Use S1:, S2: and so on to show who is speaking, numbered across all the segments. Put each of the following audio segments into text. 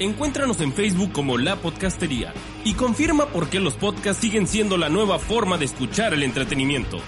S1: Encuéntranos en Facebook como La Podcastería y confirma por qué los podcasts siguen siendo la nueva forma de escuchar el entretenimiento.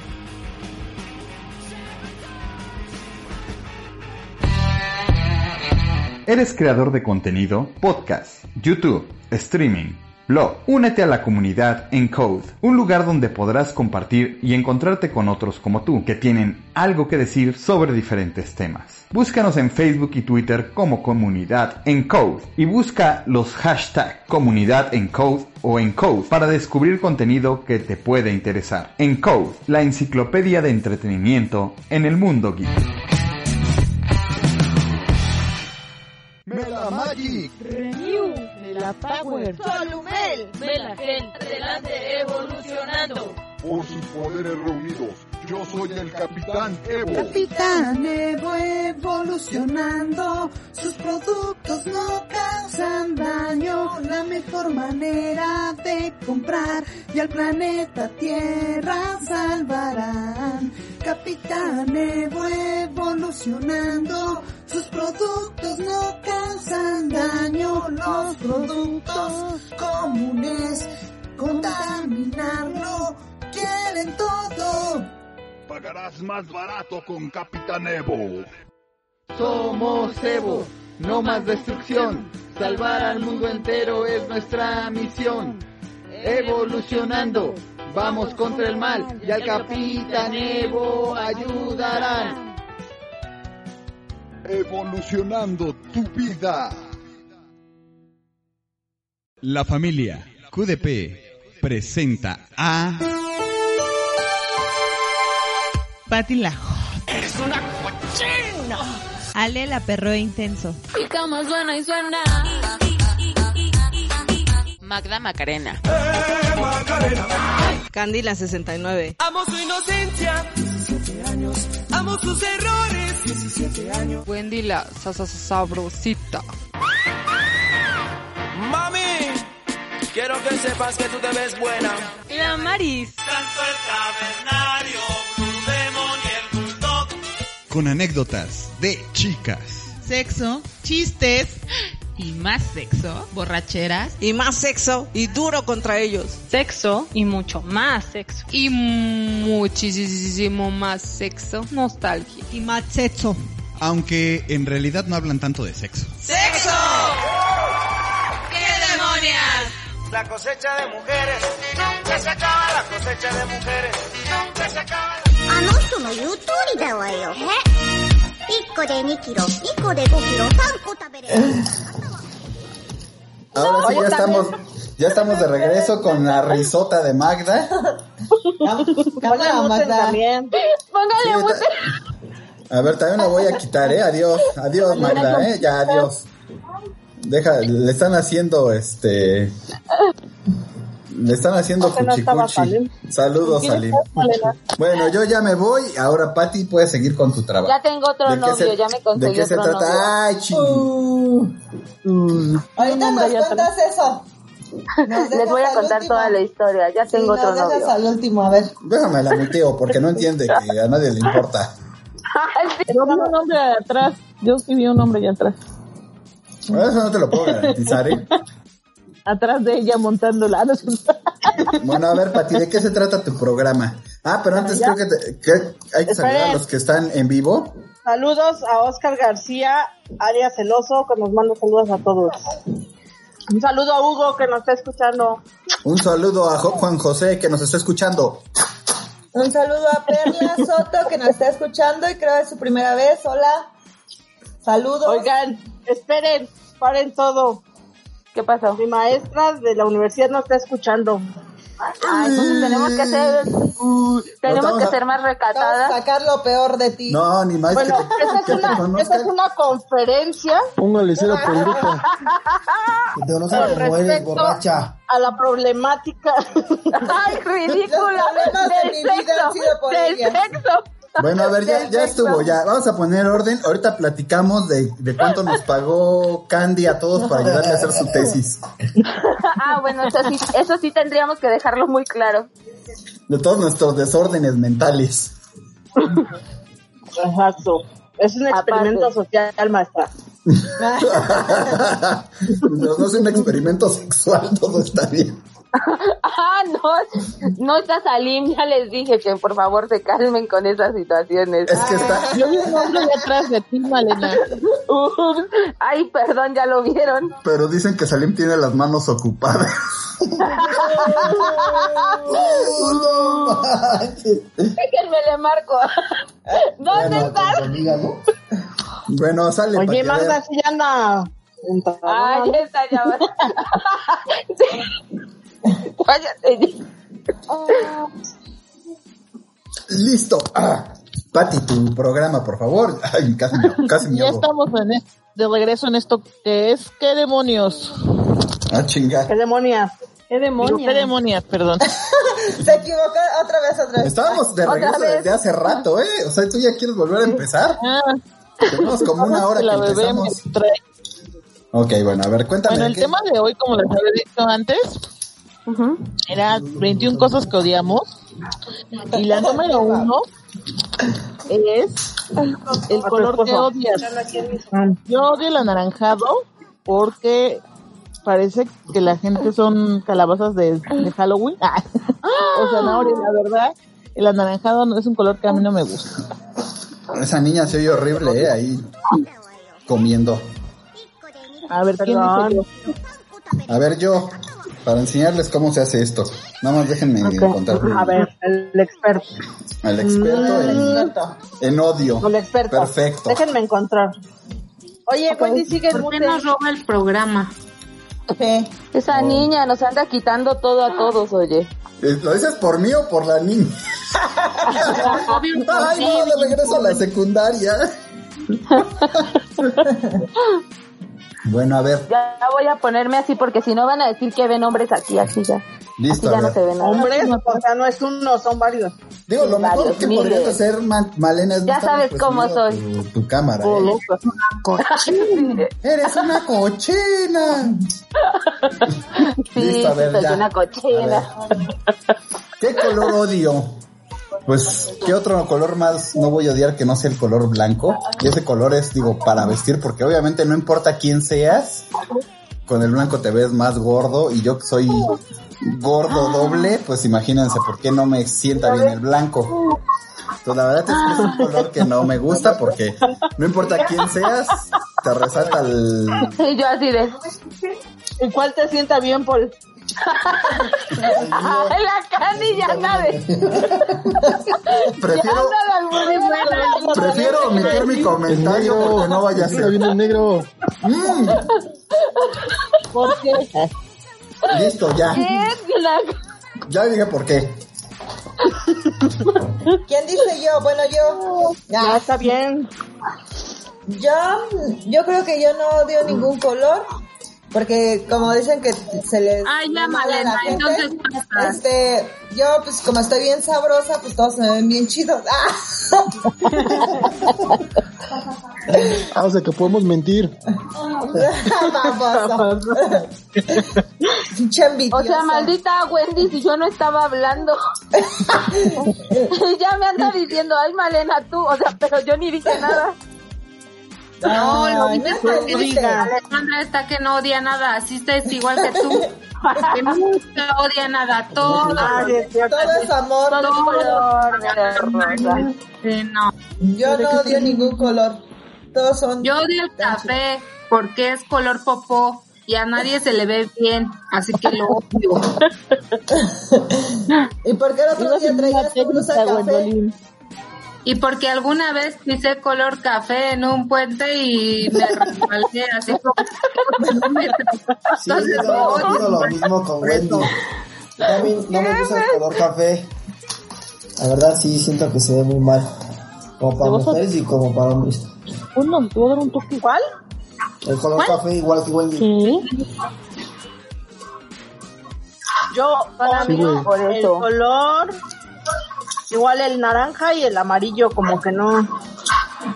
S2: ¿Eres creador de contenido? Podcast, YouTube, streaming, blog. Únete a la comunidad Encode, un lugar donde podrás compartir y encontrarte con otros como tú, que tienen algo que decir sobre diferentes temas. Búscanos en Facebook y Twitter como Comunidad Encode y busca los hashtag Comunidad Encode o Encode para descubrir contenido que te puede interesar. Encode, la enciclopedia de entretenimiento en el mundo geek.
S3: Mela Magic,
S4: Renew, Mela Power,
S5: Solumel,
S4: Melagel,
S5: adelante evolucionando.
S3: por sus poderes reunidos. Yo soy el Capitán Evo.
S6: Capitán Evo evolucionando, sus productos no causan daño. La mejor manera de comprar y al planeta Tierra salvarán. Capitán Evo evolucionando, sus productos no causan daño. Los productos comunes contaminarlo quieren todo.
S3: Pagarás más barato con Capitán Evo.
S7: Somos Evo, no más destrucción. Salvar al mundo entero es nuestra misión. Evolucionando, vamos contra el mal y al Capitán Evo ayudarán.
S3: Evolucionando tu vida.
S8: La familia QDP presenta a
S9: Pati la ¡Es una cochina! Ale la perro intenso.
S5: Y como suena y suena.
S10: Magda Macarena.
S11: Candy la 69.
S6: Amo su inocencia. 17 años. Amo sus errores. 17 años.
S10: Wendy la sabrosita.
S6: Mami, quiero que sepas que tú te ves buena.
S11: La Maris.
S8: con anécdotas de chicas.
S9: Sexo, chistes y más sexo. Borracheras
S11: Y más sexo y duro contra ellos.
S4: Sexo y mucho más sexo.
S10: Y muchísimo más sexo. Nostalgia.
S9: y más sexo.
S8: Aunque en realidad no hablan tanto de sexo.
S11: ¡Sexo! ¡Qué demonias!
S6: La cosecha de mujeres. Ya se acaba la cosecha de mujeres. Ya se acaba la...
S12: あの人の言う通りだわよ。1個で2キロ、2個で5キロ、3個食べれる。
S13: Eh, Ahora sí ya estamos, ya estamos de regreso con la risota de Magda.
S11: Hola, Magda.
S13: Sí,
S5: Póngale
S13: ta- A ver, también la voy a quitar, eh. Adiós, adiós Magda, eh. Ya, adiós. Deja, le están haciendo este. Le están haciendo cuchicuchi. Saludos, Salim. Bueno, yo ya me voy. Ahora, Pati, puedes seguir con tu trabajo.
S5: Ya tengo otro
S13: ¿De qué
S5: novio,
S13: se-
S5: ya me conseguí
S13: ¿De qué se
S5: otro novio.
S13: trata? ¡Ay, ching!
S6: Ahorita nos cuentas eso.
S5: Les voy a contar toda la historia. Ya tengo otro novio.
S6: al último, a ver.
S13: Déjame la muteo porque no entiende que a nadie le importa.
S4: Yo vi un hombre atrás. Yo sí vi un hombre allá atrás.
S13: Bueno, Eso no te lo puedo garantizar, ¿eh?
S4: Atrás de ella montándola. No, es cierto.
S13: Bueno, a ver, Pati, ¿de qué se trata tu programa? Ah, pero antes creo que, te- que hay que saludar a los que están en vivo.
S6: Saludos a Oscar García, Arias Celoso, que nos manda saludos a todos. Un saludo a Hugo, que nos está escuchando.
S13: Un saludo a Jo- Juan José que nos está escuchando.
S6: Un saludo a Perla Soto, que nos está escuchando y creo es su primera vez. Hola. Saludos. Oigan, esperen, paren todo.
S5: ¿Qué pasó?
S6: Mi maestra de la universidad no está escuchando.
S5: Ay, entonces tenemos que ser, tenemos
S6: vamos
S5: que
S6: a-
S5: ser más recatadas. Sacar lo peor de ti.
S13: No, ni más
S6: Bueno,
S13: que,
S6: esta es,
S13: que te
S6: una, esta
S13: conozcan.
S6: es una conferencia
S14: Póngale cera polvita.
S13: Que te conozcan
S6: con
S13: como eres
S6: respecto
S13: borracha.
S6: a la problemática.
S5: ¡Ay, ridícula!
S11: Los problemas de mi vida han sido por
S5: del
S11: ella.
S5: sexo.
S13: Bueno, a ver, ya,
S5: Del
S13: ya
S5: sexo.
S13: estuvo, ya. Vamos a poner orden. Ahorita platicamos de, de cuánto nos pagó Candy a todos para ayudarle a hacer su tesis.
S5: ah, bueno, eso sí, eso sí tendríamos que dejarlo muy claro.
S13: De todos nuestros desórdenes mentales.
S6: Exacto. Es un experimento social, maestra.
S13: Mientras no es un experimento sexual, todo está bien.
S5: Ah, no, no está Salim, ya les dije que por favor se calmen con esas situaciones. Es que
S13: está...
S5: Yo vi un hombre detrás de ti, Malena. Ay, perdón, ya lo vieron.
S13: Pero dicen que Salim tiene las manos ocupadas.
S5: Déjenme le marco. ¿Dónde estás?
S13: Bueno, sale para
S6: Oye,
S13: que
S6: Magda,
S13: vean.
S6: sí anda.
S11: Ah,
S5: Ay, está ya va. Sí. Cállate.
S13: Listo. Ah, Pati, tu programa, por favor. Ay, casi me, casi me
S15: Ya
S13: ahogo.
S15: estamos en e- de regreso en esto que es ¿Qué demonios?
S13: Ah, chinga.
S6: demonias?
S15: ¿Qué demonios? ¿Qué demonias? Perdón.
S11: Se equivocó otra vez, otra vez.
S13: Estábamos de regreso desde hace rato, ¿eh? O sea, tú ya quieres volver a empezar. Tenemos como una hora que
S15: Ah. La bebé me
S13: empezamos.
S15: trae.
S13: Ok, bueno, a ver, cuéntame.
S15: Bueno, el
S13: ¿qué-
S15: tema de hoy, como les había dicho antes, era 21 cosas que odiamos. Y la número uno es el color que odias. Yo odio el anaranjado porque parece que la gente son calabazas de, de Halloween. Ah, o zanahoria, la verdad. El anaranjado no es un color que a mí no me gusta.
S13: Esa niña se oye horrible, ¿eh? Ahí comiendo.
S15: A ver, ¿quién
S13: Perdón.
S15: dice yo?
S13: A ver, yo, para enseñarles cómo se hace esto. Nada más déjenme contar
S6: A ver, el experto.
S13: al experto en, en odio.
S6: El experto.
S13: Perfecto.
S6: Déjenme encontrar. Oye, Wendy sigue en mute.
S5: roba el programa? Esa niña nos anda quitando todo a todos, oye.
S13: Eh, ¿Lo dices por mí o por la niña? Ay, no, de regreso a la secundaria. bueno, a ver,
S5: Ya voy a ponerme así porque si no van a decir que ven hombres aquí, así ya.
S13: listo.
S5: ya
S13: a
S5: no
S13: ver.
S5: se ve nada.
S6: Hombres, o sea, no es uno, son varios.
S13: Digo, lo mejor que
S5: miles.
S13: podrías hacer, Ma- Malena, es no
S5: Ya
S13: estar
S5: sabes cómo
S13: presumiendo Tu, tu cámara. ¿eh?
S5: Cochina.
S13: Eres una cochina.
S5: Sí,
S13: Listo, a ver,
S5: soy
S13: ya.
S5: una cochina.
S13: ¿Qué color odio? Pues, ¿qué otro color más no voy a odiar que no sea el color blanco? Y ese color es, digo, para vestir, porque obviamente no importa quién seas, con el blanco te ves más gordo y yo que soy gordo doble, pues imagínense por qué no me sienta bien el blanco. Entonces, Pues la verdad es que es un color que no me gusta porque no importa quién seas, te resalta el...
S5: Y yo así de.
S6: ¿Y cuál te sienta bien, Paul?
S5: Ay, la Candy ya sabe.
S13: Prefiero- Prefiero omitir mi comentario porque no vaya a
S14: Está
S13: ser.
S14: bien el negro.
S13: Mm,
S15: ¿Por qué?
S13: listo, ya. Ya dije por qué.
S11: ¿Quién dice yo? Bueno, yo.
S6: Ya está bien.
S11: Yo, yo creo que yo no odio ningún color. Porque como dicen que se les...
S5: Ay, ya,
S11: mala a
S5: Malena,
S11: gente,
S5: entonces pasa.
S11: Este, yo pues como estoy bien sabrosa, pues todos se me ven bien chidos. ¡Ah!
S14: Ah, o sea que podemos mentir.
S11: Baboso.
S5: O sea, maldita Wendy, si yo no estaba hablando. y ya me anda diciendo, ay, Malena, tú. O sea, pero yo ni dije nada.
S11: No, lo
S5: Ay,
S11: dices
S5: no
S11: porque
S5: digas.
S11: dices,
S16: Alejandra está que no odia nada, así está es igual que tú. Que no odia nada, todo.
S11: Ay, es cierto. Todo es amor,
S16: Todo
S11: no es color.
S16: Sí, no.
S11: Yo no odio ningún color. Todos son.
S16: Yo odio el café porque es color popó y a nadie se le ve bien, así que lo odio.
S11: ¿Y por qué el otro día traías tu blusa café?
S16: Y porque alguna vez pisé color café en un puente y me resbalé así como...
S13: Sí, no, no, digo lo mismo con Wendy. Yo A mí no me gusta el color café. La verdad sí siento que se ve muy mal. Como para
S6: ¿Te vas a-
S13: mujeres y como para hombres.
S6: Uno, te voy a dar un toque igual.
S13: El color
S6: ¿Cuál?
S13: café igual que Wendy.
S6: Yo, para
S13: Sí,
S6: mí,
S13: güey.
S6: por el color, igual el naranja y el amarillo, como que no,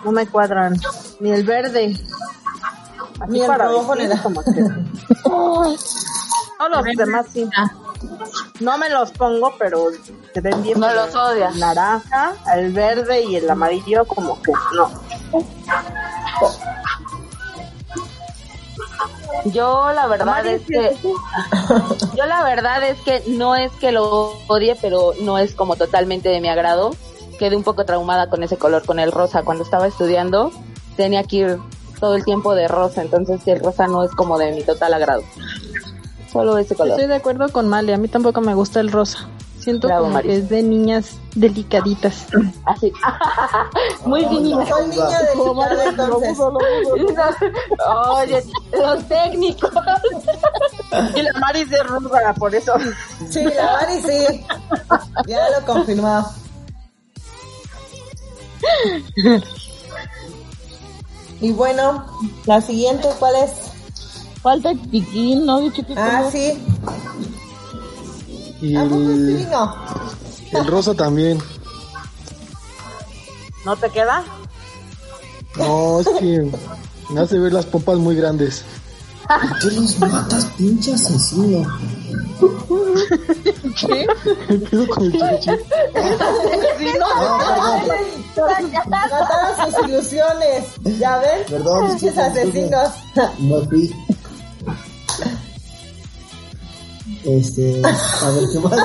S6: no me cuadran. Ni el verde. Así
S17: Ni el
S6: para
S17: rojo,
S6: vestir,
S17: ni nada.
S6: como que- Todos los demás sí.
S16: Ah,
S6: No me los pongo, pero se ven bien. No los
S5: odias.
S6: El naranja, el verde y el amarillo, como que no.
S5: Yo la verdad es que yo la verdad es que no es que lo odie, pero no es como totalmente de mi agrado. Quedé un poco traumada con ese color, con el rosa. Cuando estaba estudiando tenía que ir todo el tiempo de rosa, entonces el rosa no es como de mi total agrado. Solo ese color.
S18: Estoy de acuerdo con Male, a mí tampoco me gusta el rosa. Siento
S5: Bravo,
S18: como
S5: Mari.
S18: que es de niñas delicaditas.
S5: Así. Muy niña.
S17: Soy niña de Chicago, entonces.
S5: Oye, los técnicos.
S6: Y la Mari es de ruda, por eso.
S17: Sí, la Mari sí. Ya lo confirmado. Y bueno, la siguiente, ¿cuál es?
S11: Falta chiquín, ¿no? De chiquito.
S17: Ah, sí.
S7: Y
S17: Sí,
S7: el,
S17: no.
S7: el rosa también.
S6: ¿No te queda?
S7: No, es que me hace ver las pompas muy grandes.
S13: ¿Qué los matas, pinche asesino?
S7: ¿Qué? pedo con el chichi?
S13: Ah,
S17: Mataron sus ilusiones. ¿Ya ven?
S13: Perdón,
S17: Pinches asesinos.
S13: No fui. Este, a ver qué más.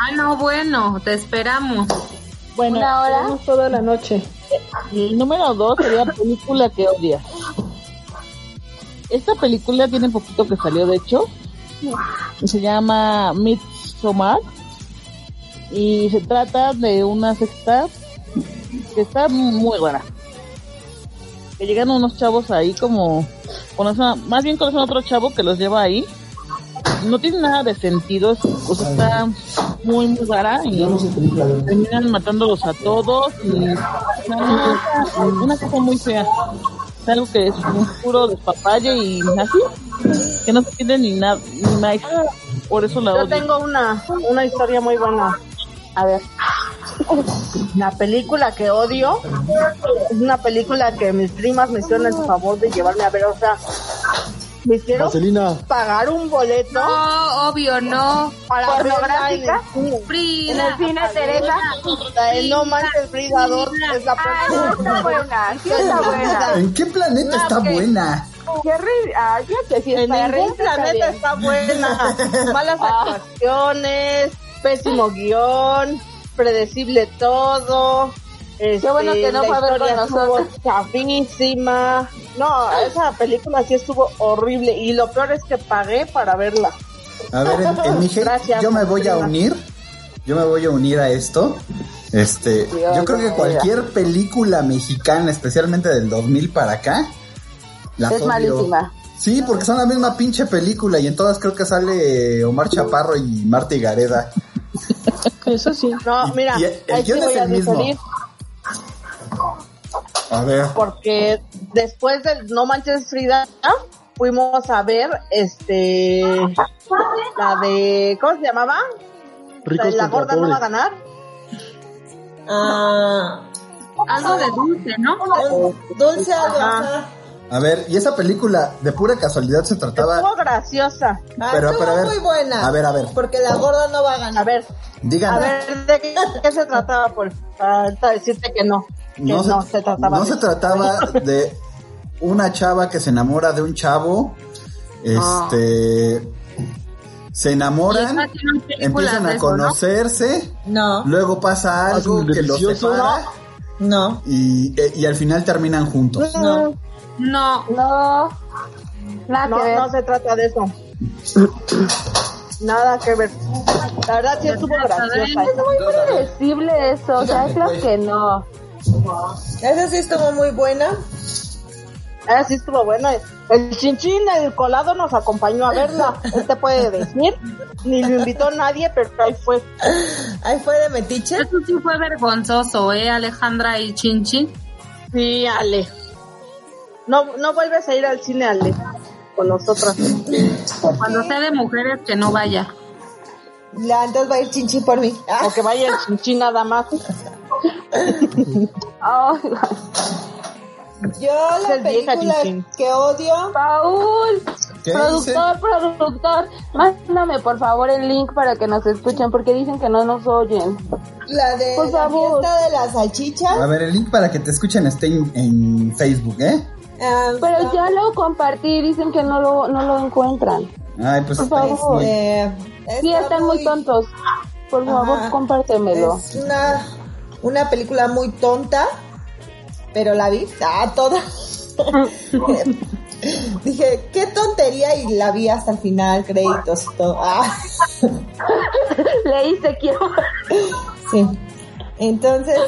S16: Ah, no, bueno, te esperamos.
S11: Bueno,
S16: ¿Una hora?
S11: tenemos toda la noche.
S5: Eh,
S11: El número dos sería película que odias. Esta película tiene poquito que salió, de hecho. Se llama Midsommar. Y se trata de una secta que está muy buena. Que llegan unos chavos ahí como... Conocen, a- más bien conocen a otro chavo que los lleva ahí. No tiene nada de sentido. O sea, está muy, muy rara. Y, terminan matándolos a todos y una, una cosa muy fea es algo que es un puro despapalle y así que no se entiende ni nada ni más por eso la
S6: Yo
S11: odio
S6: tengo una, una historia muy buena.
S5: A ver.
S6: La película que odio es una película que mis primas me hicieron el favor de llevarme a ver. O sea, me hicieron
S7: Vaselina.
S6: pagar un boleto.
S16: No, obvio, no.
S6: Para verla
S16: Pornográfica.
S6: en el cine.
S16: Frida.
S6: En el cine, Teresa. La de No Manches Frida dos es la próxima.
S5: Ah, buena, sí está buena.
S13: ¿En qué
S5: No,
S13: planeta está
S5: ok.
S13: buena?
S5: Qué ri- Ay, yo que sí
S6: En
S5: está
S6: ningún
S5: rica, bien.
S6: planeta está buena. Malas
S5: Ah.
S6: actuaciones, pésimo guión, predecible todo. Este,
S5: bueno que no
S6: la
S5: fue a ver con
S6: historia estuvo
S5: nosotros.
S6: Chafísima. No, esa película sí estuvo horrible. Y lo peor es que pagué para verla.
S13: A ver, en, en mi hate,
S6: Gracias,
S13: yo me voy a
S6: prima.
S13: unir. Yo me voy a unir a esto. Este,
S6: Dios
S13: yo creo que
S6: mío.
S13: cualquier película mexicana, especialmente del 2000 para acá, las
S5: Es
S13: odio.
S5: malísima.
S13: Sí, porque son la misma pinche película y en todas creo que sale Omar Chaparro y Marta y Gareda.
S18: Eso sí.
S6: No, mira,
S13: y el
S6: ahí sí
S13: guión es
S6: voy a
S13: el mismo.
S6: diferir
S13: A ver.
S6: porque después del No Manches Frida fuimos a ver este la de ¿cómo se llamaba?
S7: Ricos
S6: la
S7: contra
S6: gorda no va a
S7: pobres.
S6: ganar.
S16: Algo de dulce, ¿no?
S17: Dulce algo.
S6: Ajá.
S17: ajá.
S13: A ver, y esa película de pura casualidad se trataba.
S6: Estuvo graciosa.
S17: Ah,
S13: Pero,
S17: estuvo
S13: pero, a ver.
S17: muy buena.
S13: A ver, a ver.
S17: Porque la gorda no va a ganar.
S6: A ver,
S13: Díganme.
S6: a ver, ¿de qué, qué se trataba? Por para ahorita decirte que no, que no, se, trataba.
S13: no
S6: de-
S13: se trataba de una chava que se enamora de un chavo. Este. Se enamoran, empiezan a conocerse,
S17: No.
S13: luego pasa algo
S7: Hacen
S13: que los
S7: delicioso.
S13: separa
S17: No.
S13: y, eh, y al final terminan juntos.
S17: No.
S16: No.
S5: No. Nada que
S6: No,
S5: ver.
S6: no se trata de eso. Nada que ver. La verdad sí estuvo graciosa.
S5: Es muy predecible eso, o sea, claro que no.
S11: Esa sí estuvo muy buena.
S6: Ah, sí estuvo buena. El chinchín, el colado nos acompañó a verla. Él te puede decir. Ni lo invitó nadie, pero ahí fue.
S11: Ahí fue de metiche.
S16: Eso sí fue vergonzoso, ¿eh, Alejandra y Chinchín?
S6: Sí, Ale. No, no vuelves a ir al cine, Ale, con nosotras.
S16: Cuando sea de mujeres, que no vaya.
S11: La, entonces va a ir chinchín por mí. Ah.
S6: O que vaya el chinchín nada más.
S5: Oh,
S11: Yo la
S6: Es vieja,
S11: película
S6: Chin Chin.
S11: que odio.
S5: Paul,
S11: ¿Qué
S5: productor, productor, mándame por favor el link para que nos escuchen porque dicen que no nos oyen.
S11: Pues La de
S5: Por
S11: la
S5: favor.
S11: fiesta de las salchichas.
S13: A ver, el link para que te escuchen está en, en Facebook, ¿eh?
S11: Ah,
S5: Pero ya lo compartí, dicen que no lo, no lo encuentran.
S13: Ay, pues
S5: Por
S13: está ahí,
S5: favor.
S13: güey.
S11: eh,
S5: Sí,
S11: está
S5: están muy tontos. Por favor,
S11: Ajá.
S5: compártemelo.
S11: Es una, una película muy tonta, pero la vi ah, toda. Dije, qué tontería y la vi hasta el final, créditos y todo. Ah,
S5: Leíste, quiero.
S11: sí. Entonces,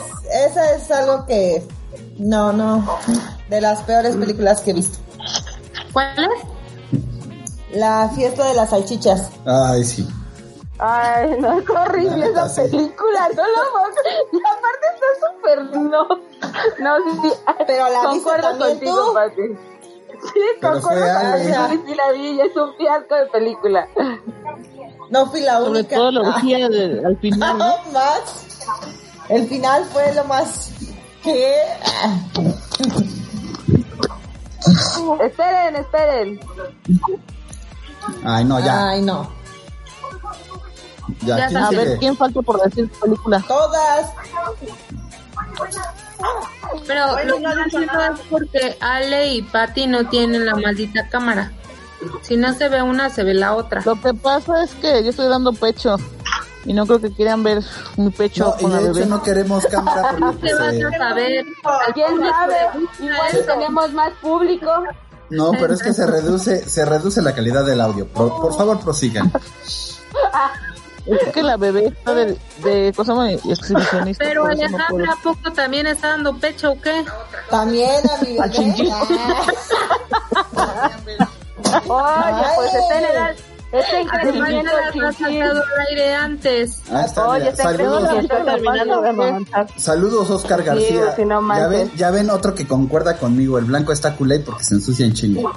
S11: esa es algo que no, no, de las peores películas que he visto.
S16: ¿Cuál es?
S11: La fiesta de las salchichas.
S13: Ay, sí.
S5: Ay, no, es horrible esa película, no lo puedo creer. Y aparte está súper no. No, sí, sí. ay,
S11: Pero la viste
S5: concuerdo
S11: también
S5: contigo,
S11: tú.
S5: Pati. Sí,
S13: Pero fue
S5: concuerdo
S13: Ale.
S5: contigo, sí, sí la vi y es un fiasco de película.
S11: No fui la
S15: Sobre
S11: única. Ah.
S15: todo la orgía de- al final, ¿no?
S11: No, Max. El final fue lo más que
S5: Esperen, esperen.
S13: Ay, no, ya.
S11: Ay, no.
S13: ya,
S16: ya
S13: ¿quién
S15: A
S13: sigue?
S15: ver, ¿quién falta por decir película?
S11: Todas.
S16: Pero
S6: Bueno,
S16: lo
S6: no
S16: que
S6: dice
S16: no entiendo
S6: nada.
S16: es porque Ale y Patty no tienen la maldita cámara. Si no se ve una, se ve la otra.
S15: Lo que pasa es que yo estoy dando pecho y no creo que quieran ver mi pecho
S13: No, y
S15: con la
S13: de hecho
S15: bebé.
S13: no queremos cámara porque
S16: Se
S13: pues,
S16: vas
S13: eh,
S16: a saber.
S5: ¿Quién sabe? Igual tenemos más público.
S13: no, pero es que se reduce, se reduce la calidad del audio. Por, por favor, prosigan.
S15: Es que la bebé está de, de cosa muy exhibicionista.
S16: Pero
S15: por eso no puedo.
S16: Alejandra, ¿a poco también está dando pecho o qué?
S11: También a mi bebé. Ah,
S5: Oye, pues está en edad. Está en
S16: Además, ya
S5: crecimiento,
S16: las has
S5: chinchín.
S16: sacado al aire antes.
S13: Ah, está,
S5: Oye,
S13: mira.
S5: está en
S13: Saludos,
S5: crecimiento,
S15: terminando de amamantar.
S13: saludos, Oscar
S5: Sí,
S13: García.
S5: si no
S13: ya,
S5: manches.
S13: ven, ya ven otro que concuerda conmigo. El blanco está culé porque se ensucia en chingo.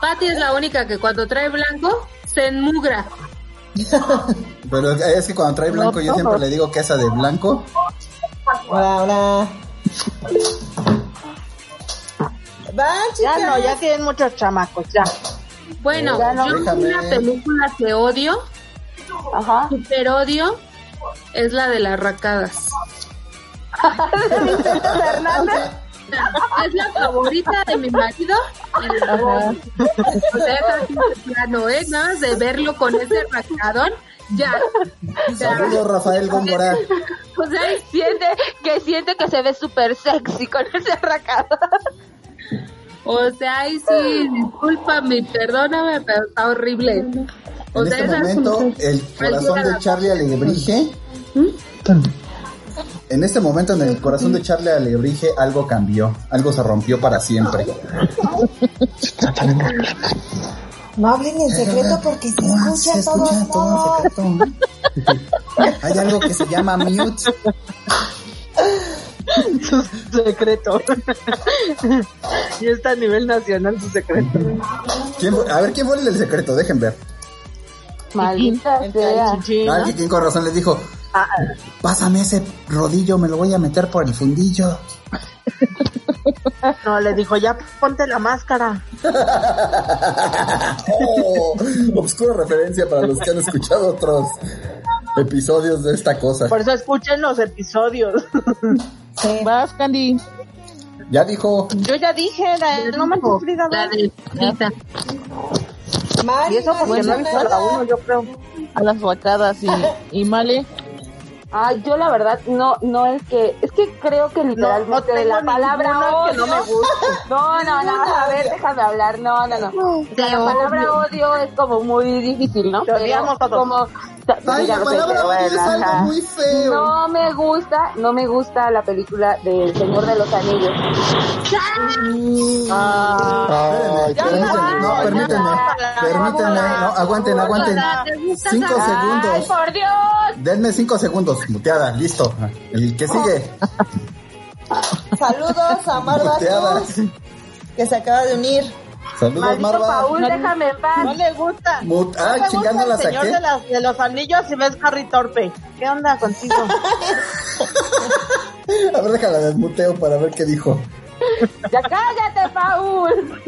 S16: Patty es la única que cuando trae blanco se enmugra.
S13: Pero es que cuando trae blanco, yo siempre le digo que esa de blanco.
S11: Hola, hola. Van, chicas.
S6: Ya no, ya tienen muchos chamacos, ya.
S16: Bueno,
S13: Ya no.
S16: yo
S13: Déjame.
S16: una película que odio,
S5: Ajá.
S16: super odio, es la de las racadas.
S5: Fernández.
S16: Es la favorita de mi marido. y la odio. O sea, es así de plano, ¿eh? Nada más de verlo con ese racadón, ya. ya.
S13: Saludos, Rafael Góngora.
S5: O sea, siente que siente que se ve súper sexy con ese arracado.
S16: O sea, ahí sí, discúlpame, perdóname, pero está horrible. O
S13: En
S16: sea,
S13: este
S16: esa es
S13: momento, el corazón de Charlie Alebrije. En este momento, en el corazón de Charlie Alebrije, algo cambió. Algo se rompió para siempre.
S11: No hablen en secreto porque se escucha todo.
S13: todo en secreto. Hay algo que se llama mute.
S6: Su secreto. y está a nivel nacional su secreto.
S13: ¿Quién fue- a ver, ¿quién fue el del secreto? Dejen ver.
S5: Maldita sea.
S13: Alguien que con razón le dijo:
S6: Ah.
S13: Pásame ese rodillo, me lo voy a meter por el fundillo.
S6: No, le dijo, ya ponte la máscara.
S13: Oh, obscura referencia para los que han escuchado otros episodios de esta cosa.
S6: Por eso escuchen los episodios.
S11: Sí.
S15: Vas, Candy.
S13: Ya dijo,
S6: Yo ya dije, la, no manches, Frida,
S16: la
S6: no.
S16: de Frida.
S11: Mari,
S6: Y eso porque
S11: Mari,
S6: no he visto Pues a la
S11: nada.
S6: uno, yo creo.
S15: A las vacadas y, y Male.
S5: Ah, yo la verdad no, no es que, es que creo que literalmente
S6: No, no
S5: de la
S6: tengo
S5: palabra
S6: ninguna
S5: odio.
S6: que no me guste.
S5: No, no, no,
S6: Ninguna
S5: a ver,
S6: odio.
S5: déjame hablar, no, no, no. O sea,
S6: Te
S5: la palabra
S6: odio.
S5: odio es como muy difícil, ¿no?
S6: Te odiamos todos.
S5: como
S6: Ay, la
S5: lo sé,
S6: palabra
S5: pero
S6: odio es algo
S5: pues, ajá.
S6: muy feo.
S5: No me gusta, no me gusta la película del Señor de los Anillos.
S6: Ah.
S13: Ay,
S5: Ya
S13: permíteme,
S5: basta,
S13: no,
S5: ya
S13: permíteme,
S5: basta,
S13: permíteme,
S5: basta,
S13: no, aguanten, aguanten.
S5: basta, ¿te gusta
S13: Cinco
S5: esa-
S13: segundos.
S5: Ay, por Dios.
S13: Denme cinco segundos, muteada, listo. El que sigue,
S11: Saludos a Marva
S13: muteada.
S11: Cruz, que se acaba de unir.
S13: Saludos,
S11: Maldito
S13: Marva.
S11: Paul, déjame
S6: en paz. No le gusta.
S13: Mut- ah,
S6: no le gusta
S13: chingada, la
S6: el señor
S13: saqué.
S6: de, las, de los anillos y ves Harry Torpe. ¿Qué onda contigo?
S13: A ver, déjala desmuteo para ver qué dijo.
S5: Ya cállate, Paul.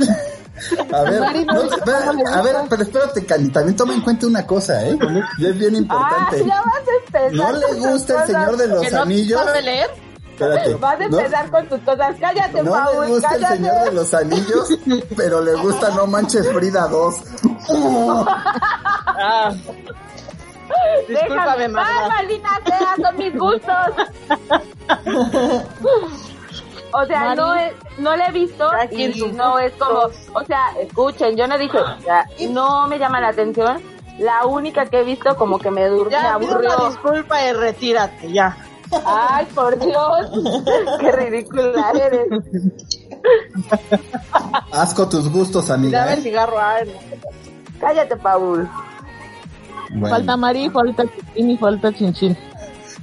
S13: A ver,
S5: Mari, no
S13: no,
S5: dijo
S13: espera,
S5: cómo le
S13: a ver, pero espérate, Cali, también toma en cuenta una cosa, ¿eh? Y es bien
S5: Ah,
S13: importante.
S5: ya vas a empezar.
S13: No le
S5: con tus
S13: gusta el
S5: cosas
S13: Señor de los
S5: que no
S13: Anillos.
S5: sabe leer.
S13: Espérate,
S5: Vas a
S13: no-
S5: empezar con tus cosas. Cállate,
S13: No
S5: Paul.
S13: le gusta el
S5: cállate.
S13: Señor de los Anillos, pero le gusta No Manches Frida 2.
S6: Ah,
S5: Déjame,
S6: Discúlpame,
S5: más,
S6: Magda.
S5: maldita sea, son mis gustos. O sea,
S6: Mari.
S5: no es, no le he visto
S6: Cada quien
S5: y
S6: sus
S5: no es como, o sea, escuchen, yo no dije, o sea, no me llama la atención. La única que he visto como que me, dur- me
S6: ya, pido una
S5: aburrió.
S6: disculpa y retírate, ya.
S5: Ay, por Dios, qué ridícula eres.
S13: Asco tus gustos, amiga.
S6: Dame el
S13: ¿eh?
S6: cigarro a
S5: Cállate, Paul.
S13: Bueno,
S19: Falta Mari, falta Chin y falta Chin Chin.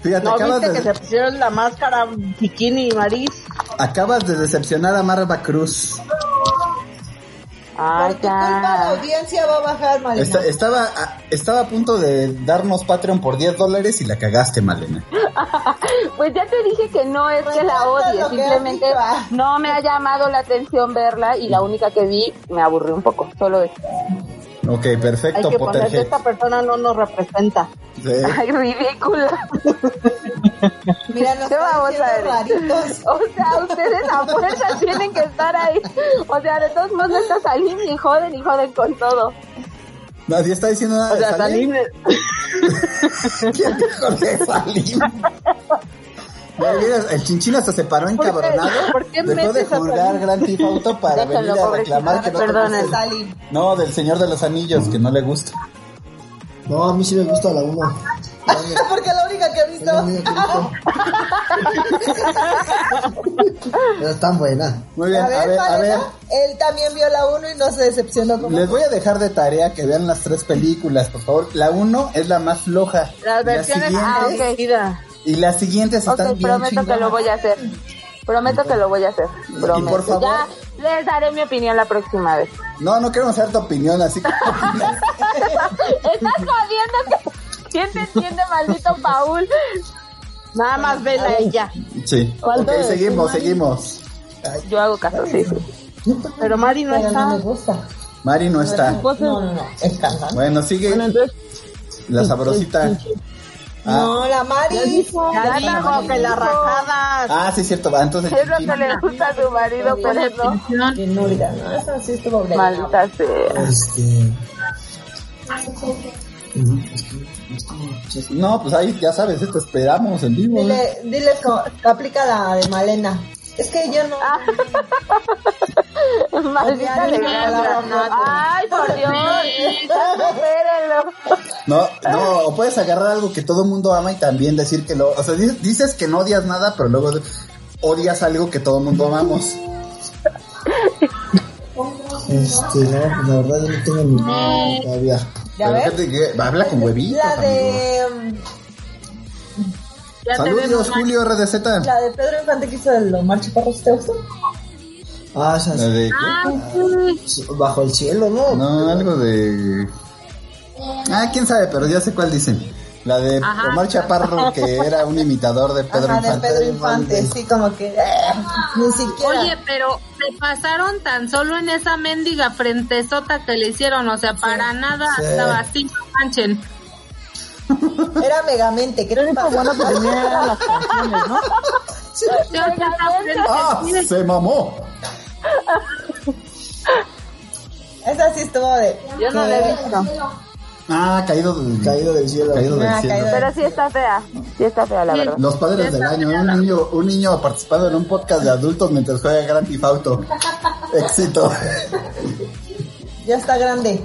S13: fíjate,
S6: ¿No
S13: acabas,
S6: viste
S13: de,
S6: que se pusieron la máscara bikini y nariz?
S13: acabas de decepcionar a Marva Cruz.
S5: Ay,
S11: Culpa, la
S5: ya.
S11: audiencia va a bajar, Malena.
S13: Esta- estaba, a- estaba a punto de darnos Patreon por 10 dólares y la cagaste, Malena.
S5: Pues ya te dije que no es que la
S11: Recuerda
S5: odie,
S11: lo que
S5: simplemente
S11: has dicho. Ah.
S5: no me ha llamado la atención verla y la única que vi me aburrió un poco, solo eso.
S13: Ok, perfecto,
S6: Hay que poner que
S13: Potterhead.
S6: esta persona no nos representa.
S13: Sí.
S5: Ay, ridícula.
S11: Mira, nos
S5: ¿Qué
S11: están
S5: vamos a ver?
S11: diciendo raritos.
S5: O sea, ustedes a fuerza tienen que estar ahí. O sea, de todos modos no está saliendo y joden y joden con todo.
S13: Nadie está diciendo nada
S6: O
S13: de
S6: sea,
S13: Salim.
S6: Salim,
S13: ¿Quién dijo de Salim? No, mira, el chinchín hasta se paró
S6: ¿Por qué?
S13: encabronado.
S6: ¿Por qué
S13: Dejó de
S6: metes a
S13: jugar
S6: Salim?
S13: Gran Tifauto para
S5: Déjenlo,
S13: venir a
S5: pobrecito,
S11: Ah,
S13: reclamar que no le
S5: perdonen.
S13: gusta.
S11: Sally.
S13: No, del Señor de los Anillos, que no le gusta. No, a mí sí me gusta la 1.
S11: Ah, Porque la única que he visto.
S13: Pero es tan buena. Muy bien,
S11: a ver,
S13: a ver, a ver.
S11: Malena, él también vio la 1 y no se decepcionó. como-
S13: Les voy a dejar de tarea que vean las tres películas, por favor. La 1 es la más floja.
S6: las versiones
S5: ah,
S13: siguientes-
S5: ok.
S6: vida.
S13: Y las siguientes
S5: Ok,
S13: están bien
S5: prometo que lo
S13: chingonas.
S5: voy a hacer. Prometo que lo voy a hacer. Prometo.
S13: por favor-
S5: Ya les daré mi opinión la próxima vez.
S13: No, no queremos saber tu opinión, así que
S5: Estás jodiendo que... ¿Quién te entiende, maldito Paul?
S6: Nada más vela ella.
S13: Sí. Ok,
S6: Falta de
S13: seguimos,
S6: Mari.
S13: seguimos.
S5: Yo hago caso, sí, sí.
S6: Pero Mari no
S11: Pero no
S6: está.
S11: me gusta.
S13: Mari no está.
S11: No, no, no. Es carnal.
S13: Bueno, sigue
S19: Bueno, entonces,
S13: la sabrosita. Ah,
S11: No, la Mari.
S6: Ya dijo que la rajada.
S13: ah, sí, cierto. va, Entonces,
S5: Es lo que le gusta a su marido, pero no.
S11: Que no, mira, no, esa sí estuvo obligada.
S5: Maldita sea.
S13: Este... No, pues ahí ya sabes, ¿eh? te esperamos en vivo. ¿eh?
S11: Dile, diles como, aplica la de Malena. Es que yo no.
S5: Maldita
S11: Odiar y
S5: desgracia.
S11: regalar.
S5: Ay, por Dios. Espérenlo.
S13: No,
S11: Ah.
S13: no, o puedes agarrar algo que todo el mundo ama y también decir que lo. O sea, di- dices que no odias nada, pero luego odias algo que todo el mundo amamos.
S20: Este, no, la verdad yo no tengo ni todavía.
S11: ¿Ya
S13: Pero
S11: ves?
S13: gente que habla con huevitos.
S11: La
S13: amigo.
S11: de. mm,
S13: Saludos, Julio RDZ.
S11: um, La de Pedro Infante que hizo de Omar Chaparro, ¿sí ¿te gustó?
S20: Ah, o sea,
S13: La de-
S20: bajo el cielo, ¿no?
S13: Eh. No, algo de. Ah, quién sabe, pero ya sé cuál dicen. La de Omar Chaparro, que era un imitador de Pedro
S11: Ajá, de
S13: Infante.
S11: Pedro Infante, sí, como que. eh, ni siquiera.
S16: Oye, pero se pasaron tan solo en esa mendiga frentezota que le hicieron, o sea, para nada
S20: Sí.
S16: estaba así, no manchen.
S11: Era Megamente, que era
S19: pues, lo bueno que tenía las canciones, ¿no?
S16: Yo estaba frente-
S13: ¡Ah! ¡Se mamó!
S11: Esa sí estuvo de.
S6: Yo no la he visto.
S13: Ah, caído del,
S21: Caído del cielo.
S13: Caído del
S16: Ah,
S13: cielo.
S16: caído. Pero sí está fea. Sí está fea, la verdad.
S13: Los padres del año, un niño, un niño participando en un podcast de adultos mientras juega Grand Theft Auto. Éxito.
S11: Ya está grande.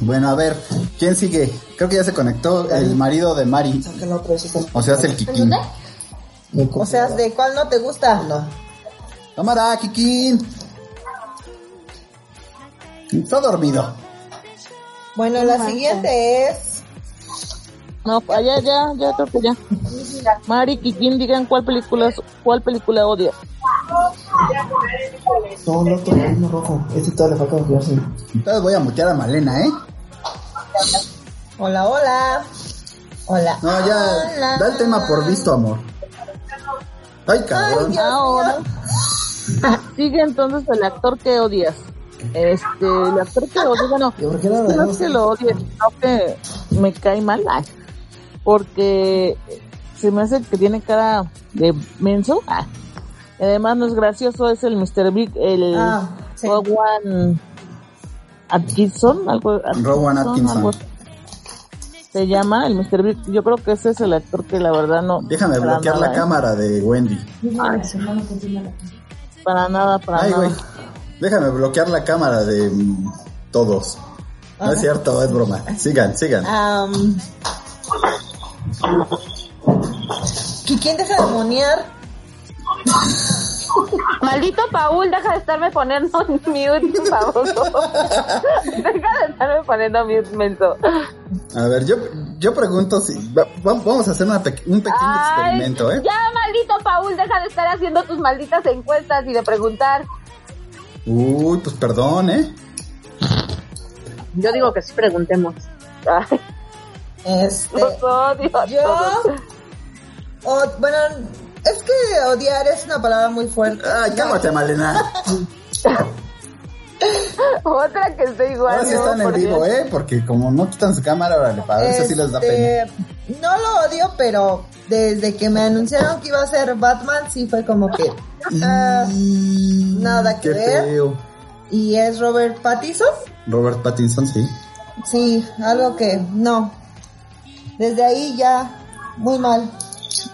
S13: Bueno, a ver, ¿quién sigue? Creo que ya se conectó el marido de Mari. O sea, es el Kikín.
S11: O sea, ¿de cuál no te gusta? No.
S13: Cámara, Kikín. Está dormido.
S11: Bueno, la siguiente es.
S5: No, allá, ya, ya, creo que ya. Mari, Kikín, digan cuál película, cuál película odia.
S21: No, no, todo el mundo rojo. Este todavía le falta enfriarse.
S13: Entonces voy a mutear a Malena, ¿eh?
S11: Hola, hola. Hola.
S13: No, ya, da el tema por visto, amor. Ay, cabrón.
S5: Ahora. Sigue entonces el actor que odias. Este, el actor que odio, bueno, no es que lo odie, sino que me cae mal, ay, porque se me hace que tiene cara de menso, ay. Y además no es gracioso, es el Mr. Big, el
S11: Ah, sí.
S5: Rowan Atkinson, algo,
S13: Rowan Atkinson.
S5: algo así. se llama el Mr. Big, yo creo que ese es el actor que la verdad no...
S13: Déjame
S5: para
S13: bloquear la
S5: nada, ¿eh?
S13: cámara de Wendy.
S5: Para nada, para
S13: Ay,
S5: nada.
S13: güey. Déjame bloquear la cámara de mm, todos. No es cierto, es broma. Sigan, sigan.
S11: Am. ¿Y quién deja de monear?
S16: Maldito Paul, deja de estarme poniendo mute, baboso. deja de estarme poniendo mute, menso.
S13: A ver, yo, yo pregunto si... va- va- vamos a hacer una pe- un pequeño
S16: Ay,
S13: experimento, ¿eh?
S16: Ya, maldito Paul, deja de estar haciendo tus malditas encuestas y de preguntar.
S13: Uy, pues perdón, ¿eh?
S6: Yo digo que sí preguntemos.
S11: Este,
S16: Los odio a
S11: yo,
S16: todos.
S11: o- bueno, es que odiar es una palabra muy fuerte.
S13: Ay, cámate, Malena.
S16: Otra que esté igual.
S13: Ahora sí
S16: ¿no?
S13: están en
S16: Porque-
S13: vivo, ¿eh? Porque como no quitan su cámara, órale, para ver si sí les da pena.
S11: Este, No lo odio, pero desde que me anunciaron que iba a ser Batman, sí fue como que ah, nada que
S13: Qué
S11: ver.
S13: feo.
S11: Y es Robert Pattinson.
S13: Robert Pattinson, sí.
S11: Sí, algo que no. Desde ahí ya muy mal.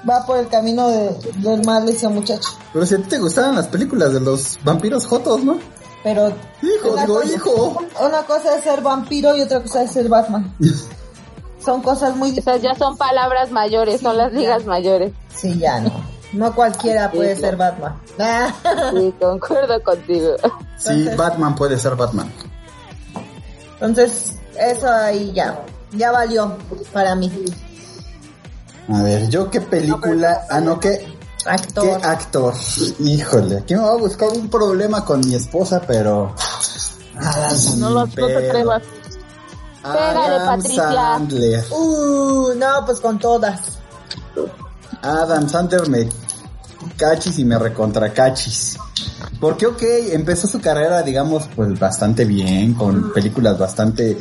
S11: Va por el camino de, del mal ese muchacho.
S13: Pero si a ti te gustaban las películas de los vampiros jotos, ¿no?
S11: Pero
S13: Hijo,
S11: una
S13: digo,
S11: cosa-
S13: hijo.
S11: Una cosa es ser vampiro y otra cosa es ser Batman. Son cosas muy
S16: Esas ya son palabras mayores, son las ligas mayores.
S11: Sí, ya no. No cualquiera puede
S16: Sí,
S11: ser Batman.
S16: Sí, concuerdo contigo.
S13: Sí, Batman puede ser Batman.
S11: Entonces, eso ahí ya. Ya valió para mí.
S13: A ver, ¿yo qué película? Ah, no, ¿qué actor? ¿Qué actor? Híjole, aquí me va a buscar un problema con mi esposa, pero...
S5: No, lo, no te
S13: Pero-
S5: atrevas.
S16: Pégale,
S13: Adam
S16: Patricia.
S13: Sandler.
S11: Uh, no, pues con todas.
S13: Adam Sandler me cachis y me recontracachis. Porque, ok, empezó su carrera, digamos, pues bastante bien, con películas bastante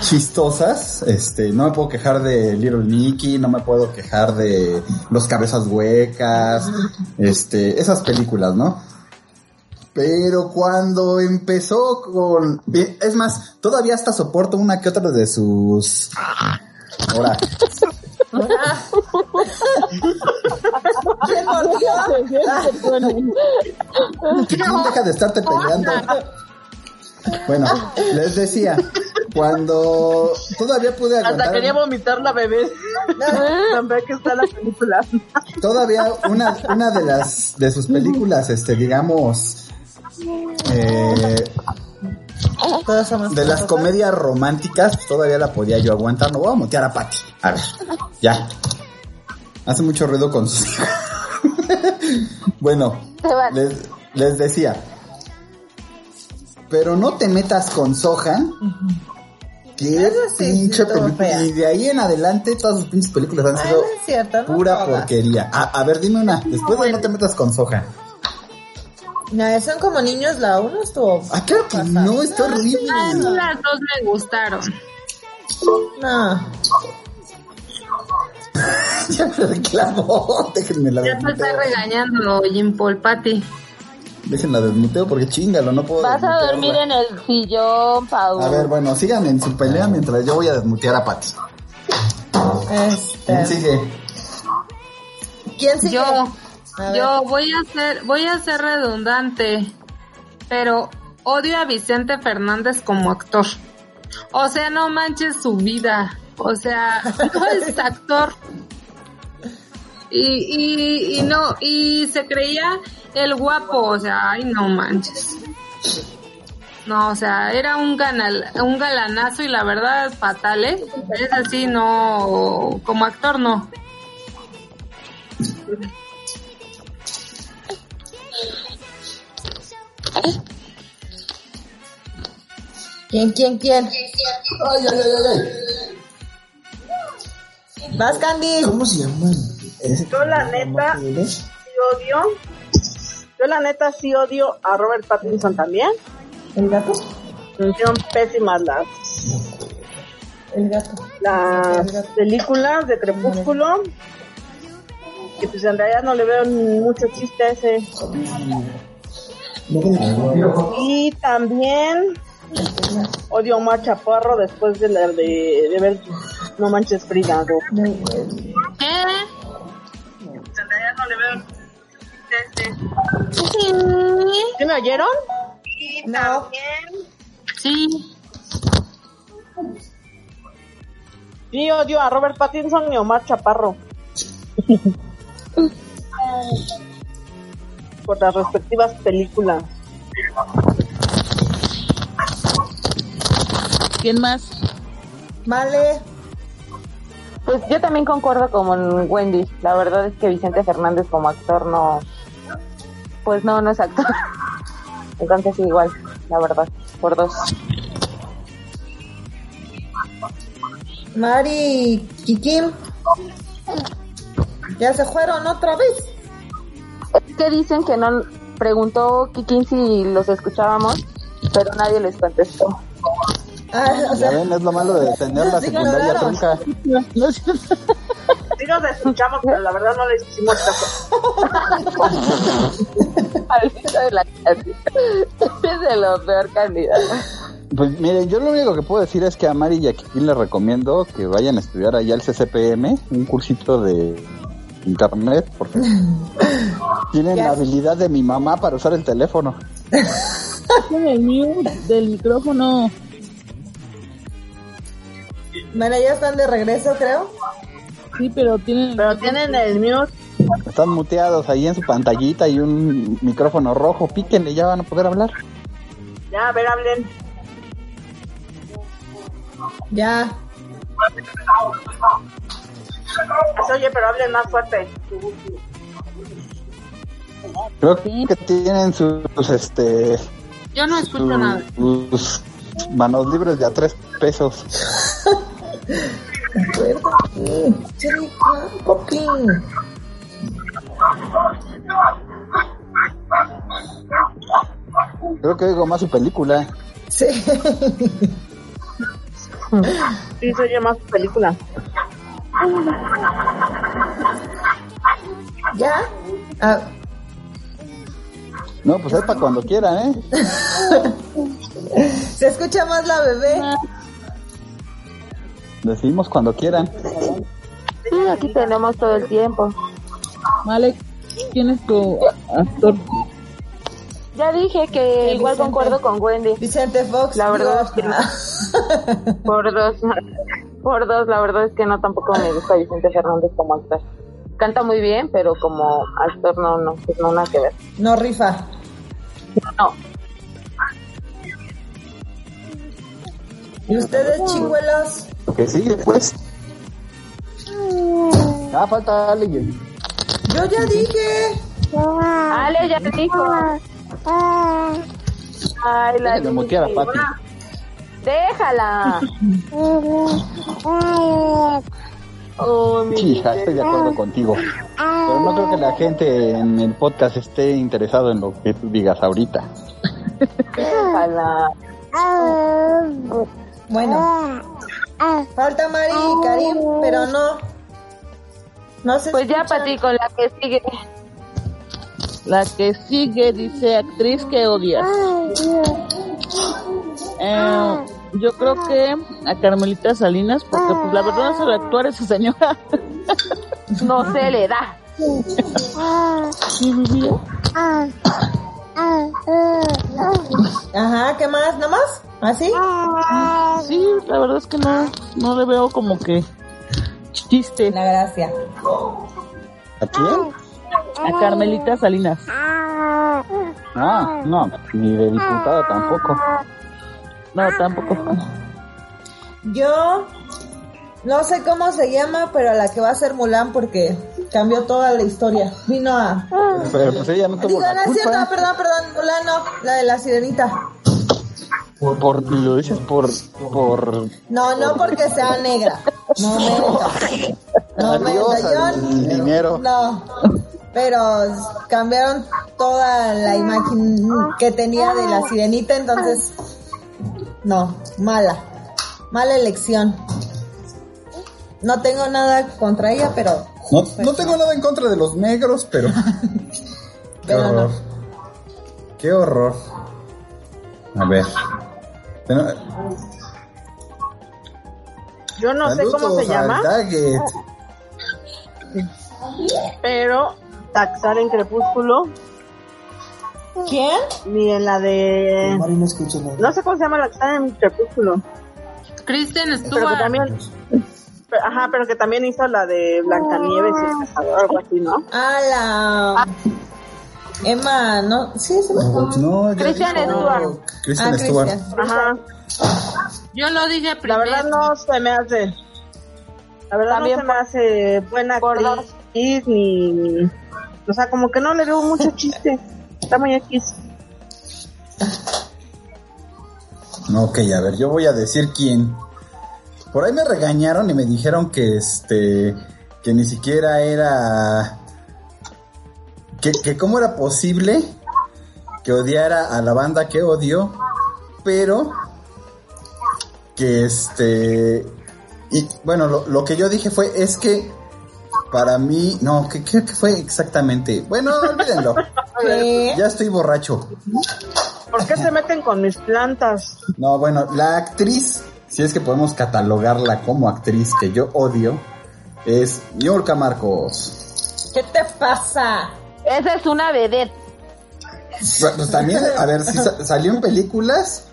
S13: chistosas. Este, no me puedo quejar de Little Nicky, no me puedo quejar de Los Cabezas Huecas, este, esas películas, ¿no? Pero cuando empezó con... bien, Es más, todavía hasta soporto una que otra de sus... Ahora,
S11: ¿Quién mordió?
S13: Chiquitín, deja de estarte peleando. Bueno, les decía, cuando todavía pude
S5: Hasta quería
S13: aguantar,
S5: vomitar la bebé. Tan fea que está la película.
S13: todavía una, una de las de sus películas, este, digamos, eh,
S11: Todas somos
S13: de las
S11: cosas.
S13: comedias románticas, todavía la podía yo aguantar. No voy a mutear a Patty. A ver, ya. Hace mucho ruido con sus hijos. bueno,
S16: Se van.
S13: les, les decía. Pero no te metas con Soja. Que es
S11: sí,
S13: pinche
S11: sí, todo
S13: película.
S11: fea.
S13: Y de ahí en adelante todas sus pinches películas han
S11: Ay,
S13: sido
S11: no es cierto, no
S13: pura
S11: todas.
S13: porquería. A, a ver, dime una. Después de no te metas con Soja.
S11: No, son como niños, la uno estuvo.
S13: Ah, claro que no, está horrible.
S22: Ay, las dos me gustaron.
S11: No.
S13: ya me reclamó. Déjenme la
S22: Ya te
S13: bendita.
S22: está regañando Jim Paul Patti.
S13: Déjenla desmuteo porque chingalo, no puedo.
S5: Vas a
S13: desmutearla.
S5: dormir en el sillón, Pau.
S13: A ver, bueno, sigan en su pelea mientras yo voy a desmutear a Pati. ¿Quién sigue?
S11: este. ¿Quién
S16: sigue? Yo, yo voy a ser, voy a ser redundante, pero odio a Vicente Fernández como actor. O sea, no manches su vida. O sea, no es actor. Y, y, y no, y se creía el guapo, o sea, ay no manches. No, o sea, era un ganal, un galanazo y la verdad fatal, ¿eh? Es así, no, como actor no.
S11: ¿Quién, quién, quién?
S23: Ay, ay, ay, ay,
S11: ay. Vas, Candy.
S23: ¿Cómo se llama?
S6: Yo la neta sí odio. Yo la neta sí odio a Robert Pattinson también.
S11: ¿El gato?
S6: Son pésimas las,
S11: El gato.
S6: las películas de Crepúsculo. Que pues en realidad no le veo ni mucho chiste a ese. Y también odio más Chaparro después de la de, de ver No Manches Frida. ¿no? ¿Sí me oyeron? Sí, también. Sí. Sí, odio a Robert Pattinson y Omar Chaparro. Por las respectivas películas.
S15: ¿Quién más?
S11: Vale.
S5: Pues yo también concuerdo con Wendy. La verdad es que Vicente Fernández como actor no. Pues no, no es actor. Entonces sí, igual, la verdad, por dos.
S11: Mari, Kikim. Ya se fueron otra vez.
S5: Es que dicen que no. Preguntó Kikin si los escuchábamos, pero nadie les contestó.
S11: Ah, o
S13: Ya
S11: sea,
S13: ven, es lo malo de tener la
S11: Nos
S13: secundaria
S11: ignoraron.
S13: trunca.
S6: Sí nos escuchamos, pero la verdad no les hicimos caso.
S5: Al filo de la clase. Es de lo peor candidato.
S13: Pues miren, yo lo único que puedo decir es que a Mari y a Kikín les recomiendo que vayan a estudiar allá al CCPM, un cursito de internet, porque tienen la habilidad de mi mamá para usar el teléfono.
S15: el mío del micrófono.
S11: bueno, ya están de regreso, creo.
S15: Sí, pero tienen.
S6: Pero tienen el mute.
S13: Están muteados ahí en su pantallita y un micrófono rojo, píquenle, ya van a poder hablar.
S6: Ya, a ver, hablen.
S11: Ya.
S6: Pues, oye, pero hablen más fuerte.
S13: Creo que tienen sus, este,
S16: Yo no escucho
S6: Mm.
S16: nada.
S13: sus manos libres de a tres pesos. Creo que oigo más su película.
S11: Sí.
S6: Sí, se oye más película.
S11: Ya. Ah,
S13: No, pues es para cuando quieran, ¿eh?
S11: se escucha más la bebé.
S13: Decidimos cuando quieran.
S5: Sí, aquí tenemos todo el tiempo.
S15: Malek, ¿quién es tu actor?
S5: Ya dije que igual
S11: Vicente.
S5: concuerdo con Wendy.
S11: Vicente Fox. Ah,
S5: La verdad
S11: digo,
S5: Por dos. Por dos, la verdad es que no tampoco me gusta Vicente Fernández como actor. Canta muy bien, pero como actor no, no, pues no nada que ver.
S11: no rifa.
S5: No.
S11: ¿Y ustedes, chihuelos?
S13: Que sigue, pues. Ah, falta alguien.
S11: Yo ya dije.
S5: Ale ya te dijo. Ay, la
S13: Déjame mutear a Pati.
S5: Déjala. Oh, mi
S13: Sí, hija, estoy de acuerdo contigo. Pero no creo que la gente en el podcast esté interesado en lo que tú digas ahorita.
S5: Déjala.
S11: Bueno. Falta Mari y Karim, pero no. No se
S5: Pues ya,
S11: escuchan.
S5: Pati, con la que sigue.
S15: La que sigue dice actriz que odias. Eh, yo creo que a Carmelita Salinas, porque pues la verdad sabe actuar esa señora.
S5: No se le da.
S15: Sí, vivía.
S11: Ajá, ¿qué más? ¿Nada más? ¿Ah, ¿Así?
S15: Sí, la verdad es que no, no le veo como que chiste.
S11: La gracia.
S13: ¿A quién?
S16: Ah.
S15: A Carmelita Salinas.
S13: Ah, no, ni de diputada tampoco.
S16: Ah.
S15: No, tampoco.
S11: Yo no sé cómo se llama, pero la que va a ser Mulan porque cambió toda la historia. Vino a.
S13: Pero pues ella no tuvo
S11: Digo, no
S13: la
S11: es cierto,
S13: culpa.
S11: perdón, perdón, Mulan no, la de la sirenita.
S13: Por, por- lo dices por, por
S11: No, no porque sea negra. No me No me
S13: Ah. adiós al dinero.
S11: No. Pero cambiaron toda la imagen que tenía de la sirenita, entonces. No, mala. Mala elección. No tengo nada contra ella, pero.
S13: No,
S6: Pues
S13: no tengo nada en contra de los negros, pero. Qué
S11: Pero
S13: horror. Qué horror. A ver. Bueno,
S6: Yo no sé cómo
S13: saludos
S6: se llama,
S13: al Daggett.
S6: pero taxar en Crepúsculo.
S11: ¿Quién?
S6: Ni en la de.
S23: Mari no escucha nada.
S6: No sé cómo se llama la que está en Crepúsculo.
S16: Kristen
S6: Pero que
S16: Stewart.
S6: también. pero- Ajá, pero que también hizo la de Blancanieves y el cazador, algo así, ¿no?
S11: Ah, la. Emma, no. Sí, es Ah, Emma.
S13: No, ya
S6: Oh, Christian
S13: dijo
S6: Stewart. Ah,
S13: Christian Stewart.
S6: Ajá.
S16: Yo lo dije
S6: La
S16: primero.
S6: verdad no se me hace. La verdad
S5: También
S6: no se me hace buena actriz ni. O sea, como que no le veo mucho chiste. Está muy X.
S13: No, ok, a ver, yo voy a decir quién. Por ahí me regañaron y me dijeron que este. que ni siquiera era. que, que cómo era posible que odiara a la banda que odio, pero. que este. Y bueno, lo, lo que yo dije fue: es que. Para mí, no, ¿qué, qué, qué fue exactamente? Bueno, olvídenlo.
S6: ¿Qué?
S13: Ya estoy borracho.
S6: ¿Por qué se meten con mis plantas?
S13: No, bueno, la actriz, si es que podemos catalogarla como actriz que yo odio, es Yurka Marcos.
S11: ¿Qué te pasa?
S5: Esa es una vedette.
S13: Bueno, Pues también, a ver, si salió en películas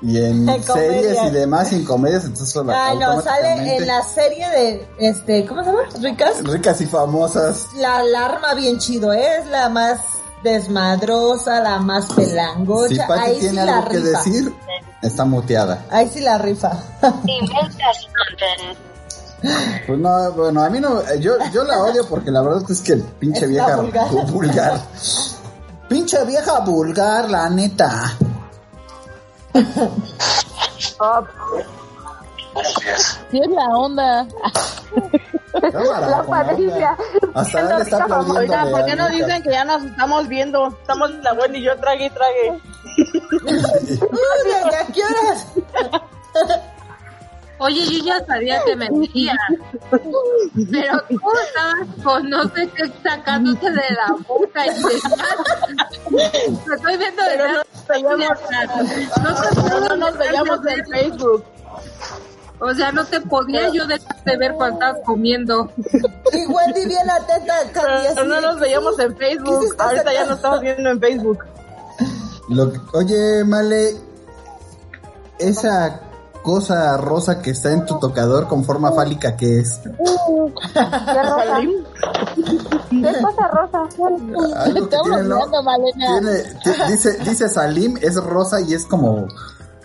S13: y en,
S11: En comedias.
S13: series y demás, y en comedias, entonces
S11: Ah, no, sale en la serie de, este, ¿cómo se llama? Ricas.
S13: Ricas y famosas.
S11: La alarma bien chido, ¿eh? es la más desmadrosa, la más pelangocha.
S13: Si Pati
S11: Ahí sí
S13: tiene
S11: la
S13: algo que
S11: rifa.
S13: decir, está muteada.
S11: Ahí sí la rifa.
S13: Pues no, bueno, a mí no, yo, yo la odio porque la verdad es que el pinche
S11: Está
S13: vieja
S11: vulgar.
S13: vulgar. Pinche vieja vulgar, la neta.
S15: Sí es la onda.
S13: Cámara, con onda. Hasta él está aplaudiendo.
S6: Oigan, ¿por qué no dicen que ya nos estamos viendo? Estamos la buena y yo trague y trague.
S11: Uy, ¿a qué horas?
S16: Oye, yo ya sabía que mentía. Pero tú estabas con no sé qué sacándote de la boca y demás. Te estoy viendo de
S6: Pero no
S16: verdad.
S6: No nos veíamos en Facebook.
S16: O sea, no te podía yo dejar de ver cuando estabas comiendo.
S11: Y Wendy bien la teta al Candy,
S6: Pero
S11: así
S6: no
S11: de,
S6: nos veíamos en
S11: ¿qué se
S6: Facebook.
S11: está
S6: Ahorita ya
S11: sacando?
S6: nos estamos viendo en Facebook.
S13: Lo que- oye, Male, esa cosa rosa que está en tu tocador con forma fálica, ¿qué es?
S5: ¿Qué rosa? ¿Qué cosa rosa?
S13: Algo que tiene, ¿no? Tiene- ti- dice, dice Salim, es rosa y es como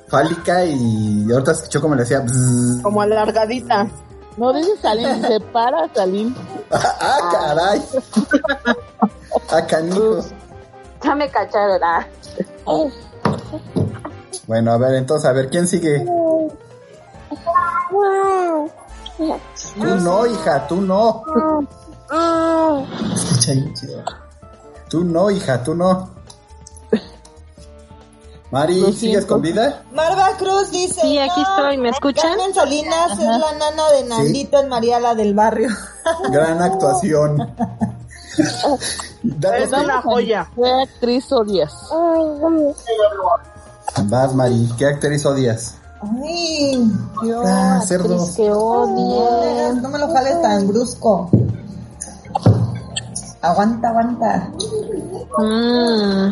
S13: fálica y ahorita escuchó como le decía... bzzz.
S6: Como alargadita.
S15: No dice Salim, se para Salim.
S13: ¡Ah, caray! ¡Ah, canijo!
S5: Ya me cacharon. ah.
S13: Bueno, a ver, entonces, a ver, ¿quién sigue? Tú no, hija, tú no. Escucha ahí, chido. Tú no, hija, tú no. Mari, ¿sigues con vida?
S11: Marva Cruz dice.
S24: Sí, aquí
S11: "No,
S24: estoy, ¿me escuchan?
S11: Carmen Salinas es la nana de Nandito en María la del barrio.
S13: Gran actuación.
S5: Es una joya. Fue actriz Odias.
S13: Vas, Mari. ¿Qué actriz odias?
S11: Ay, Dios.
S13: Ah, cerdo.
S11: que odie. No me lo jales tan brusco. Aguanta, aguanta.
S25: Mm,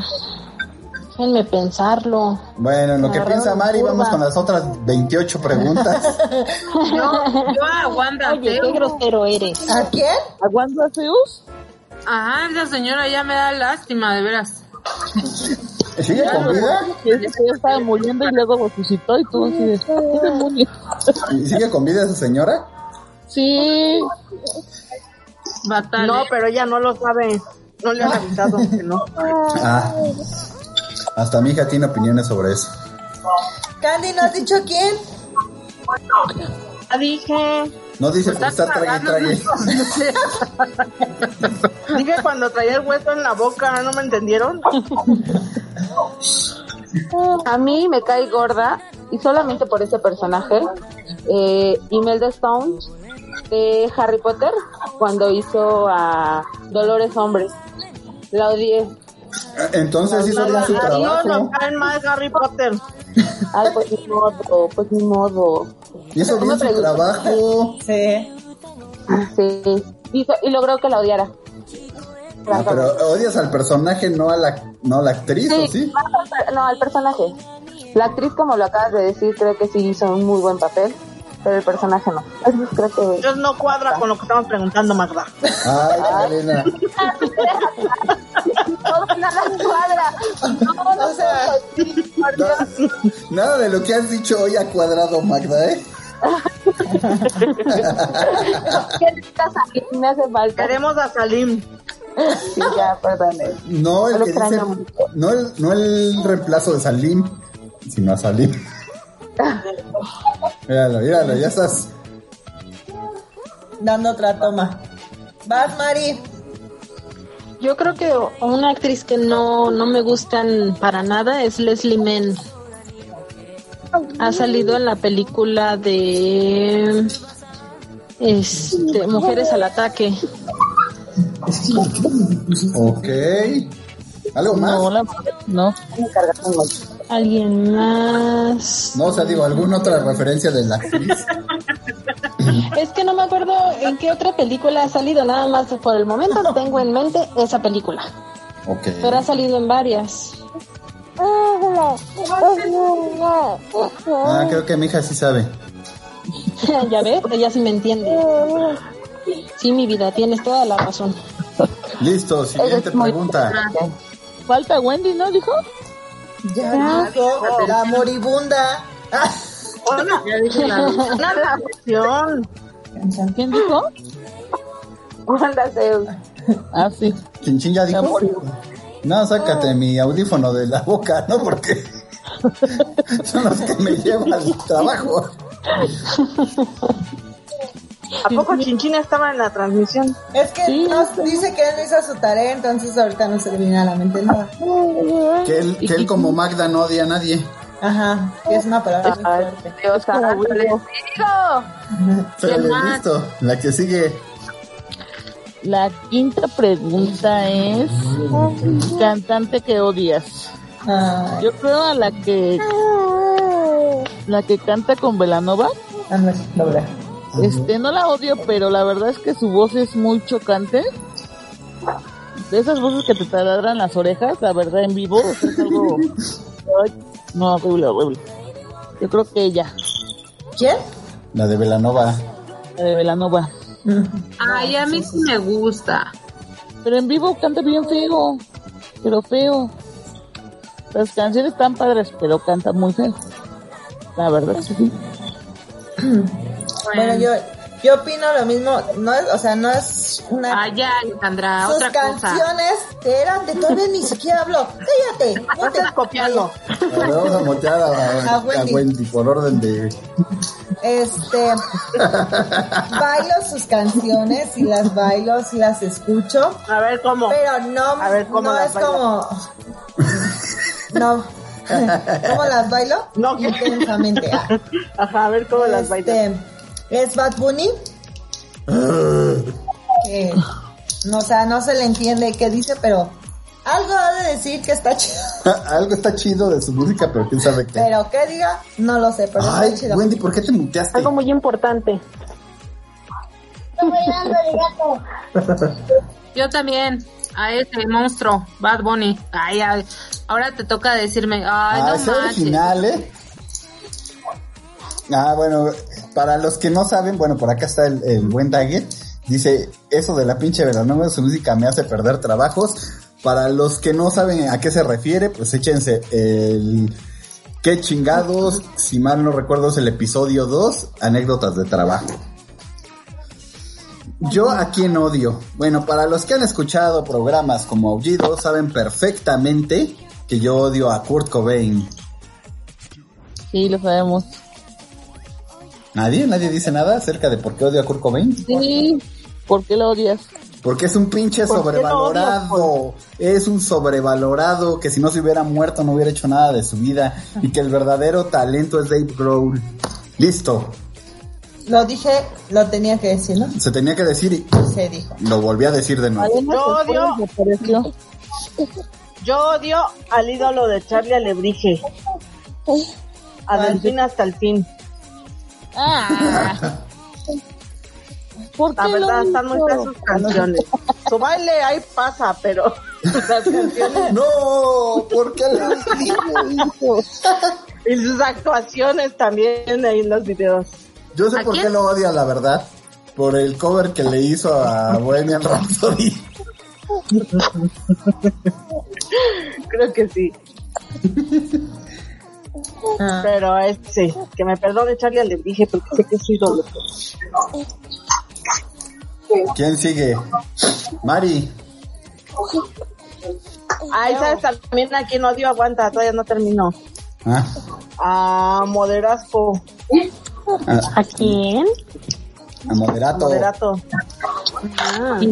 S25: déjenme pensarlo.
S13: Bueno, en lo que
S25: Agarraron
S13: piensa Mari,
S25: curva.
S13: vamos con las otras 28 preguntas.
S26: No, yo aguanta. ¿eh?
S25: Oye, qué grosero eres.
S11: ¿A quién?
S5: ¿Aguanta Zeus?
S26: Ajá, esa señora ya me da lástima, de veras.
S13: ¿Sigue
S5: Ya,
S13: con
S5: lo
S13: vida?
S5: bueno que es que ya estaba muriendo y luego resucitó y tú así de, ¿qué demonios?
S13: ¿Y ¿Sigue con vida esa señora?
S5: Sí.
S26: Batalla.
S6: No, pero ella no lo sabe. No le han avisado que no.
S13: Ah. Hasta mi hija tiene opiniones sobre eso.
S11: Candy, ¿no has dicho quién?
S6: Ya dije.
S13: No dice por estar trague, trague.
S6: Dije cuando traía el hueso en la boca, ¿no me entendieron?
S16: A mí me cae gorda y solamente por ese personaje, eh, Imelda Stone de Harry Potter cuando hizo a Dolores Hombres. La odié.
S13: Entonces hizo bien su
S6: No,
S13: trabajo.
S6: no caen más Harry Potter.
S16: Ay, pues ni modo, pues ni
S13: Hizo
S16: modo. No me
S13: bien su
S16: preguntes.
S13: trabajo.
S11: Sí.
S16: Sí. Hizo- y logró que la odiara.
S13: Ah, pero odias al personaje, no a la, no a la actriz, ¿o sí?
S16: más al per- No, al personaje. La actriz, como lo acabas de decir, creo que sí hizo un muy buen papel, pero el personaje no. Entonces, creo que...
S6: Entonces no cuadra con lo que estamos preguntando, Magda.
S13: Ay, Elena.
S16: Todo nada cuadra. No, no,
S11: O sea,
S13: Nada de lo que has dicho hoy ha cuadrado, Magda, ¿eh?
S16: no, me hace falta.
S6: Queremos a Salim.
S16: Sí, ya, perdón.
S13: No el
S16: Lo
S13: que dice,
S16: extraño mucho.
S13: no el, no el reemplazo de Salim, sino a Salim. Míralo, míralo, ya estás.
S11: Dando otra toma. Vas, Mari.
S25: Yo creo que o- una actriz que no, no me gustan para nada es Leslie Mann. Ha salido en la película de este, Mujeres al Ataque.
S13: Ok. ¿Algo más?
S5: No, la
S13: No,
S5: no.
S25: Alguien más.
S13: o sea, digo, ¿alguna otra referencia de la actriz?
S25: Es que no me acuerdo en qué otra película ha salido, nada más por el momento tengo en mente esa película,
S13: Ok.
S25: pero ha salido en varias.
S13: Ah, creo que mi hija sí sabe.
S25: ya ves, ella sí me entiende. Sí, mi vida, tienes toda la razón.
S13: Listo, siguiente pregunta.
S5: Falta Wendy, ¿no? Dijo.
S11: Ya dijo la moribunda. Ah,
S6: Una, una la cuestión.
S5: ¿Quién dijo?
S16: Wanda Zeus.
S5: Ah, sí.
S13: Chinchín ya dijo. No, sácate mi audífono de la boca, ¿no? Porque son los que me llevan al trabajo.
S6: ¿A poco Chinchina estaba en la transmisión?
S11: Es que nos dice que él no hizo su tarea, entonces ahorita no se le viene a la mente nada.
S13: Que él, que él como Magda no odia a nadie.
S11: Ajá, que es una palabra muy
S16: Ay,
S11: fuerte.
S16: Dios santo, les digo.
S13: Pero
S26: ¿Quién más?
S13: listo, la que sigue.
S5: La quinta pregunta es cantante que odias.
S11: Ay,
S5: Yo creo a la que la que canta con Velanova.
S11: a ver, doble.
S5: Este, no la odio, pero la verdad es que su voz es muy chocante. De esas voces que te taladran las orejas, la verdad en vivo o sea, es algo Ay, no horrible, horrible. Yo creo que ella,
S11: ¿Quién?
S13: La de Velanova.
S5: eh, la de Velanova.
S11: Mm.
S26: Ay, a mí sí me gusta.
S5: Pero en vivo canta bien feo, pero feo. Las canciones están padres, pero canta muy feo. La verdad es que sí.
S11: Bueno, yo, yo opino lo mismo. No es, o sea, no es una.
S26: Ay, ya, Alejandra,
S11: Sus
S26: otra cosa.
S11: canciones, espérate, todavía ni siquiera hablo. Cállate,
S6: No
S11: no te
S6: estás copiando.
S13: A ver, vamos a motear a,
S11: A Wendy.
S13: a Wendy por orden de.
S11: Este, bailo sus canciones y las bailo, y las escucho,
S6: A ver cómo.
S11: pero no,
S6: A ver, ¿cómo
S11: no
S6: las
S11: es
S6: bailas?
S11: como, no, ¿cómo las bailo?
S6: No, ¿qué?
S11: Intensamente. ah.
S6: Ajá, a ver cómo las bailas.
S11: Este, es Bad Bunny. Eh, No, o sea, no se le entiende qué dice, pero algo ha de decir que está chido.
S13: Algo está chido de su música, pero quién sabe qué.
S11: Pero qué diga, no lo sé, pero
S13: Ay,
S11: está chido.
S13: Wendy, ¿por qué te muteaste?
S11: Este, Algo muy importante.
S16: Yo también. A ese monstruo, Bad Bunny. Ay, ay. Ahora te toca decirme. Ay,
S13: ah,
S16: no
S13: es
S16: manches.
S13: original, ¿eh? Ah, bueno, para los que no saben, bueno, por acá está el, el buen Daggett. Dice, eso de la pinche veranova, su música me hace perder trabajos. Para los que no saben a qué se refiere, pues échense el... Qué chingados, si mal no recuerdo es el episodio 2, anécdotas de trabajo. Yo a quién odio. Bueno, para los que han escuchado programas como Aullido, saben perfectamente que yo odio a Kurt Cobain.
S15: Sí, lo sabemos.
S13: Nadie, nadie dice nada acerca de por qué odio a Kurt Cobain.
S15: Sí, ¿por qué lo odias?
S13: Porque es un pinche
S15: ¿Por qué lo odias,
S13: sobrevalorado. Es un sobrevalorado que si no se hubiera muerto no hubiera hecho nada de su vida. Y que el verdadero talento es Dave Grohl. Listo.
S11: Lo dije, lo tenía que decir, ¿no?
S13: Se tenía que decir y
S11: Se dijo.
S13: lo volví a decir de nuevo.
S6: Yo odio. Yo odio al ídolo de Charlie Alebrije. A Delfín hasta el fin.
S24: ¿Por
S6: La
S24: Ah. qué lo
S6: verdad, están muy
S24: hizo?
S6: feas sus canciones. Su baile ahí pasa, pero las canciones.
S13: ¡No! ¿Por qué
S6: lo Y sus actuaciones también ahí en los videos.
S13: Yo sé
S6: ¿A
S13: por qué
S6: quién?
S13: lo odia, la verdad. Por el cover que le hizo a Bohemian Rhapsody.
S6: Creo que sí. Pero este, que me perdone Charlie Alebrije porque sé que es su ídolo.
S13: ¿Quién sigue? Mari.
S6: Ay, ¿sabes también a quién odio? Aguanta, todavía no terminó.
S13: Ah.
S6: A Moderasco.
S13: ¿A
S6: quién?
S13: ah, A moderato.
S6: Moderato.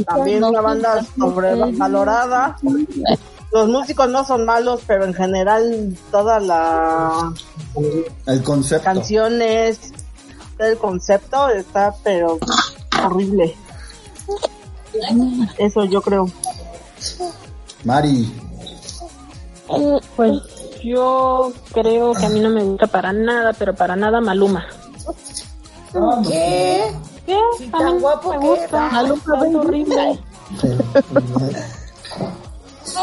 S6: también una
S5: pues,
S6: banda sobrevalorada. Los músicos no son malos, pero en general toda la
S13: El concepto.
S6: canciones, todo el concepto está pero horrible. Eso yo creo.
S13: Mari.
S24: Eh, Pues yo creo que a mí no me gusta para nada, pero para nada Maluma.
S11: ¿Qué?
S24: ¿Qué? A mí guapo me gusta. Maluma es horrible.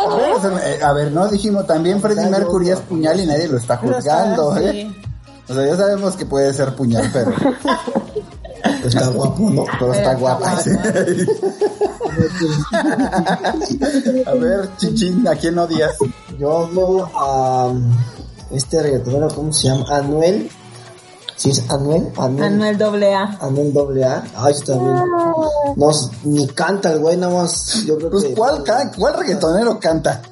S13: Bueno, se me- eh, A ver, no dijimos también Freddie Mercury es puñal y nadie lo está juzgando,
S24: Lo está,
S13: ¿eh? O sea, ya sabemos que puede ser puñal, pero. Está guapo, ¿no? Pero está guapa. A ver, Chichín, ¿a quién odias?
S23: Yo veo a um, este reggaetonero, ¿cómo se llama? Anuel. ¿Sí es Anuel? Anuel.
S11: Anuel Ah. doble A.
S23: Anuel doble A. Ay, sí, también. No, ni canta el güey, nada más. Yo creo
S13: Pues,
S23: que-
S13: ¿cuál, ca- cuál reggaetonero canta?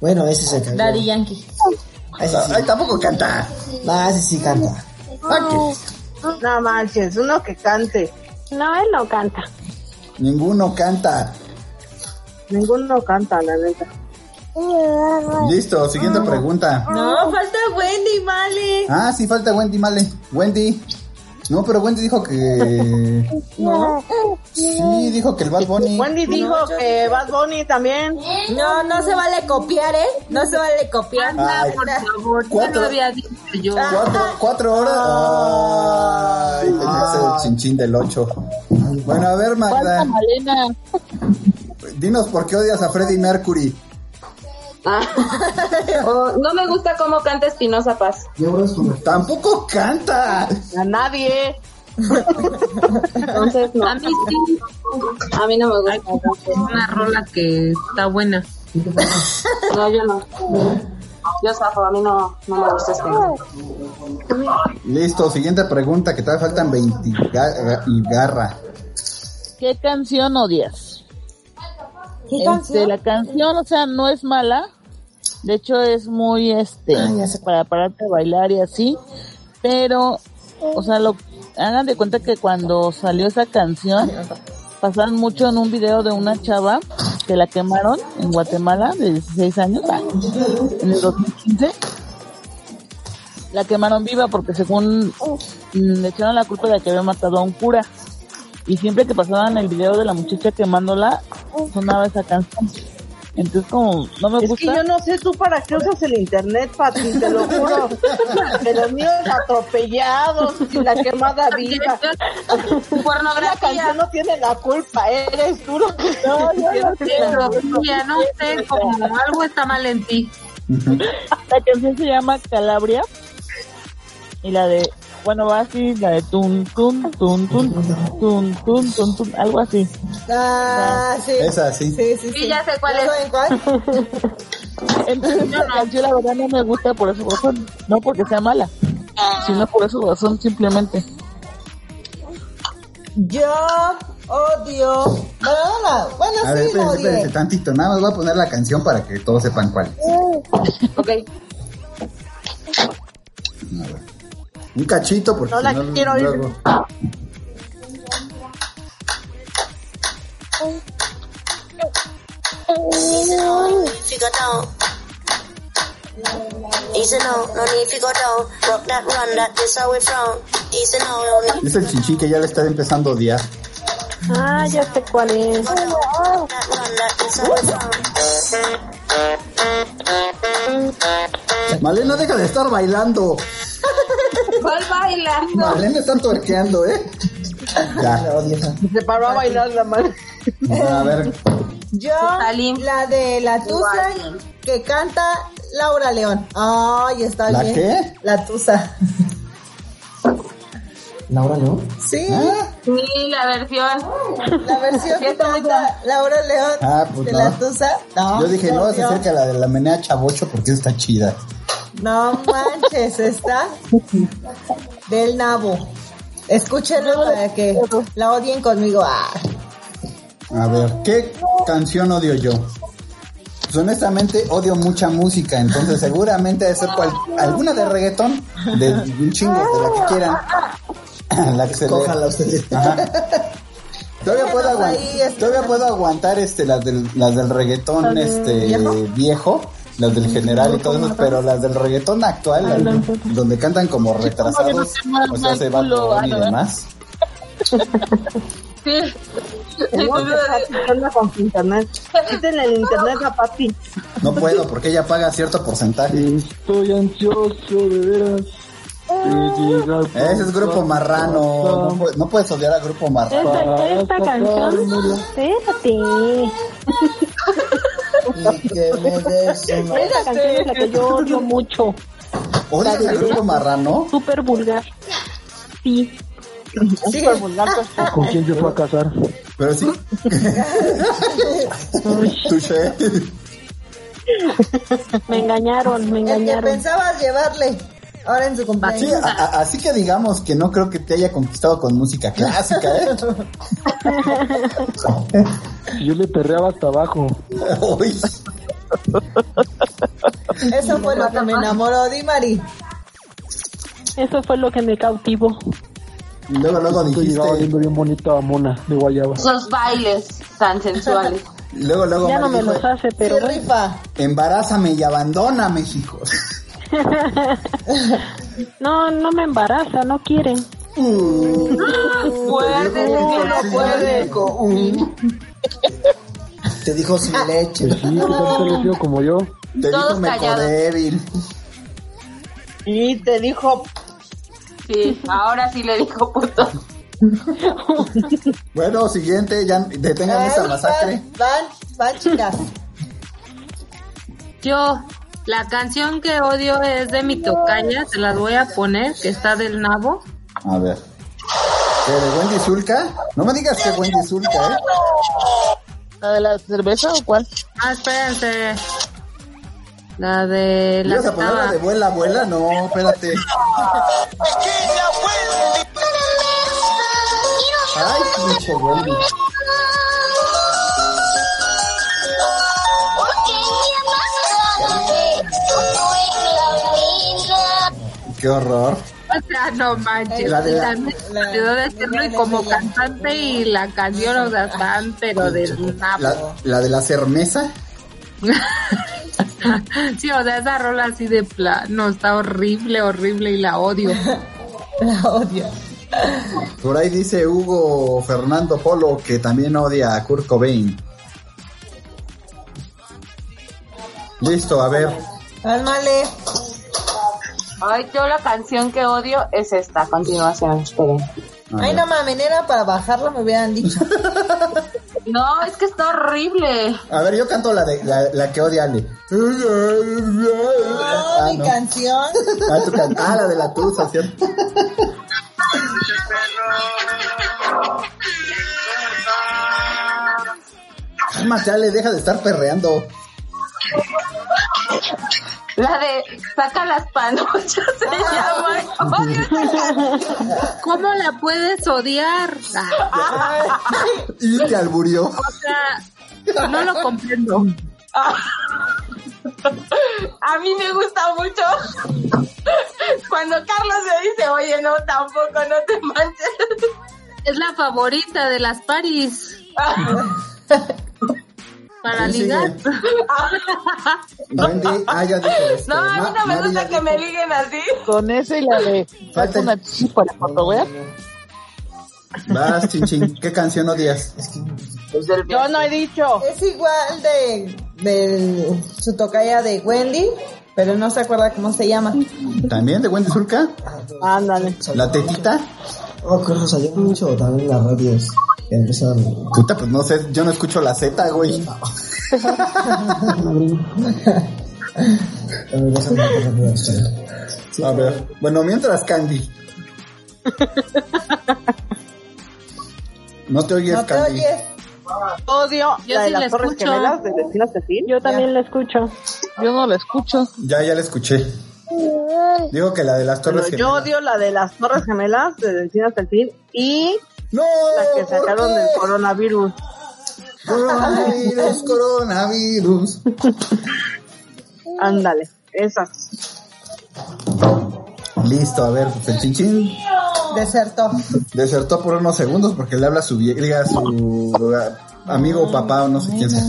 S23: Bueno, ese se cayó.
S11: Daddy Yankee.
S23: Ese sí.
S13: Ay, tampoco canta.
S23: Ah, ese sí canta.
S6: No manches, uno que cante.
S24: No, él no canta.
S13: Ninguno canta.
S6: Ninguno canta, la neta.
S13: Listo, siguiente pregunta.
S11: No, falta Wendy, vale.
S13: Ah, sí, falta Wendy Male. Wendy. No, pero Wendy dijo que.
S11: No.
S13: Sí, dijo que el Bad Bunny.
S6: Wendy dijo
S11: yo-
S6: que Bad Bunny también.
S11: No, no se vale copiar, ¿eh? No se vale copiar.
S13: Ay,
S16: Por favor, ya
S13: Cuatro.
S16: lo había dicho yo.
S13: Cuatro, cuatro horas. Ay, tenías el chinchín del 8. Bueno, a ver, Magda,
S15: Malena.
S13: dinos por qué odias a Freddie Mercury.
S5: Ah. Oh, no me gusta cómo canta Espinosa Paz.
S13: Tampoco canta.
S6: A nadie.
S5: Entonces, no. A mí sí. A mí no me gusta.
S16: Una rola que está buena.
S5: No, yo no. Yo zafo, a mí no, no me gusta este.
S13: Listo, siguiente pregunta, que todavía faltan 20 ga- y garra.
S15: ¿Qué canción odias?
S11: ¿Qué
S15: Este,
S11: canción?
S15: La canción, o sea, no es mala. De hecho, es muy, este,
S11: Ah,
S15: para pararte a bailar y así. Pero, o sea, lo, hagan de cuenta que cuando salió esa canción, pasaron mucho en un video de una chava que la quemaron en Guatemala de 16 años, ah, en el 2015. La quemaron viva porque según mm, le echaron la culpa de que había matado a un cura. y siempre que pasaban el video de la muchacha quemándola, sonaba esa canción. Entonces como no me
S6: es
S15: gusta.
S6: que yo no sé tú para qué usas el internet, Pati, te lo juro. De los niños atropellados y la quemada viva. La canción no tiene la culpa, eres tú. lo que- No, yo no
S16: Pero, mira, no sé, como algo está mal en ti.
S15: La canción se llama Calabria y la de, bueno, va así, la de tun, tun, tun, tun, tun, tun, tun, tun, algo así.
S11: Ah, sí.
S13: Esa, sí.
S11: Sí, sí,
S16: Sí, ya sé cuál
S11: ¿Ya
S16: es.
S11: saben cuál?
S15: Entonces la canción la verdad no me gusta por esa razón, no porque sea mala, sino por esa razón simplemente.
S11: Yo odio. Bueno, no, bueno,
S13: A ver,
S11: sí, lo
S13: espérense, espérense
S11: odié.
S13: tantito. Nada más voy a poner la canción para que todos sepan cuál. es.
S6: Ok.
S13: Un cachito, porque
S6: No la
S13: si
S6: quiero oír.
S13: luego-
S12: Figaro. Easy now, no need figure down. Rock that run that this how we from. Easy now, no need
S13: Es el chinchín que ya le está empezando a odiar.
S24: Ah, ya sé cuál es.
S13: Malena, no deja de estar bailando.
S16: ¿Cuál bailando?
S13: Malena está tuerqueando, ¿eh? Ya.
S6: Se paró a bailar la mano.
S13: A ver,
S11: Yo, la de la Tusa que canta Laura León. Ay, está
S13: ¿La
S11: bien.
S13: qué?
S11: La Tusa.
S23: Laura León.
S11: Sí.
S13: ¿Ah?
S16: Sí, la versión.
S11: La versión que canta Laura León
S13: Ah, pues
S11: de
S13: no.
S11: la Tusa.
S6: Ah,
S11: No,
S13: yo dije,
S11: por
S13: no, se
S11: Dios.
S13: acerca la de la menea chavocho porque está chida.
S11: No manches, está del nabo. Escúchenlo para que la odien conmigo. Ah,
S13: A ver, ¿qué canción odio yo? Pues honestamente odio mucha música, entonces seguramente debe ser cual- alguna de reggaetón, de un chingo, de la que quieran. La que se le-
S23: Cójala ustedes.
S13: Ajá. Todavía puedo, aguan- todavía puedo aguantar este, las, del, las del reggaetón
S23: ¿Las del
S13: este,
S23: viejo?
S13: viejo, las del general y todo eso, pero las del reggaetón actual,
S23: Ah,
S13: las- donde cantan como retrasados, o sea, se va y demás.
S16: Sí.
S27: eh,
S6: con su internet. Quítenle el internet a Pati.
S13: No puedo porque ella paga cierto porcentaje.
S14: Estoy ansioso, de veras.
S13: Ese es grupo marrano. No, pu- no puedes odiar a grupo marrano.
S14: Esta- esta canción,
S24: Espérate. Esa canción es la que yo odio mucho.
S13: ¿Odias al grupo marrano?
S24: Súper vulgar. Sí.
S6: Súper vulgar.
S14: ¿Con quién se fue a casar?
S13: Pero sí. Touché.
S24: Me engañaron, me
S11: el que
S24: engañaron.
S11: pensabas llevarle ahora en su
S13: Sí,
S11: cumpleaños.
S13: a- a- así que digamos que no creo que te haya conquistado con música clásica, ¿eh?
S14: Yo le perreaba hasta abajo.
S13: Uy.
S11: Eso fue lo que me enamoró, Di Mari.
S24: Eso fue lo que me cautivó.
S13: Y Luego, luego
S14: Esto llegaba
S13: dijiste.
S14: oliendo bien bonita mona de guayaba.
S5: Esos bailes tan sensuales.
S13: Luego, luego
S24: Ya no me
S13: Mari
S24: los
S13: dijo,
S24: hace, pero
S11: Sí, rifa.
S13: embarázame y abandona México.
S24: no, no me embaraza, no quieren.
S16: Fuerte, yo no puede.
S23: Te dijo sin leche.
S14: Sí, ¿qué tal te lo digo como yo?
S13: Te dijo
S16: Todos
S13: meco
S16: callados.
S13: débil.
S6: Y te dijo,
S16: Sí, ahora sí le dijo puto.
S13: Bueno, siguiente, ya detengan esa
S11: Ay,
S13: masacre.
S11: Van, van, van, chicas.
S16: Yo, la canción que odio es de mi tocaya, se las voy a poner, que está del nabo.
S13: A ver. ¿Qué, ¿De Wendy Zulka? No me digas que Wendy Zulka, ¿eh?
S15: ¿La de la cerveza o cuál?
S16: Ah, espérense. La de la
S13: ¿Ibas a ponerla de
S16: que
S13: vuela, abuela? No, espérate. Ay, pinche Wendy. Qué horror.
S16: O sea, no manches.
S13: La de la-
S16: también me quedó de decirlo y como cantante y la canción, o sea, están, pero del nabo.
S13: La, la de la cermesa.
S16: Sí, o sea, esa rola así de plano, está horrible, horrible y la odio.
S11: La odio.
S13: Por ahí dice Hugo Fernando Polo que también odia a Kurt Cobain. Listo, a ver.
S11: Ándale.
S27: Ay, yo la canción que odio es esta, a continuación. esperen.
S11: Ay, no mames, era para bajarla, me hubieran dicho.
S27: No, es que está horrible.
S13: A ver, yo canto la, de, la, la que odia Ale.
S27: Ah,
S11: No, mi canción.
S13: Ah, tu can- ah, la de la cruz, ¿cierto? Cálmate, Ale, deja de estar perreando.
S27: La de saca las panochas se llama. Odio esa canción.
S16: Ah. ¿Cómo la puedes odiar? Ah,
S13: Y te alburió.
S16: O sea, no lo comprendo.
S27: Ah. A mí me gusta mucho cuando Carlos me dice, oye, no, tampoco, no te manches.
S16: Es la favorita de las paris. Para
S13: Sí,
S16: ligar.
S13: Wendy, ah, ya dijo este,
S27: No, a mí
S13: Ma-
S27: no me
S13: Mari
S27: gusta
S13: ya
S27: que me liguen así.
S6: Con esa y la de
S13: Falta
S6: falta una chispa la foto, güey.
S13: Vas, chin, chin. ¿Qué canción odias?
S6: Yo no he dicho.
S11: Es igual de, del- su tocaya de Wendy, pero no se acuerda cómo se llama.
S13: ¿También de Wendy Zulka?
S6: Ándale.
S13: ¿La tetita?
S28: No me acuerdo, Oh, salió mucho también las radios. Que empezaron.
S13: Puta, pues no sé, yo no escucho la Z, güey. A ver, bueno, mientras Candy. No te oyes,
S11: No te
S13: Candy.
S11: oyes.
S6: Odio
S16: Yo
S6: la de
S16: sí la
S6: las torres
S16: escucho.
S6: gemelas de vecinos de Phil.
S5: Yo también la escucho.
S6: Yo no la escucho.
S13: Ya, ya la escuché. Digo que la de las torres
S6: Pero yo
S13: gemelas.
S6: odio la de las torres gemelas de vecinos del Phil y
S13: ¡No!
S6: la que
S13: ¿por
S6: sacaron
S13: qué?
S6: del coronavirus.
S13: Coronavirus, coronavirus.
S6: Ándale, esas.
S13: Listo, a ver, pues el chinchín
S11: Desertó.
S13: desertó por unos segundos porque le habla a su vieja, su a- amigo, papá o no sé quién sea.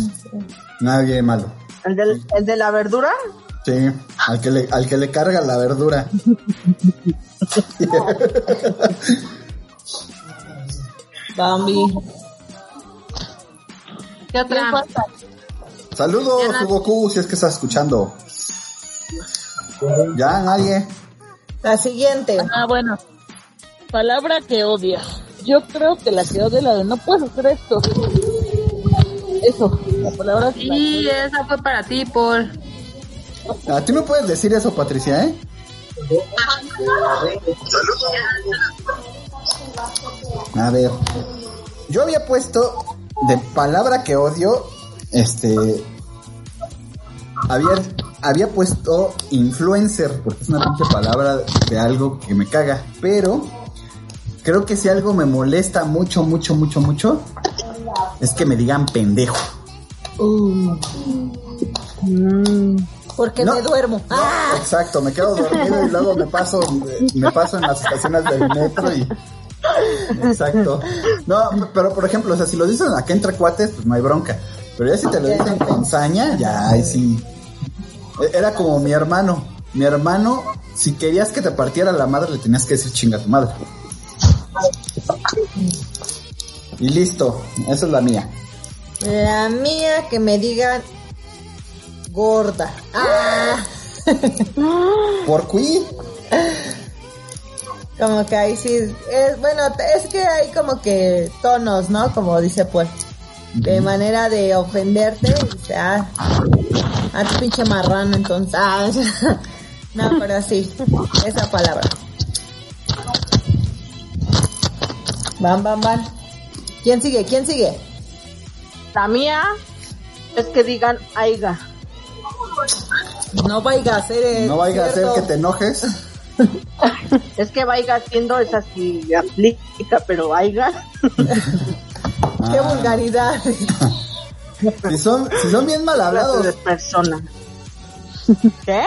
S13: Nadie malo.
S6: El de, el de la verdura.
S13: Sí, al que le, al que le carga la verdura.
S11: Bambi.
S16: ¿Qué otra?
S13: Saludos, su Goku, si es que estás escuchando. Ya, nadie.
S11: La siguiente.
S6: Ah, bueno. Palabra que odia. Yo creo que la que odia es la de no puedes hacer esto. Eso, la palabra que la
S16: Y esa fue para ti, Paul.
S13: A ti no Ah, puedes decir eso, Patricia, ¿eh? A ver. Yo había puesto de palabra que odio, este. Había, había puesto influencer, porque es una pinche palabra de algo que me caga. Pero creo que si algo me molesta mucho, mucho, mucho, mucho, es que me digan pendejo.
S11: Porque
S13: No.
S11: me duermo. ¡Ah!
S13: Exacto, me quedo dormido y luego me paso, me paso en las estaciones del metro y. Exacto. No, pero por ejemplo, o sea, si lo dicen acá entre cuates, pues no hay bronca. Pero ya si te lo dicen con saña, ya ahí sí. E- Era como mi hermano. Mi hermano, si querías que te partiera la madre, le tenías que decir chinga tu madre. Y listo, esa es la mía.
S11: La mía que me digan gorda. ¡Ah!
S13: ¿Por qué?
S11: Como que ahí sí, es, bueno, t- es que hay como que tonos, ¿no? Como dice pues, de manera de ofenderte, o sea, a tu pinche marrano entonces, ah, no, pero sí, esa palabra. Van, van, van. ¿Quién sigue? ¿Quién sigue?
S6: La mía es que digan aiga.
S11: No vaya a ser eh,
S13: No vaya a ser
S11: cierto.
S13: que te enojes.
S6: Es que vaiga haciendo es así, aplica, pero aiga.
S11: Qué
S13: Ah.
S11: vulgaridad.
S13: Si son, si son bien mal hablados,
S6: de persona. ¿Qué?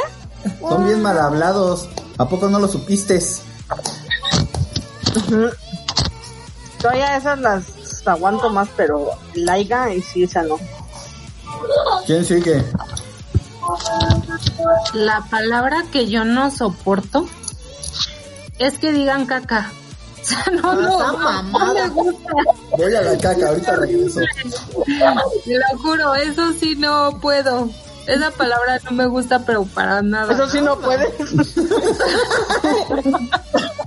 S13: Son bien mal hablados. ¿A poco no lo supiste?
S6: Todavía esas las aguanto más, pero el aiga y sí, esa no.
S13: ¿Quién sigue?
S16: La palabra que yo no soporto es que digan caca. sea,
S6: Ah,
S16: no, no, no me gusta.
S13: Voy a la caca, ahorita regreso.
S16: Lo juro, eso sí no puedo. Esa palabra no me gusta, pero para nada.
S6: Eso sí no puede.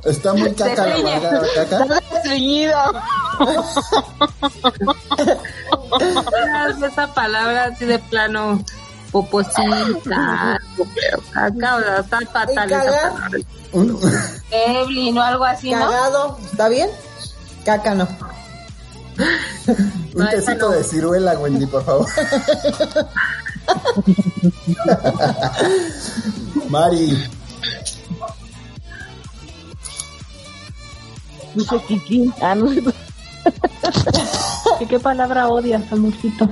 S13: Está muy caca la amargada, caca.
S6: Estreñida.
S16: Esa palabra así de plano poposita, popeo, caca, o sea, está fatal esa
S29: cagar?
S16: palabra. Evelyn o algo así, ¿no?
S29: Cagado, ¿está bien? Caca no.
S13: Un tecito de ciruela, Wendy, por favor. Mari,
S30: Dice Kiki. Ah, no.
S5: ¿Qué, qué palabra odias, amorcito?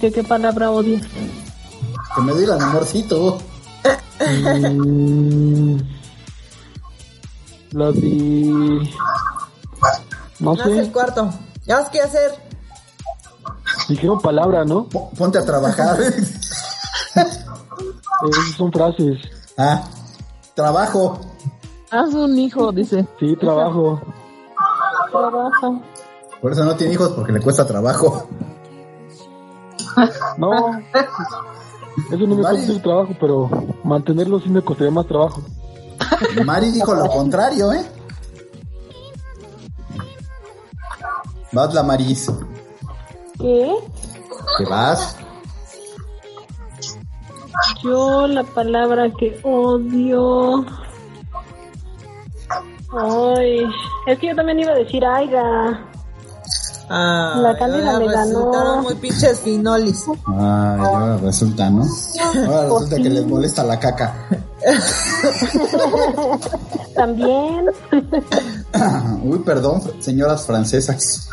S5: ¿Qué, qué palabra odias?
S13: que me digan amorcito.
S31: Mm, la de.
S29: No
S31: No
S29: es
S31: sé,
S29: el cuarto. Ya vas que hacer.
S31: dijeron palabra, ¿no?
S13: Ponte a trabajar.
S31: Esas Eh, son frases.
S13: Ah, trabajo.
S30: Haz un hijo, dice.
S31: Sí, trabajo.
S5: Trabaja.
S13: Por eso no tiene hijos, porque le cuesta trabajo.
S31: No.
S11: Ah.
S31: Eso no me cuesta el trabajo, pero mantenerlo sí me costaría más trabajo.
S13: Mari dijo lo contrario, ¿eh? Vas la Maris.
S5: ¿Qué?
S13: ¿Te vas?
S5: Yo la palabra que odio. Ay, es que yo también iba a decir aiga.
S29: Ah,
S5: La Cándida me ganó.
S29: resultaron muy pinches finolis.
S13: Ah, y ahora resulta, ¿no? Ahora resulta que les molesta la caca.
S5: También.
S13: Uy, perdón, señoras francesas.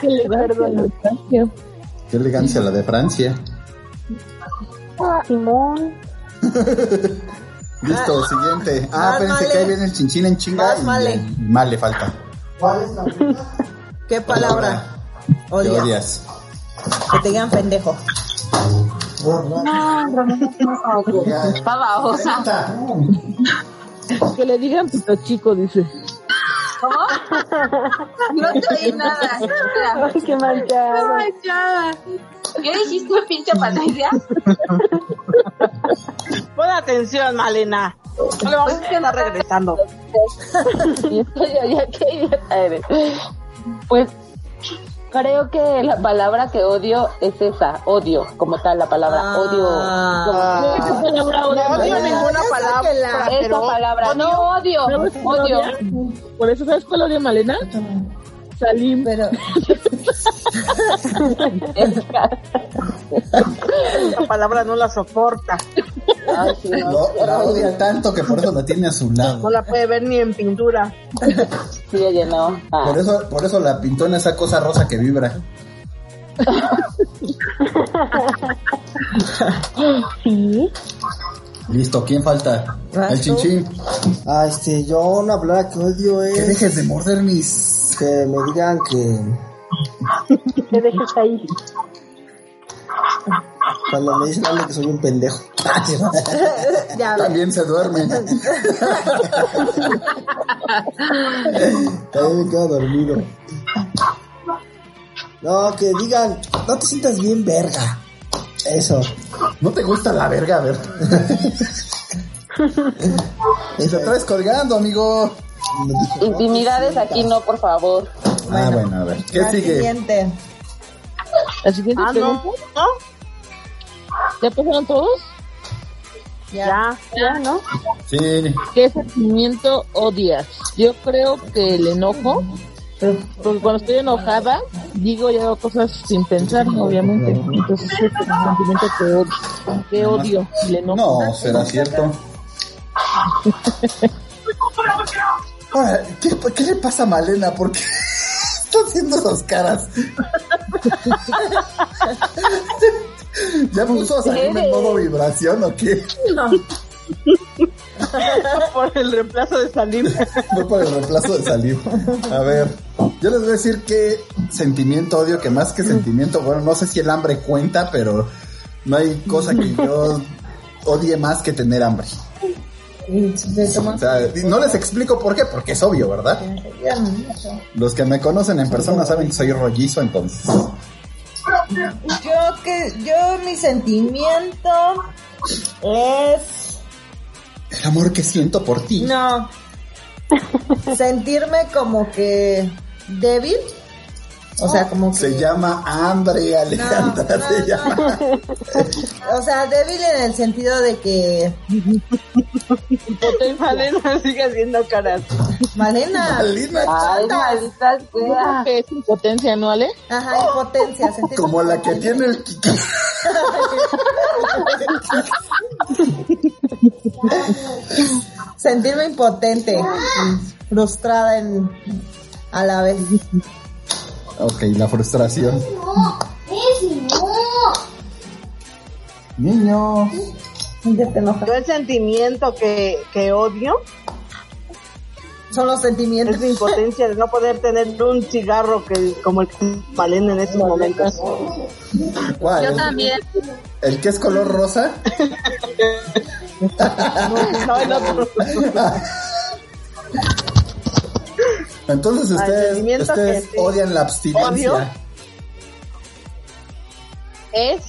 S5: Perdón.
S13: Qué elegancia la de Francia.
S5: Simón.
S13: Listo, siguiente. Ah,
S29: Vas,
S13: espérense
S29: Male.
S13: que ahí viene el chinchín en chinga.
S29: Vas,
S13: y
S29: Male.
S13: ya. Male falta.
S29: ¿Cuál es la ¿Qué palabra
S13: ¿Qué
S29: odias?
S13: odias?
S29: Que te digan pendejo.
S32: Está babosa.
S30: Que le digan pito chico, dice.
S16: ¿Cómo? No te oí nada. Espera.
S5: Ay, qué
S16: Qué
S5: manchada.
S16: manchada. ¿Qué dijiste, pinche Patricia?
S6: Pon atención, Malena. No le
S29: Ah.
S6: vamos a estar regresando.
S32: Ya, qué idiota eres. Pues creo que la palabra que odio es esa, odio, como tal, la palabra odio.
S6: Ah.
S32: Como-
S6: No odio ninguna
S29: Ya
S6: palabra.
S29: sáquela.
S32: Esa
S6: Ah, pero
S32: palabra,
S6: odio.
S32: no odio,
S30: ¿Sabes qué
S32: odio.
S30: odia? Por eso, ¿sabes cuál odia Malena? Salim.
S29: Pero
S6: Esa palabra no la soporta.
S32: Ay, sí, no.
S13: Lo- la odia tanto que por eso la tiene a su
S6: No
S13: lado.
S6: la puede ver ni en pintura.
S32: Sí, oye, no. Ah.
S13: Por eso, por eso la pintó en esa cosa rosa que vibra.
S5: Sí.
S13: Listo, ¿quién falta?
S29: Vas
S13: El
S29: tú.
S13: chinchín. Ay, este, yo una palabra que odio es. Que dejes de morder mis. Que me digan que.
S5: Te dejes ahí.
S13: Cuando me dicen algo que soy un pendejo.
S29: ya ves.
S13: También se duerme.
S11: Ahí me quedo dormido. No, que digan, no te sientas bien, verga. Eso.
S13: No te gusta la verga, a ver. Y te traes colgando, amigo.
S11: Me dije,
S16: pues,
S11: no,
S32: Intimidades aquí no, por favor.
S13: Ah, bueno, a ver. ¿Qué
S29: la
S13: sigue?
S29: siguiente.
S30: La siguiente
S6: Ah, no.
S30: pregunta.
S6: ¿No?
S30: ¿Ya pasaron todos?
S29: Ya.
S30: Ya, ¿no?
S13: Sí.
S30: ¿Qué sentimiento odias? Yo creo que el enojo. Porque cuando estoy enojada, digo y hago cosas sin pensar, obviamente. Entonces, ese es el sentimiento que odio. Que odio el enojo.
S13: No, será cierto. Ahora, ¿qué, qué le pasa a Malena? ¿Por qué está haciendo esas caras? ¿Ya puso a salir en modo vibración o qué?
S6: Por el reemplazo de Salim.
S13: Fue por el reemplazo de salir. A ver, yo les voy a decir que sentimiento odio, que más que sentimiento, bueno, no sé si el hambre cuenta, pero no hay cosa que yo odie más que tener hambre. O sea, no les explico por qué, porque es obvio, ¿verdad? Los que me conocen en persona saben que soy rollizo, entonces.
S11: Yo que yo mi sentimiento es
S13: El amor que siento por ti.
S11: no sentirme como que débil. O sea, como que
S13: Se llama hambre, Alejandra.
S11: no,
S13: se
S11: no.
S13: llama.
S11: o sea, débil en el sentido de que
S6: Malena sigue haciendo caras.
S11: Malena.
S13: Malena,
S11: Ah.
S6: Ay, maldita sea. ¿Qué es impotencia, no, Ale?
S11: Ajá, impotencia, sentir
S13: Como la que tiene el Kiki.
S11: sentirme impotente, frustrada en a la vez.
S13: Ok, la frustración. Niño.
S6: Yo el sentimiento que, que odio
S11: son los sentimientos
S6: de impotencia de no poder tener un cigarro que como el que valen en estos momentos.
S13: ¿Cuál?
S16: Yo también.
S13: ¿El que es color rosa?
S6: No, el otro.
S13: Entonces
S6: Al
S13: ustedes,
S6: sentimiento
S13: ustedes
S6: que-
S13: odian la abstinencia.
S6: Odio. Es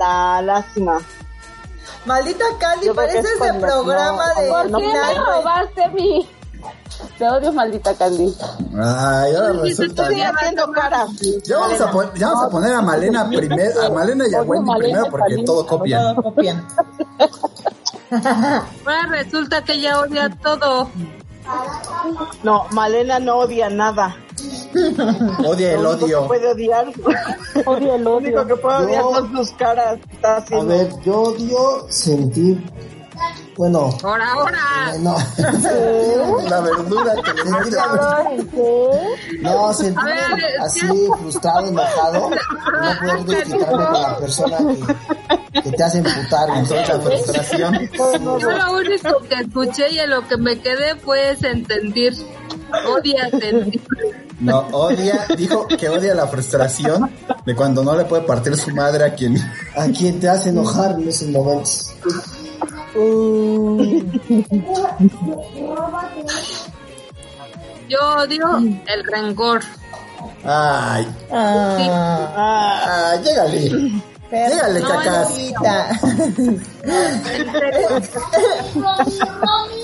S6: la lástima.
S11: Maldita Candy,
S6: Yo creo que
S11: pareces
S6: es
S11: de
S6: cuando
S11: programa
S6: no-
S11: de
S6: ¿Por qué me
S11: Midnight, güey.
S5: robaste mi. Te odio, maldita Candy.
S13: Ay, ahora
S6: Sí, sí,
S13: resulta.
S6: sí, haciendo caras.
S13: Ya vamos, a, pon- ya vamos a poner a Malena primero, a Malena y a Wendy primero porque todo copian.
S16: Ahora resulta que ella odia todo.
S6: No, Malena no odia nada.
S13: Odia el
S6: Lo único que
S13: odio.
S6: puede odiar. Odia el odio. Lo único que puede odiar
S23: Yo-
S6: son sus caras. que Está
S23: A
S6: haciendo.
S23: ver, yo odio sentir. Bueno,
S16: Ahora, ahora.
S23: no.
S13: La verdura que le mete a-
S23: No, sentirme
S16: A ver,
S23: así frustrado, enojado, no poder identificarme con la persona que, que te hace emputar. güey.
S13: Entonces, la frustración.
S16: Yo lo único que escuché y en lo que me quedé fue sentir. Odia sentir.
S13: No, odia, dijo que odia la frustración de cuando no le puede partir su madre a quien.
S23: A quien te hace enojar en esos momentos.
S16: Yo odio el rencor.
S13: Ay,
S11: Ah, Eh,
S13: ay, llégale. Llégale, cacas.
S11: Maldita.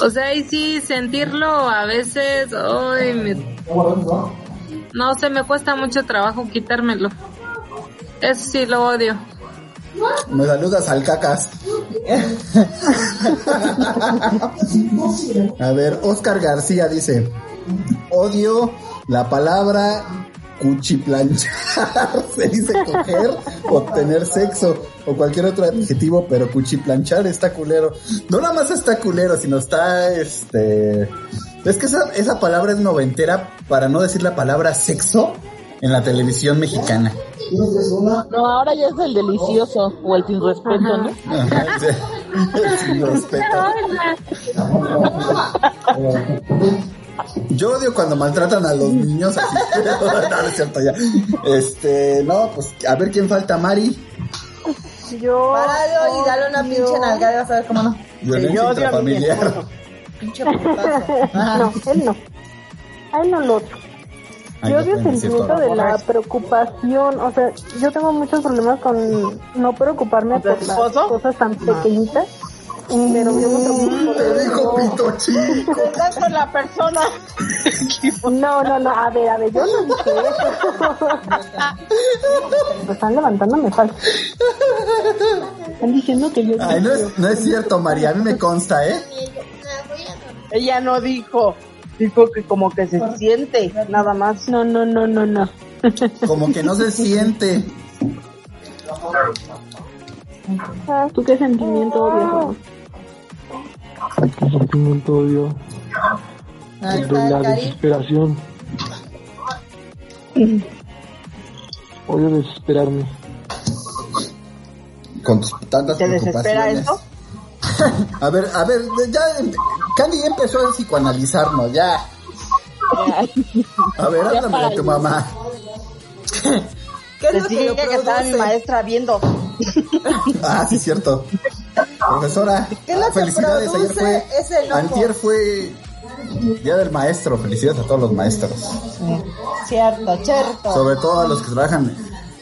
S16: O sea, y sí, sentirlo a veces, ay, me- no sé, me cuesta mucho trabajo quitármelo. Eso sí lo odio.
S13: Me saludas al cacas. A ver, Oscar García dice: Odio la palabra cuchiplanchar. Se dice coger o tener sexo o cualquier otro adjetivo, pero cuchiplanchar está culero. No nada más está culero, sino está este. Es que esa, esa palabra es noventera para no decir la palabra sexo en la televisión mexicana.
S15: No, ahora ya es el delicioso o el sin respeto, ¿no?
S13: Ajá, sí. Sin respeto. Yo odio cuando maltratan a los niños así. No, no es cierto ya. Este, no, pues a ver quién falta, Mari.
S6: Yo.
S11: Páralo y dale una pinche nalgada y vas a ver cómo no.
S13: Violencia
S6: yo odio a mi
S13: intrafamiliar.
S11: Pinche putazo.
S24: No, él no. A él no lo odio.
S13: Ay,
S24: yo
S13: no,
S24: odio el
S13: bueno, es cierto,
S24: sentimiento de
S13: ¿no?
S24: la preocupación. O sea, yo tengo muchos problemas con no preocuparme
S6: ¿De
S24: por
S6: tu
S24: las
S6: esposo? Ah. Mm.
S24: cosas tan pequeñitas. Pero yo me preocupo por
S13: Te dijo pito chico.
S6: Estás con la persona.
S24: No, no, no, a ver, a ver, yo no dije eso. Me están levantando me falta. Están diciendo que yo...
S13: Ay, no es, no es cierto, Mari. A mí me consta, ¿eh?
S6: Ella no dijo. Dijo que como que se siente, nada más.
S24: No, no, no, no, no.
S13: Como que no se siente.
S24: ¿Tú qué sentimiento odias?
S14: Qué sentimiento odio.
S11: Ahí
S14: El de
S11: está
S14: la
S11: el cari.
S14: desesperación. Odio desesperarme.
S13: Con tus tantas
S6: ¿Te desespera
S13: preocupaciones.
S6: eso?
S13: A ver, a ver, ya. em- Candy ya empezó a psicoanalizarnos, ya. A ver, háblame de tu mamá.
S11: ¿Qué es lo
S6: Les
S11: que
S6: dije
S11: lo
S6: que estaba mi
S11: produce?
S6: maestra viendo.
S13: Ah, sí, cierto. Profesora,
S11: ¿Qué es lo que
S13: felicidades. Ayer
S11: produce
S13: fue.
S11: ese enojo?
S13: Antier fue. Día del maestro. Felicidades a todos los maestros.
S11: Cierto, cierto.
S13: Sobre todo a los que trabajan.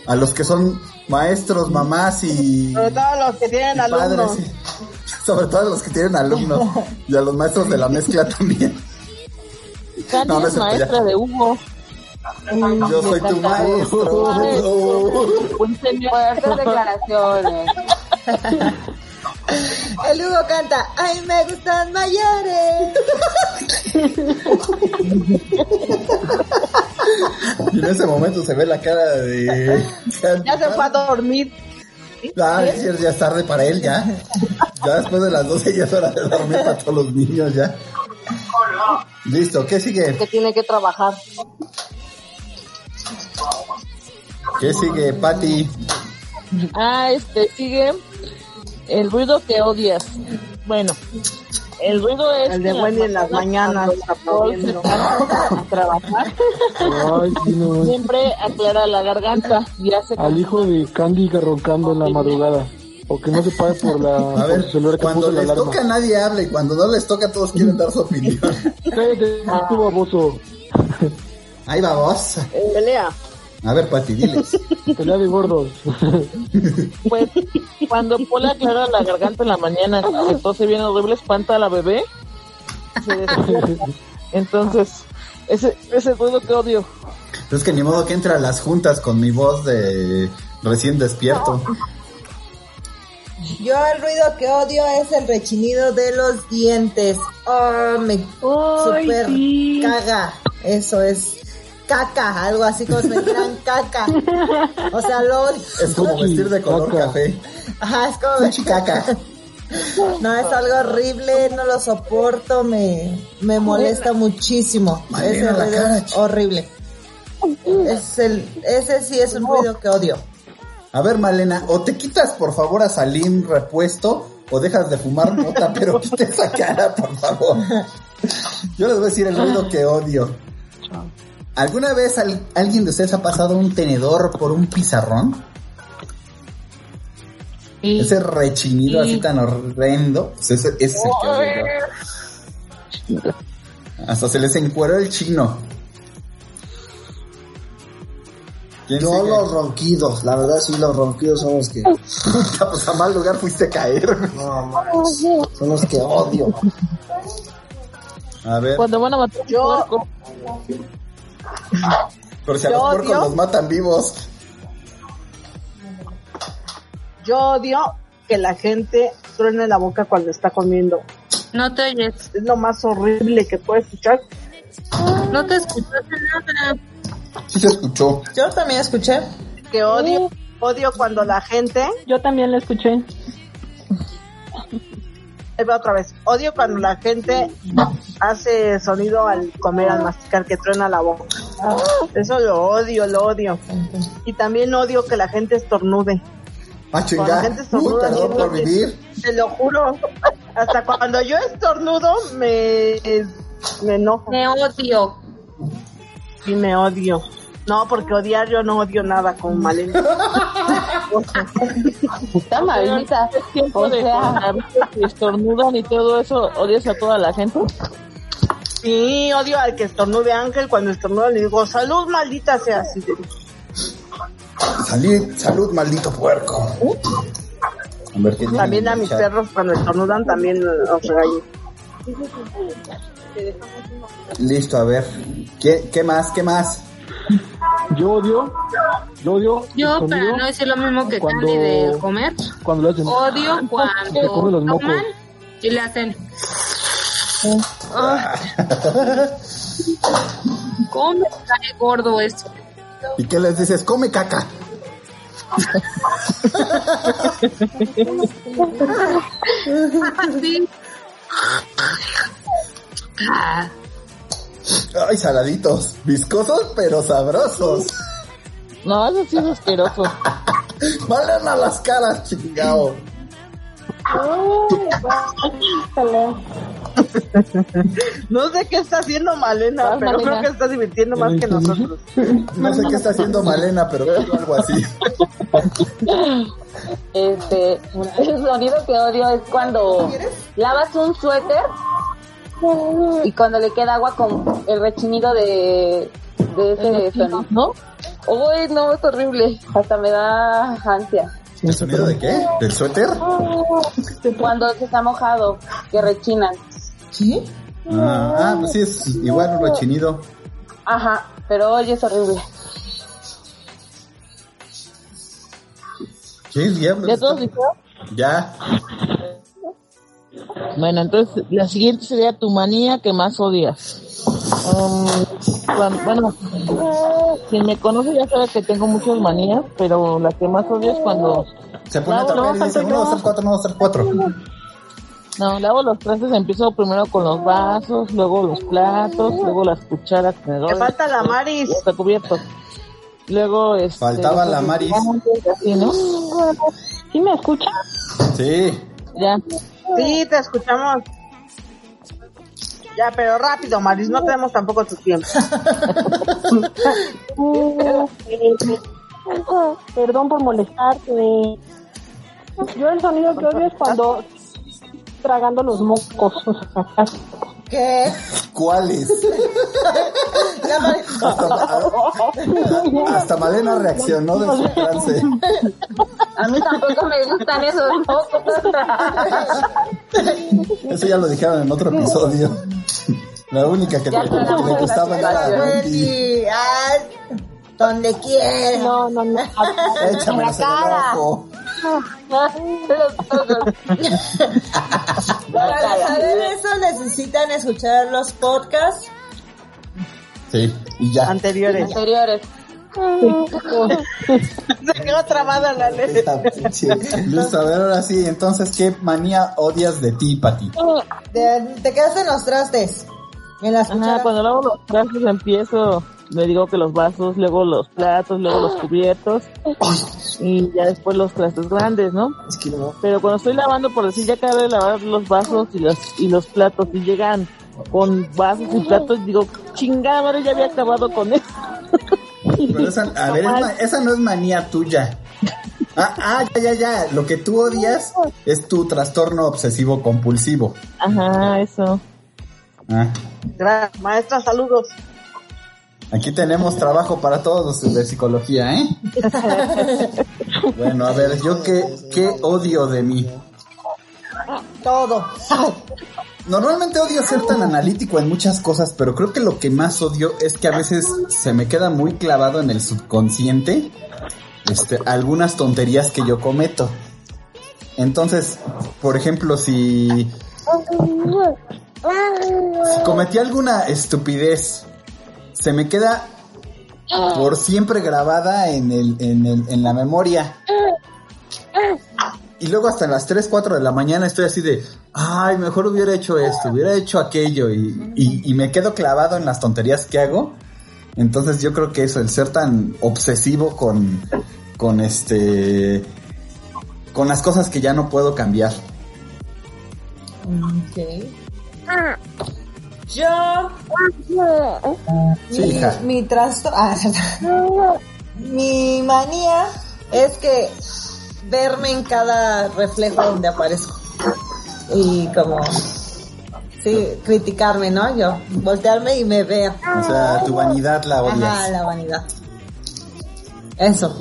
S13: A los que son maestros, mamás y.
S6: Sobre todo los que tienen
S13: y padres,
S6: alumnos.
S13: sí. Sobre todo a los que tienen alumnos. Y a los maestros de la mezcla también.
S15: Katy
S13: No, no es
S15: es
S13: cierto,
S15: maestra
S13: ya.
S15: de Hugo.
S13: Yo soy tu maestro.
S5: Fuertes declaraciones.
S11: El Hugo canta, ay, me gustan mayores.
S13: Y en ese momento se ve la cara de.
S6: Ya se fue a dormir.
S13: Ah, es cierto, ya es tarde para él, ya. Ya después de las 12 ya es hora de dormir para todos los niños, ya. Listo, ¿qué sigue?
S5: que tiene que trabajar.
S13: ¿Qué sigue, Patty?
S15: Ah, este sigue el ruido que odias. Bueno, el ruido es
S6: El de
S15: que
S6: Wendy en las mañanas.
S15: cuando la Paul se para a trabajar.
S14: Ay, sí, no.
S15: Siempre aclara la garganta y hace
S14: Al hijo de Candy que roncando en la madrugada. O que no se pague por la
S13: A
S14: por
S13: ver,
S14: su celular que
S13: cuando
S14: puso la
S13: les
S14: alarma.
S13: toca nadie habla y cuando no les toca todos quieren dar su opinión.
S14: Cállate,
S15: Ah,
S14: tú baboso.
S13: Ahí va vos.
S15: pelea.
S13: A ver, Pati, diles.
S14: Pelea de gordos.
S15: Pues cuando Paul aclara la garganta en la mañana, entonces viene horrible, espanta a la bebé. se despierta. Entonces, ese, ese ruido que odio.
S13: Es que ni modo que entre a las juntas con mi voz de recién despierto.
S11: Yo el ruido que odio es el rechinido de los dientes. Oh, me super caga. Eso es caca, algo así como si me dieran caca. O sea, lo odio.
S13: Es como vestir de color café.
S11: Ajá, es como
S13: caca.
S11: No, es algo horrible, no lo soporto, me, me molesta muchísimo.
S13: Malena
S11: Ese
S13: la
S11: ruido
S13: cara,
S11: es horrible. Es el, ese sí es un ruido que odio.
S13: A ver, Malena, o te quitas por favor a Salim repuesto o dejas de fumar mota, pero quita esa cara, por favor. Yo les voy a decir el ruido que odio. ¿Alguna vez al- alguien de ustedes ha pasado un tenedor por un pizarrón? Ese rechinido así tan horrendo. Pues Ese, ese es el que odio. Hasta se les encueró el chino. ¿Quién
S23: Yo
S13: sigue?
S23: los ronquidos, la verdad sí, los ronquidos son los que...
S13: Puta, pues a mal lugar fuiste a caer.
S23: Son los que odio.
S13: A
S6: Pues
S13: ver,
S15: Cuando van a matar un puerco.
S13: pero si a los
S6: Yo
S13: puercos
S6: odio-
S13: los matan vivos.
S6: Yo odio que la gente truene la boca cuando está comiendo.
S16: No te oyes.
S6: Es lo más horrible que puedes escuchar.
S16: No te escuchaste nada.
S13: Sí se escuchó.
S11: Yo también escuché.
S6: Que odio, odio cuando la gente
S24: Yo también lo escuché.
S6: Ahí va otra vez. Odio cuando la gente
S13: Ah,
S6: hace sonido al comer, al masticar, que truena la boca. Eso lo odio, lo odio. Y también odio que la gente estornude.
S13: Ah,
S6: Cuando la
S13: chinga.
S6: gente
S13: Uy,
S6: estornuda,
S13: perdón
S6: yo
S13: por
S6: creo que-
S13: vivir.
S6: Te lo juro. Hasta cuando yo estornudo, me, me enojo.
S16: Me odio.
S6: Y me odio. No, porque odiar yo no odio nada con Malena.
S5: Está maldita.
S15: Es tiempo
S5: O
S15: de
S5: sea,
S15: coronavirus y estornudan y todo eso. ¿Odias a toda la gente?
S6: Sí, odio al que estornude Ángel. Cuando estornuda le digo, salud maldita sea así.
S13: Salid, salud, maldito puerco. A ver, ¿qué
S6: También
S13: tienen
S6: a
S13: en el
S6: mis
S13: chat?
S6: perros cuando estornudan también los regaño.
S13: Listo, a ver. ¿Qué, qué más? ¿Qué más?
S14: Yo odio. Yo odio.
S16: Yo, para
S14: estornudo
S16: no decir lo mismo que
S14: Cuando-
S16: Candy de comer,
S14: Cuando lo hacen. ah,
S16: odio
S14: Se come
S16: cuando
S14: los mocos.
S16: toman y le hacen. Ah, ¿Cómo me cae gordo esto?
S13: ¿Y qué les dices? Come caca.
S16: Sí. Ah,
S13: Ay, saladitos. Viscosos, pero sabrosos.
S15: No, eso sí es asqueroso.
S13: Valen a las caras, chingao.
S6: No sé qué está haciendo Malena, pero creo que está divirtiendo más que nosotros.
S13: No sé qué está haciendo Malena, pero quiero algo así.
S5: Este, el sonido que odio es cuando lavas un suéter y cuando le queda agua con el rechinido de, de ese sonido. ¿No? Uy, no, es horrible. Hasta me da ansia.
S13: ¿El sonido de qué? ¿Del suéter?
S5: Cuando se está mojado, que rechinan.
S13: ¿Sí? Ah, ah, pues sí, es igual un rechinido.
S5: Ajá, pero hoy es horrible.
S13: ¿Qué diablos?
S15: ¿Ya todos dijeron?
S13: pues, Ya.
S15: Bueno, entonces la siguiente sería tu manía que más odias. Um, cuan- bueno, si me conoce ya sabe que tengo muchas manías, pero la que más odio es cuando
S13: Se pone a
S15: Bravo,
S13: tapar y
S15: no,
S13: dice
S15: falta
S13: 1, 2,
S15: yo.
S13: 3, 4, 1, 2, 3, 4.
S15: No, lavo los trastes, empiezo primero con los vasos, luego los platos, luego las cucharas, tenedores.
S6: Te falta la Maris.
S15: Está cubierto. Luego, este...
S13: Faltaba la
S15: los
S13: Maris.
S15: guantes, así, ¿no? ¿Sí me escucha?
S13: Sí.
S15: Ya.
S6: Sí, te escuchamos. Ya, pero rápido, Maris, no tenemos tampoco tu tiempo.
S24: Uh,
S33: Perdón por molestarte. Yo el sonido que odio es cuando tragando los mocos.
S11: ¿Qué?
S13: ¿Cuáles?
S11: Ya parezco.
S13: Hasta Malena reaccionó de su trance.
S5: A mí tampoco me gustan esos mocos.
S13: Eso ya lo dijeron en otro episodio. La única que
S11: Ya
S13: le,
S11: está,
S13: le gustaba era la Wendy.
S11: Wendy, ay, donde quieras. No, no, no.
S13: Échamelos en el ojo.
S11: Para saber eso necesitan escuchar los podcasts
S13: Sí, y ya.
S6: Anteriores.
S5: Anteriores.
S6: Se quedó trabada la ley.
S13: Sí. Luz, a ver, ahora sí, entonces, ¿qué manía odias de ti, Pati?
S11: de- te quedas en los trastes. En las
S6: Ah,
S15: Ajá,
S11: cucharas.
S15: cuando lavo los trastes empiezo, le digo que los vasos, luego los platos, luego los cubiertos y ya después los trastes grandes, ¿no? Pero cuando estoy lavando, por decir, ya acabé de lavar los vasos y los, y los platos y llegan con vasos y platos, digo, chingada madre, ya había acabado con eso.
S13: Pero esa, a ver, es ma- esa no es manía tuya. Ah, ah, ya, ya, ya. Lo que tú odias es tu trastorno obsesivo compulsivo.
S15: Ajá, eso.
S13: Ah,
S6: Gracias, maestra, saludos.
S13: aquí tenemos trabajo para todos los de psicología, ¿eh? Bueno, a ver, yo qué, qué odio de mí.
S11: Todo.
S13: Normalmente odio ser tan analítico en muchas cosas, pero creo que lo que más odio es que a veces se me queda muy clavado en el subconsciente este, algunas tonterías que yo cometo. Entonces, por ejemplo, si cometí alguna estupidez, se me queda por siempre grabada en, el, en, el- en la memoria. Y luego hasta las 3, 4 de la mañana estoy así de, ay, mejor hubiera hecho esto, hubiera hecho aquello, y, y- y me quedo clavado en las tonterías que hago. Entonces yo creo que eso, el ser tan obsesivo con, con este, con las cosas que ya no puedo cambiar.
S11: Mm,
S16: Ah,
S11: Yo.
S13: Sí,
S11: mi,
S13: hija.
S11: mi trastorno. mi manía es que verme en cada reflejo donde aparezco. Y como. Sí, criticarme, ¿no? Yo. Voltearme y me veo.
S13: O sea, tu vanidad la
S11: Ajá,
S13: odias.
S11: la vanidad. Eso.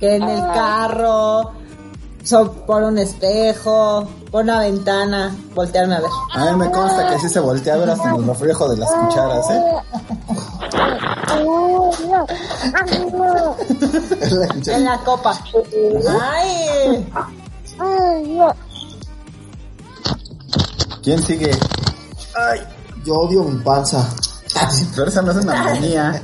S11: Que en
S34: Ah.
S11: el carro. so- por un espejo. Por una ventana. Voltearme a ver.
S13: A mí me consta que sí se voltea a ver hasta en el reflejo de las cucharas, ¿eh? En la cuchara.
S11: En la copa. ¡Ay!
S13: ¿Quién sigue?
S23: Ay, yo odio mi panza.
S13: Pero esa no es una manía.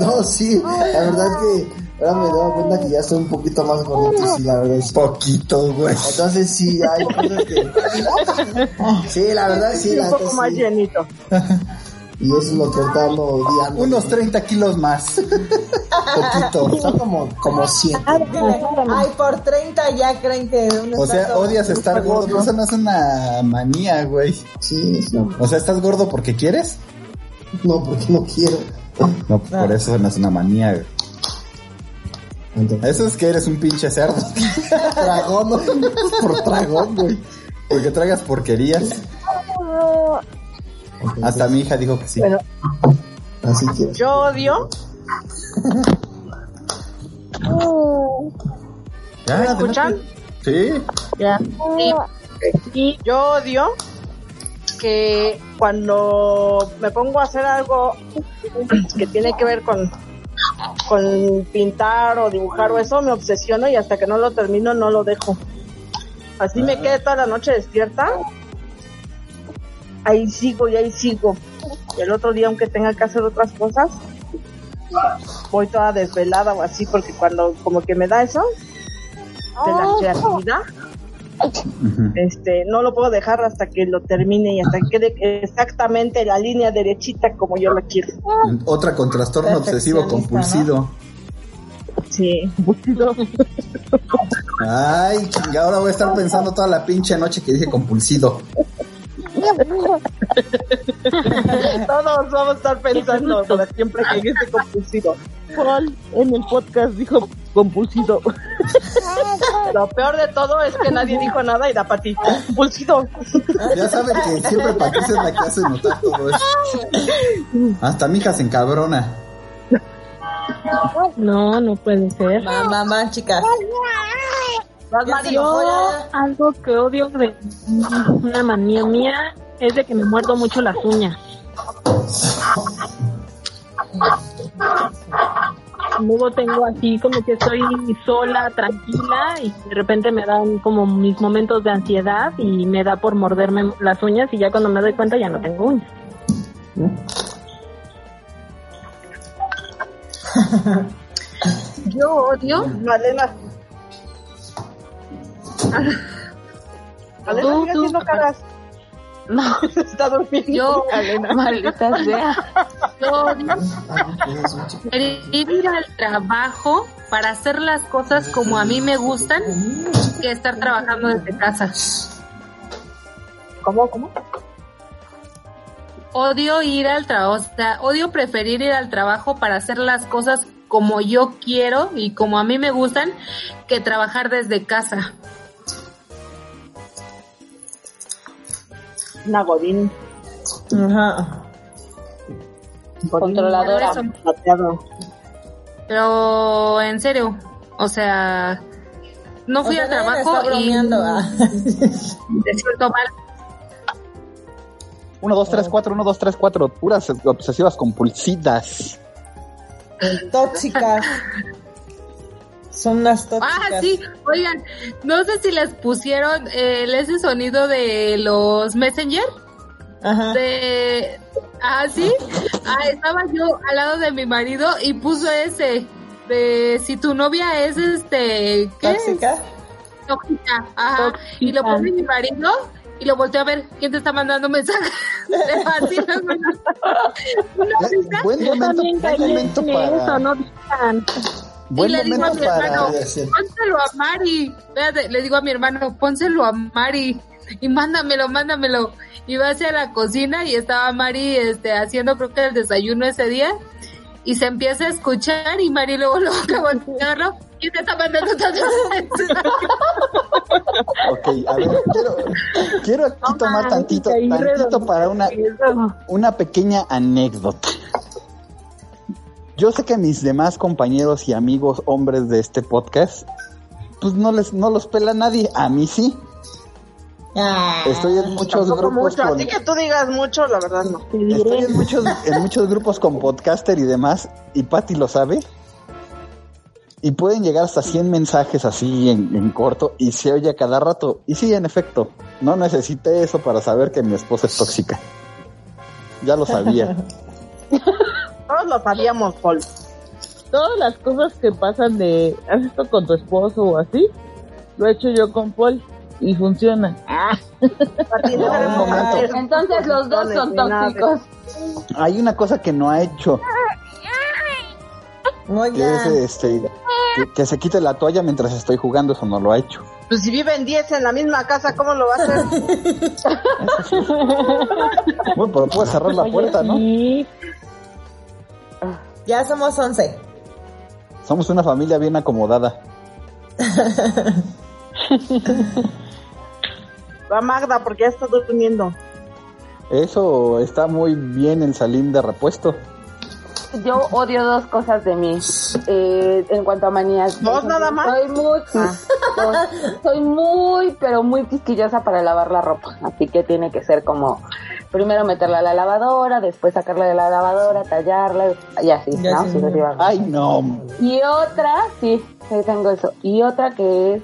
S23: No, sí, la verdad es que ahora me he dado cuenta que ya estoy un poquito más gordito, sí, la verdad. es-
S13: Poquito, güey.
S23: Entonces sí, hay cosas que... Sí, la verdad, sí,
S6: Sí,
S23: la
S6: un
S23: neta,
S6: poco más
S23: sí.
S6: llenito.
S35: Y eso es lo que estamos odiando.
S34: Unos 30 kilos más.
S35: Poquito. Son como, como 100.
S11: Ay, por 30 ya creen que uno
S34: O
S11: está
S34: sea,
S11: todo-
S34: odias estar gordo. Eso no es una manía, güey. Sí. O sea, ¿estás gordo porque quieres?
S35: No, porque no quiero.
S34: No, por eso no es una manía, güey. Eso es que eres un pinche cerdo.
S35: Dragón, ¿no?
S34: Pues por dragón, güey. Porque tragas porquerías. Hasta mi hija dijo que sí.
S6: Pero-
S34: Así que.
S6: Yo odio.
S34: Ya,
S6: ¿Me
S34: adelante.
S6: escuchan?
S34: Sí.
S6: Ya. Y yo odio que cuando me pongo a hacer algo que tiene que ver con, con pintar o dibujar o eso, me obsesiono y hasta que no lo termino no lo dejo. Así me quedé toda la noche despierta. Ahí sigo y ahí sigo. Y el otro día, aunque tenga que hacer otras cosas, voy toda desvelada o así, porque cuando como que me da eso, de la creatividad, este, no lo puedo dejar hasta que lo termine y hasta que quede exactamente la línea derechita como yo la quiero.
S34: Otra con trastorno obsesivo compulsivo.
S6: Sí.
S34: Ay, y ahora voy a estar pensando toda la pinche noche que dije compulsivo.
S6: Todos vamos a estar pensando para siempre que esté compulsivo. Paul en el podcast dijo compulsivo. Lo peor de todo es que nadie dijo nada y da para ti. Pues, Compulsivo.
S34: Ya saben que siempre Patricia es la que hace notar todo eso. Hasta mi hija se encabrona.
S5: No, no puede ser.
S11: Mamá, mamá, chicas.
S5: Yo algo que odio de una manía mía es de que me muerdo mucho las uñas. Luego tengo así como que estoy sola, tranquila y de repente me dan como mis momentos de ansiedad y me da por morderme las uñas y ya cuando me doy cuenta ya no tengo uñas.
S16: Yo odio.
S6: Malena. Malena, sigue haciendo caras.
S36: No,
S6: está durmiendo.
S36: Yo,
S6: Malena.
S36: maldita sea.
S16: Yo odio el ir al trabajo para hacer las cosas como a mí me gustan que estar trabajando desde casa.
S6: ¿Cómo, cómo?
S16: Odio ir al trabajo, o sea, odio preferir ir al trabajo para hacer las cosas como yo quiero y como a mí me gustan que trabajar desde casa.
S6: Una godín.
S11: Ajá.
S16: Controladora.
S6: Pateado.
S16: Pero en serio, o sea, no fui
S11: O sea,
S16: al
S11: nadie me
S16: trabajo y
S11: está bromeando, ¿va?
S16: me siento mal.
S13: 1, 2, 3, 4, 1, 2, 3, 4. Puras obsesivas compulsidas.
S11: Tóxicas. Ah. Son unas tóxicas.
S16: Ah, sí, oigan, no sé si les pusieron el, ese sonido de los Messenger. De, ah, sí. Ah, estaba yo al lado de mi marido y puso ese. De si tu novia es este. ¿Qué?
S11: ¿Tóxica?
S16: Tóxica, ajá. Y lo pone mi marido y lo volteó a ver quién te está mandando mensajes. Así, no, no, no, no.
S5: Yo también caí en eso, no digan.
S16: Y le digo a mi hermano, pónselo a Mari. Espérate, le digo a mi hermano, pónselo a Mari. Y mándamelo, mándamelo. Y va hacia la cocina y estaba Mari este, haciendo creo que el desayuno ese día. Y se empieza a escuchar y Mari luego lo acabó de escucharlo. Y te está mandando tantos
S13: Ok, a ver, quiero, quiero aquí tomar tantito, tantito para una, una pequeña anécdota. Yo sé que mis demás compañeros y amigos hombres de este podcast, pues no les, no los pela nadie, a mí sí.
S11: Ah.
S13: Estoy en muchos
S6: Ah, Tampoco
S13: grupos
S6: mucho.
S13: con-
S6: Así que tú digas mucho, la verdad no.
S13: Estoy en muchos, en muchos grupos con podcaster y demás, y Patty lo sabe. Y pueden llegar hasta 100 mensajes así en, en corto y se oye a cada rato. Y sí, en efecto, no necesité eso para saber que mi esposa es tóxica. Ya lo sabía.
S6: Todos lo sabíamos, Paul.
S37: Todas las cosas que pasan de haz esto con tu esposo o así, lo he hecho yo con Paul y funciona.
S38: Entonces los dos son tóxicos.
S39: Hay una cosa que no ha hecho. Que, es, este, que, que se quite la toalla mientras estoy jugando, eso no lo ha hecho.
S6: Pues si viven 10 en la misma casa, ¿cómo lo va a hacer?
S39: Bueno, pero puedes cerrar la
S11: Oye,
S39: puerta, ¿no?
S11: Ya somos 11.
S39: Somos una familia bien acomodada.
S6: Va Magda, porque ya está durmiendo.
S39: Eso está muy bien el salín de repuesto.
S16: Yo odio dos cosas de mí eh, en cuanto a manías.
S6: ¿Dos nada más?
S16: Soy muy, dos. soy muy, pero muy quisquillosa para lavar la ropa. Así que tiene que ser como primero meterla a la lavadora, después sacarla de la lavadora, tallarla y así,
S39: Ya
S16: ¿no?
S39: sí,
S16: Sucesivamente.
S39: Ay, no.
S16: Y otra, sí, ahí tengo eso. Y otra que es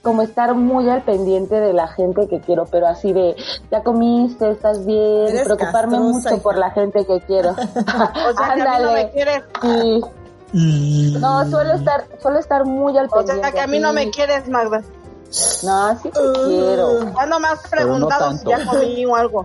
S16: como estar muy al pendiente de la gente que quiero, pero así de, ya comiste, estás bien,
S6: Eres
S16: preocuparme
S6: castrosa,
S16: mucho por la gente que quiero.
S6: O sea, que a mí no me quieres.
S16: Sí. No, suelo estar, suelo estar muy al
S6: O
S16: pendiente.
S6: sea, que a mí no me
S16: así.
S6: quieres, Magda.
S16: No, sí te
S11: Ah.
S16: quiero.
S6: Ya nomás
S16: Pero no
S6: preguntado si
S16: tanto.
S6: ya comí o algo.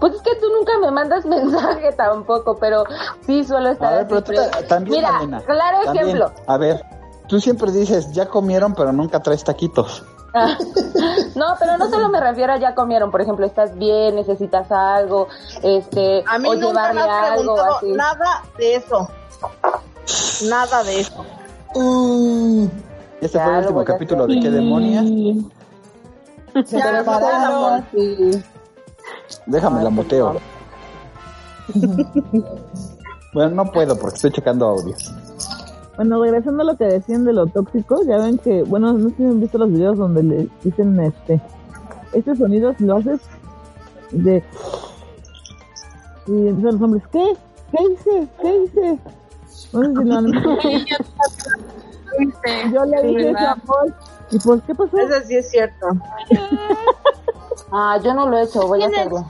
S16: Pues es que tú nunca me mandas mensaje tampoco, pero sí suelo estar.
S39: A ver,
S16: así
S39: pero tú
S16: pre-
S39: ta- también,
S16: Mira,
S39: Elena,
S16: claro
S39: también.
S16: ejemplo.
S39: A ver, tú siempre dices, ya comieron, pero nunca traes taquitos.
S16: Ah, no, pero no solo me refiero a ya comieron, por ejemplo, estás bien, necesitas algo, este,
S6: A mí
S16: o
S6: nunca
S16: llevarle
S6: me has
S16: algo
S6: preguntado
S16: así.
S6: nada de eso. Nada de eso.
S39: Este fue el último capítulo de ¿Qué demonios?
S16: Se
S6: Ya, pararon.
S39: Déjame la muteo. bueno, no puedo porque estoy checando audios.
S5: Bueno, regresando a lo que decían de lo tóxico, ya ven que, bueno, no sé si han visto los videos donde le dicen este, este sonido si lo haces de... Y entonces los hombres, ¿qué? ¿Qué hice? ¿Qué hice? No sé si lo han Yo le dije eso a Paul. ¿Y por qué pasó?
S6: Eso sí es cierto.
S16: Ah, yo no lo he hecho, voy a hacerlo.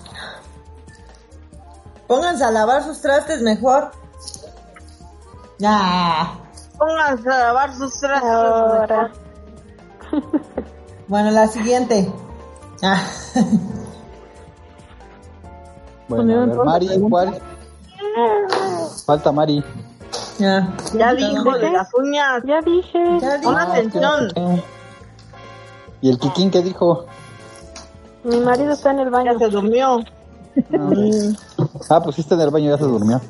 S11: Pónganse a lavar sus trastes mejor. Ah.
S6: Pónganse a lavar sus trastes. mejor.
S11: Bueno, la siguiente. Ah.
S39: Bueno, a ver, Mari, ¿cuál? Falta Mari.
S11: Ya,
S6: Ya dijo de las uñas.
S40: Ya dije.
S11: Ya
S6: Pon atención.
S39: ¿Y el Kikín qué dijo?
S40: Mi marido está en el baño.
S6: Ya se durmió.
S39: Ah, pues sí está en el baño, ya se durmió.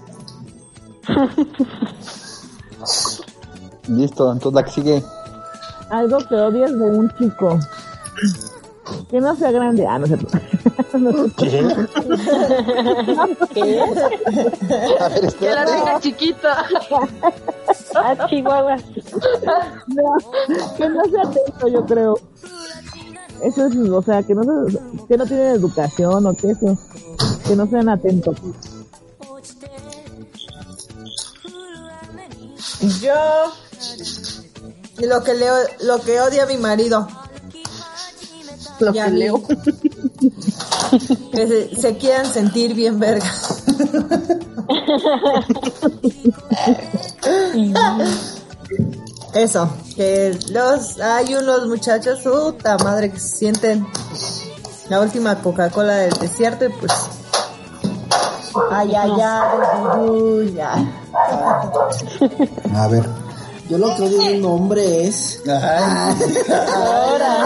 S39: Listo, entonces la que sigue.
S5: Algo que odias de un chico. Que no sea grande. Ah, no sé.
S39: A ver,
S41: Que la
S5: espera.
S41: tenga chiquita.
S40: Ah, Chihuahua.
S5: No, que no sea atento, yo creo. Eso es, o sea, que no, se- que no tienen educación o que eso. Que no sean atentos.
S11: Yo. Y lo que leo, lo que odia mi marido.
S6: Lo
S11: Ya
S6: que
S11: vi.
S6: leo.
S11: Que se, se quieran sentir bien verga. Eso, que los hay unos muchachos, puta madre, que se sienten la última Coca-Cola del desierto y pues. Ay, ay, ay, uy, uy, ay.
S42: A ver. Yo lo que odio de un hombre es.
S11: Ahora.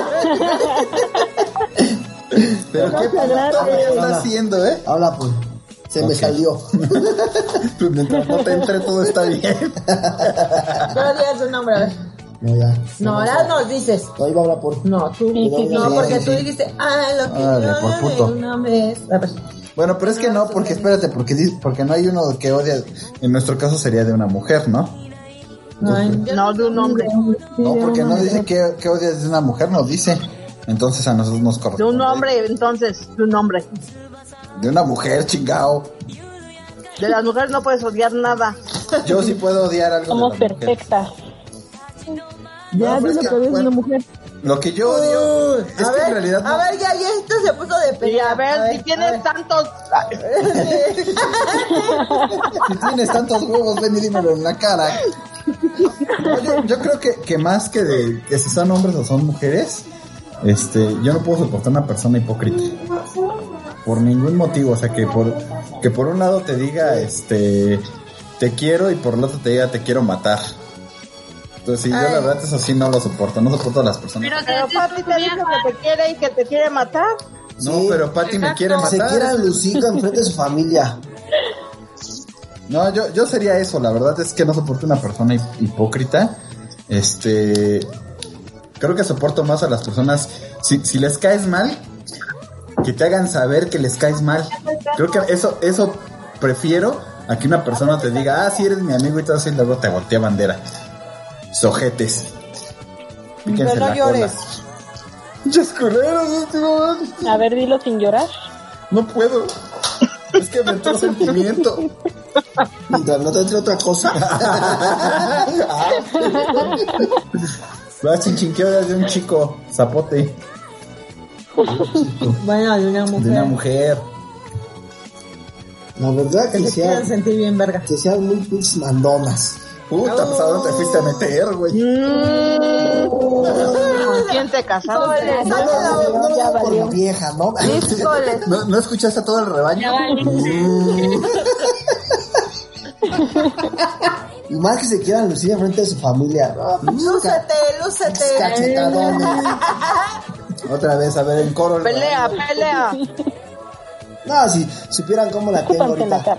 S13: Pero qué puta me está haciendo, ¿eh?
S42: Habla, pues. Se me salió.
S13: Pues mientras no te entre todo está bien.
S11: No digas un nombre, a ver.
S42: No, ya.
S11: No, ahora nos dices.
S42: No iba a hablar por.
S11: No, tú. No, porque tú dijiste, ah, lo que
S13: Órale,
S11: yo
S13: por
S11: odio
S13: puto.
S11: de un hombre es.
S13: Bueno, pero es que no, porque espérate, porque, di- porque no hay uno que odia. En nuestro caso sería de una mujer, ¿no?
S6: No, de un hombre.
S13: No, porque no dice que, que odias de una mujer, no dice. Entonces a nosotros nos
S6: De
S13: corresponde.
S6: un hombre, entonces, de un hombre.
S13: De una mujer, chingao.
S6: De las mujeres no puedes odiar nada.
S13: Yo sí puedo odiar algo
S6: Somos
S13: de la mujer.
S6: perfectas.
S5: Ya,
S13: No, pero
S5: di
S13: es
S5: lo que
S13: que,
S5: odias de una mujer.
S13: Lo que yo odio es que en realidad no-
S11: A ver, ya, ya, esto se puso de pelea.
S6: Y a ver, si tienes tantos.
S13: Si tienes tantos huevos, ven y dímelo en la cara. No, yo, yo creo que, que más que de que si son hombres o son mujeres, este, yo no puedo soportar una persona hipócrita. Por ningún motivo, o sea que por que por un lado te diga este te quiero y por el otro te diga te quiero matar. Entonces, sí, yo
S6: Ay.
S13: la verdad eso sí no lo soporto, no soporto a las personas.
S6: Pero, Pati eh, te dijo que te quiere y que te quiere matar.
S13: No, pero Patty me quiere
S6: Exacto.
S13: matar.
S6: Se quiera
S23: Lucica enfrente
S13: de su familia. No, yo, yo sería eso, la verdad es que no soporto una persona hip- hipócrita. Este. Creo que soporto más a las personas. Si, si les caes mal, que te hagan saber que les caes mal. Creo que eso, eso prefiero a que una persona te diga, ah, sí eres mi amigo y todo así, y luego te voltea bandera. Sojetes. Píquense
S6: Pero no
S13: la
S6: llores.
S13: cola. Muchas
S33: A ver, dilo sin llorar.
S13: No puedo. Es que me entró sentimiento.
S23: Mientras no te entre otra cosa.
S13: Las chinchinqueadas de un chico, zapote,
S11: Bueno, de una mujer.
S13: de una mujer.
S23: La verdad que
S11: Que se
S23: sean,
S11: quieran sentir bien verga.
S23: que sean muy pinches mandonas.
S13: Puta, pues, ¿a dónde te fuiste a meter, güey?
S23: Mm.
S6: ¿Con quién te casaste?
S23: No, no, no, no, no,
S6: Ya
S23: por
S6: valió.
S23: la vieja, ¿no?
S6: Híjole.
S13: ¿No, no escuchaste a todo el rebaño? Mm.
S23: Y más que se quieran lucir enfrente de su familia. ¿no?
S11: Lúcete, lúcete.
S23: Cachetadones.
S13: Otra vez, a ver, en coro. el
S6: Pelea, pelea.
S23: No, si supieran cómo la tengo
S33: Escúpate en la
S23: ahorita.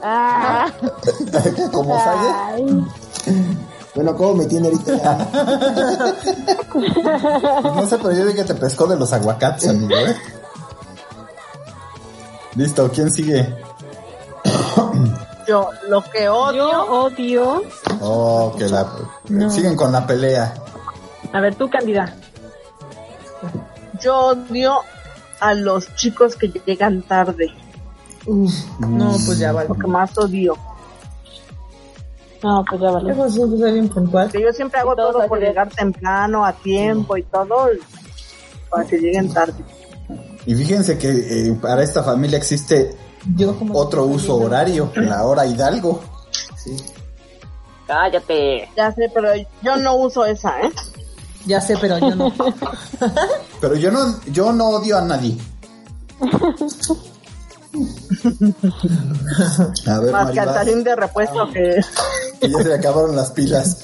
S33: cara.
S23: Como Sague. Bueno, ¿cómo me tiene ahorita?
S13: rebaño. No sé, pero yo vi que te pescó de los aguacates, amigo, ¿eh? Listo, ¿quién sigue?
S6: Yo, lo que odio.
S33: Yo odio.
S13: Oh, que la...
S33: No.
S13: Siguen con la pelea.
S33: A ver, tú, Candida.
S6: Yo odio a los chicos que llegan tarde.
S11: No, pues ya vale.
S6: Lo que más odio.
S33: No, pues ya vale.
S11: Eso sí, pues soy bien puntual.
S6: Porque yo siempre hago todo, por llegar temprano, a tiempo y todo. y- Para que lleguen tarde.
S13: Y fíjense que eh, para esta familia existe otro uso horario, la hora Hidalgo.
S5: Cállate.
S6: Ya sé, pero yo no uso esa, ¿eh?
S11: Ya sé, pero yo no.
S13: Pero yo no, yo no odio a nadie. A ver,
S6: Más que al
S13: Maribel,
S6: salín de repuesto que...
S13: que ya se le acabaron las pilas.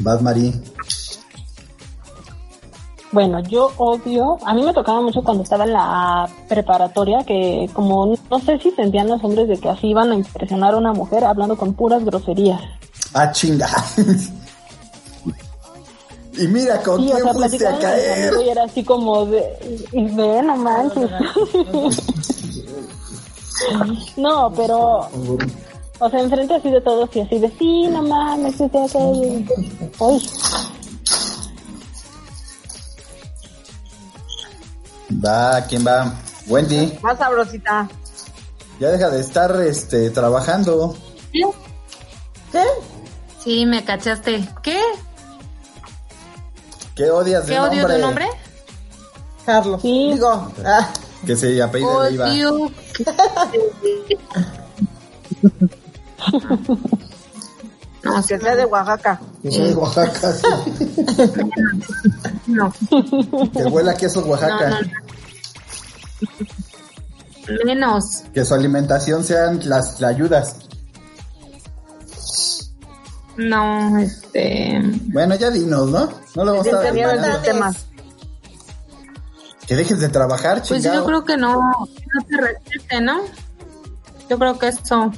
S13: Vas, Mari.
S33: Bueno, yo odio, a mí me tocaba mucho cuando estaba en la preparatoria, que como no sé si sentían los hombres de que así iban a impresionar a una mujer hablando con puras groserías.
S13: Ah, chinga. Y mira con
S33: Sí, o
S13: quién
S33: sea,
S13: fuiste
S33: platicaban
S13: a
S33: con mi
S13: caer.
S33: amigo y era así como de, y ve, no manches. No, pero, o sea, enfrente así de todos y así de, sí, no mames, sí, sí, sí". Uy,
S13: Va, ¿quién va? Wendy,
S6: Más sabrosita.
S13: ya deja de estar este trabajando.
S11: ¿Qué?
S16: Sí, me cachaste. ¿Qué?
S13: ¿Qué odias de
S16: ¿Qué odio de un hombre?
S11: Carlos. Digo, ah,
S13: Que se apellida de Leiva.
S16: Odio.
S6: No,
S33: Ah,
S6: que sea de Oaxaca.
S23: Yo soy de Oaxaca. sí.
S16: No,
S13: Que huela queso Oaxaca.
S16: No, no, menos.
S13: Que su alimentación sean las ayudas.
S16: No, este.
S13: Bueno, ya dinos, ¿no? No lo vamos a
S6: Tenía el
S13: estar
S6: sistema.
S13: Que dejes de trabajar,
S16: Pues
S13: chingado.
S16: yo creo que no. No te respete, ¿no? Yo creo que eso.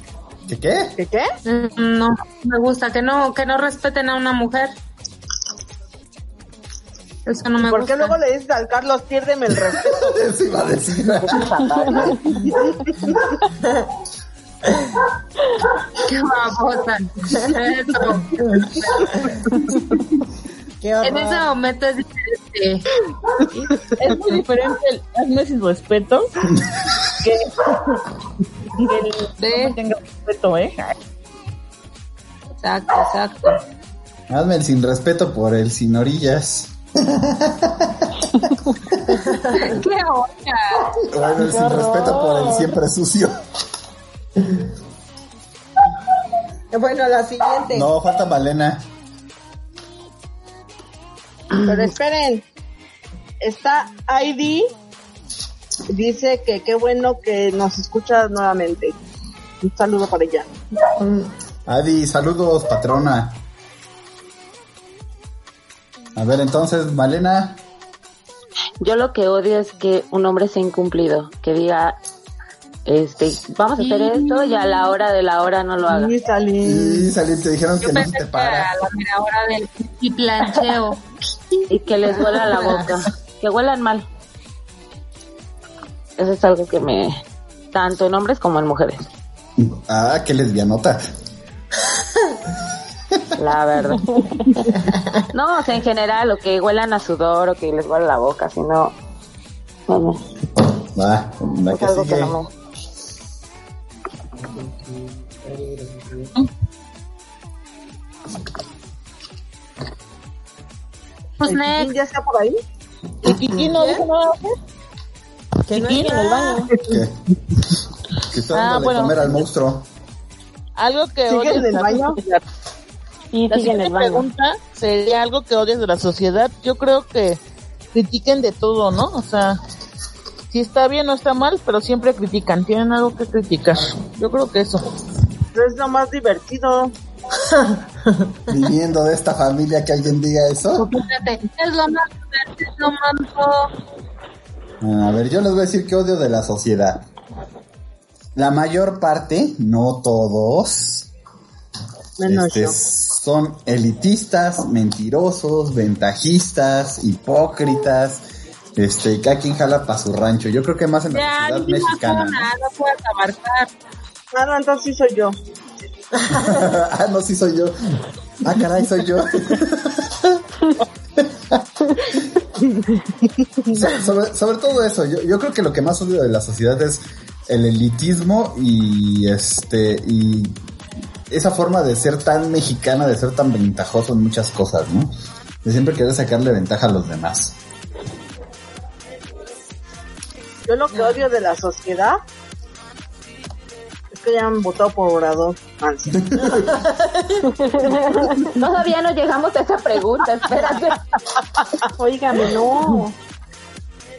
S13: ¿Que qué?
S6: ¿Qué qué?
S16: Mm, No, me gusta que no que no respeten a una mujer. Eso no me
S6: ¿Por qué
S16: gusta.
S6: luego le dices al Carlos, piérdeme el respeto?
S13: Eso iba a decir.
S16: Qué babosa. Eso.
S11: qué
S16: En
S11: horror.
S16: ese momento es diferente.
S4: Es muy diferente el hazme sin respeto que el
S16: De-
S4: no me tenga respeto, ¿eh?
S16: Exacto, exacto.
S13: Hazme el sin respeto por el sin orillas.
S16: Qué olla.
S13: Bueno, el sin respeto por el siempre sucio.
S11: Bueno, la siguiente.
S13: No, falta Malena.
S33: Mm.
S6: Pero esperen. está ID. Dice que qué bueno que nos escucha nuevamente. Un saludo para ella.
S13: Adi, saludos, patrona. A ver, entonces, Malena.
S5: Yo lo que odio es que un hombre sea incumplido, que diga, este, vamos a hacer esto y a la hora de la hora no lo haga.
S6: Y salí.
S13: Y salí, te dijeron
S16: Eh, Yo
S13: que no se
S16: pensé
S13: te
S16: que era
S13: para.
S16: la mera hora del y plancheo.
S5: Y que les huela la boca, que huelan mal. Eso es algo que me, tanto en hombres como en mujeres,
S13: Ah, qué lesbianota.
S5: la verdad. No, o sea, en general, o que huelan a sudor, o que les huela la boca, sino, bueno,
S13: Va, la
S5: es
S13: que
S5: algo que
S13: sigue.
S5: no me...
S6: Pues next. ¿Ya está por ahí?
S15: ¿Y Kiki no dijo nada? Kiki en el baño.
S13: Que está
S15: Ah,
S13: dándole
S15: bueno.
S13: comer al monstruo.
S15: Algo que
S6: ¿Sigue
S15: odias
S6: en el
S15: de la
S6: baño?
S15: sociedad.
S6: Sí,
S15: la
S6: sigue en
S15: siguiente
S6: el baño.
S15: pregunta sería algo que odias de la sociedad. Yo creo que critiquen de todo, ¿no? O sea, si está bien o está mal, pero siempre critican. Tienen algo que criticar. Yo creo que eso.
S6: Es lo más divertido.
S13: Viniendo de esta familia que alguien diga eso.
S16: Fíjate, es lo más fuerte, es lo más
S13: Ah, A ver, yo les voy a decir que odio de la sociedad. La mayor parte, no todos,
S6: Menos
S13: este, son elitistas, mentirosos, ventajistas, hipócritas, este, que a quien jala para su rancho. Yo creo que más en la
S16: Ya,
S13: sociedad
S16: dime una
S13: mexicana.
S16: zona, no puedes abarcar.
S6: Ah, no, entonces sí soy yo.
S13: ¿no? ah, no, sí soy yo. Ah, caray, soy yo. So- sobre, sobre todo eso, yo, yo creo que lo que más odio de la sociedad es el elitismo y este y esa forma de ser tan mexicana, de ser tan ventajoso en muchas cosas, ¿no? De siempre querer sacarle ventaja a los demás.
S6: Yo lo que odio de la sociedad es que ya han votado por Obrador. Ah, Ansia.
S5: Todavía no llegamos a esa pregunta, espérate.
S6: Óigame, no.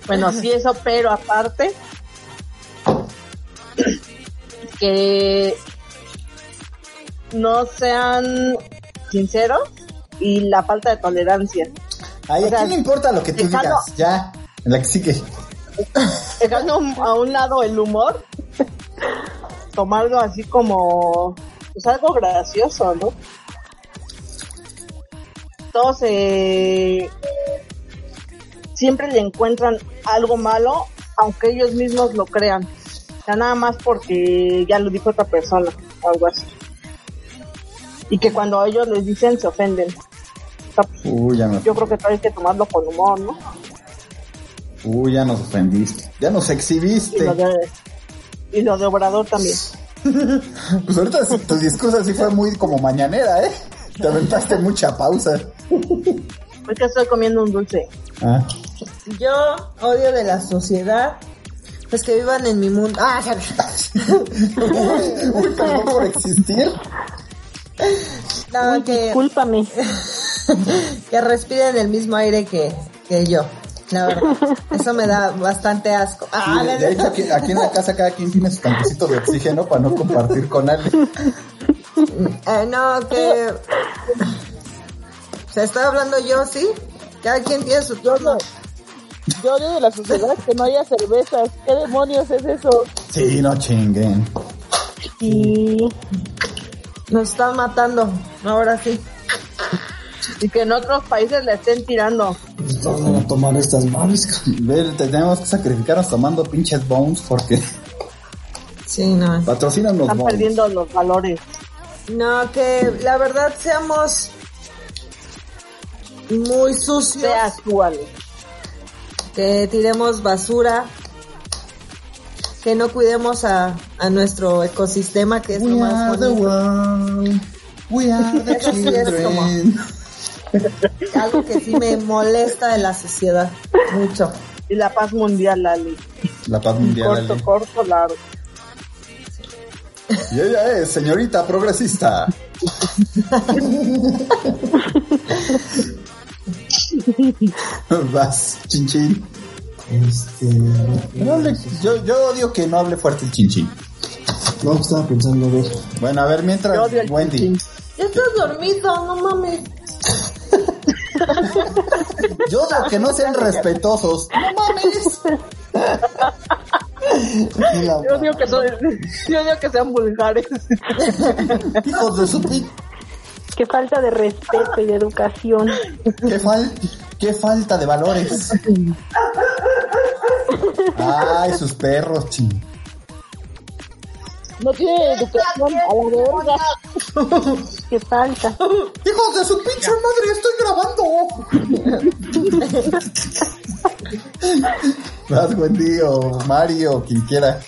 S6: Bueno, sí, eso, pero aparte, que no sean sinceros y la falta de tolerancia.
S13: Ay,
S6: O
S13: ¿a
S6: sea,
S13: quién le importa lo que tú
S6: dejando-
S13: digas? Ya, en la que sigue.
S6: Dejando a un lado el humor, tomarlo así como, pues algo gracioso, ¿no? Todos eh, siempre le encuentran algo malo, aunque ellos mismos lo crean. O sea, nada más porque ya lo dijo otra persona, o algo así. Y que cuando ellos les dicen se ofenden. O sea,
S13: Uy, ya me
S6: yo creo que tienes que tomarlo con humor, ¿no?
S13: Uy, ya nos ofendiste. Ya nos
S6: Y lo
S13: exhibiste.
S6: de, y lo de Obrador también.
S13: Pues ahorita sí, tu discurso sí fue muy como mañanera, ¿eh? Te aventaste mucha pausa.
S6: Porque estoy comiendo un dulce.
S13: Ah.
S11: Yo odio de la sociedad. Pues que vivan en mi mundo. Ah, ya-
S13: Uy, perdón por existir.
S15: Ah,
S11: No, que,
S33: Discúlpame.
S11: que respiren el mismo aire que, que yo. La verdad. Eso me da bastante asco. Ah,
S13: Sí,
S11: la-
S13: de, de hecho, aquí, aquí en la casa cada quien tiene su tanquecito de oxígeno para no compartir con alguien.
S11: Eh, no, que. Se está hablando yo, ¿sí? Cada quien tiene su turno.
S15: Yo odio de la sociedad que no haya cervezas. ¿Qué demonios es eso?
S13: Sí, no chinguen.
S11: Y. Nos están matando. Ahora sí.
S6: Y que en otros países le estén tirando.
S13: Pues Todos van a tomar estas manos. Ver, te tenemos que sacrificarnos tomando pinches bones porque
S11: Sí, no.
S13: patrocinan los
S6: Están
S13: bones.
S6: perdiendo los valores.
S11: No, que la verdad seamos muy sucios. Que tiremos basura. Que no cuidemos a, a nuestro ecosistema, que es lo
S13: We
S11: más
S13: are the
S11: bonito.
S13: world. We are the
S11: Eso sí es como-
S13: children.
S11: Algo que sí me molesta de la sociedad. Mucho.
S6: Y la paz mundial, Lali.
S13: La paz mundial.
S6: corto,
S13: Ale.
S6: corto, largo.
S13: Y ella es señorita progresista.
S23: Vas, chinchín. Este.
S13: No hable- yo, yo odio que no hable fuerte el chinchín.
S23: No, pues, estaba pensando, a ver.
S13: Bueno, a ver, mientras.
S23: Yo odio al
S13: Wendy.
S11: Ya estás dormido, no mames.
S13: Yo digo que no sean respetuosos.
S11: No mames.
S6: Yo digo que, no- yo digo que sean vulgares.
S23: Hijos de su
S33: Qué falta de respeto y de educación.
S13: Qué, fal- qué falta de valores. Ay, sus perros, ching.
S33: No tiene educación a la verga. Qué falta.
S23: ¡Hijos de su pinche madre! ¡Estoy grabando!
S13: Vas, Wendy, o Mario, o quien quiera.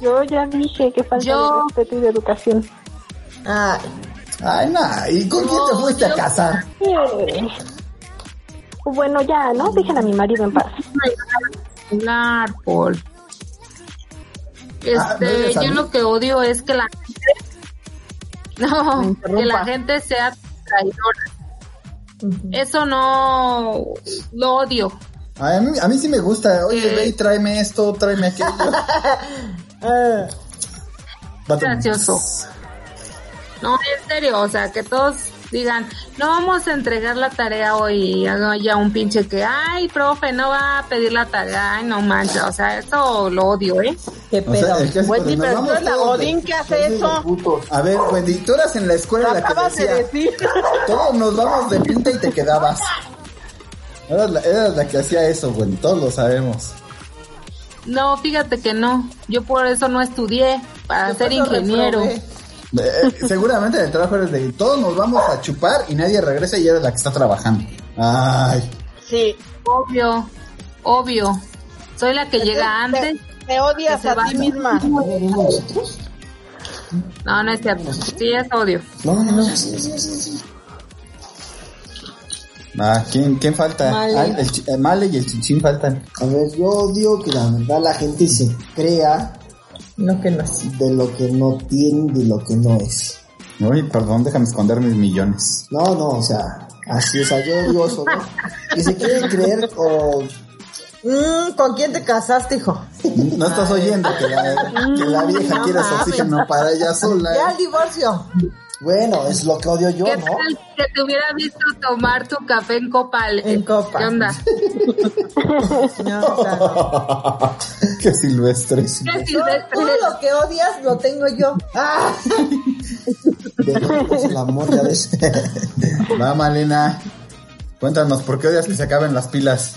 S33: Yo ya dije que falta de respeto y de educación.
S11: Ah,
S13: Ay, nah, ¿y con quién te fuiste a casar?
S33: Eh. Bueno, ya, ¿no? Dejen a mi marido en paz.
S16: Hablar, Paul.
S33: Ah, ¿me
S16: Este,
S33: oyes a
S16: yo
S33: mí?
S16: lo que odio es que la
S33: Me
S16: no,
S33: interrumpa.
S16: que la gente sea traidora. Eso no lo odio.
S13: Ay, a, mí, a mí sí me gusta. Oye, ve y tráeme esto, tráeme aquello. Vato.
S16: gracioso. No, en serio, o sea, que todos digan, no vamos a entregar la tarea hoy y haga ya un pinche que, ay, profe, no va a pedir la tarea, ay, no manches, o sea, eso lo odio, ¿eh?
S11: Qué
S13: O sea, es que así
S6: Wendy,
S13: cuando nos
S6: pero
S13: vamos
S6: pues tú eres la
S13: todos de-
S6: Godín que hace eso.
S13: A ver, Wendy, tú eras en la escuela la que
S6: Acabas de
S13: decía,
S6: decir.
S13: todos nos vamos de pinta y te quedabas. Eras la, eras la que hacía eso, Wendy, todos lo sabemos.
S16: No, fíjate que no, yo por eso no estudié, para ser ingeniero.
S13: Eh, seguramente en el trabajo eres de todos nos vamos a chupar y nadie regresa y eres la que está trabajando. Ay,
S6: Sí.
S16: Obvio, obvio. Soy la que llega antes.
S6: Te odias
S16: que se
S6: a ti
S16: vaya.
S6: misma.
S16: No, no es cierto. Sí, es odio.
S23: No, no, no.
S13: ah, ¿quién, ¿quién falta?
S23: Male.
S13: Ah, el chi- eh, Male y el chinchín faltan.
S23: A ver, yo odio que la verdad la gente se crea
S11: no que no.
S23: de lo que no tiene, de lo que no es.
S13: Uy, perdón, déjame esconder mis millones.
S23: No, no, o sea, así, o sea, yo digo eso, ¿no? Que se quieren creer o...
S11: Mm, ¿Con quién te casaste, hijo?
S13: No estás oyendo que la, que la vieja
S11: No
S13: quiere su
S11: mames.
S13: oxígeno para ella sola. ¿eh?
S11: Ya el divorcio.
S23: Bueno, es lo que odio yo,
S16: ¿Qué
S23: ¿no?
S16: tal que te hubiera visto tomar tu café en copal? En
S11: copa.
S16: ¿Qué onda?
S13: Qué silvestre.
S11: Todo, todo lo que odias lo tengo yo. Ah,
S23: Pues el amor, ya ves.
S13: Va, Malena. Cuéntanos, ¿por qué odias que se acaben las pilas?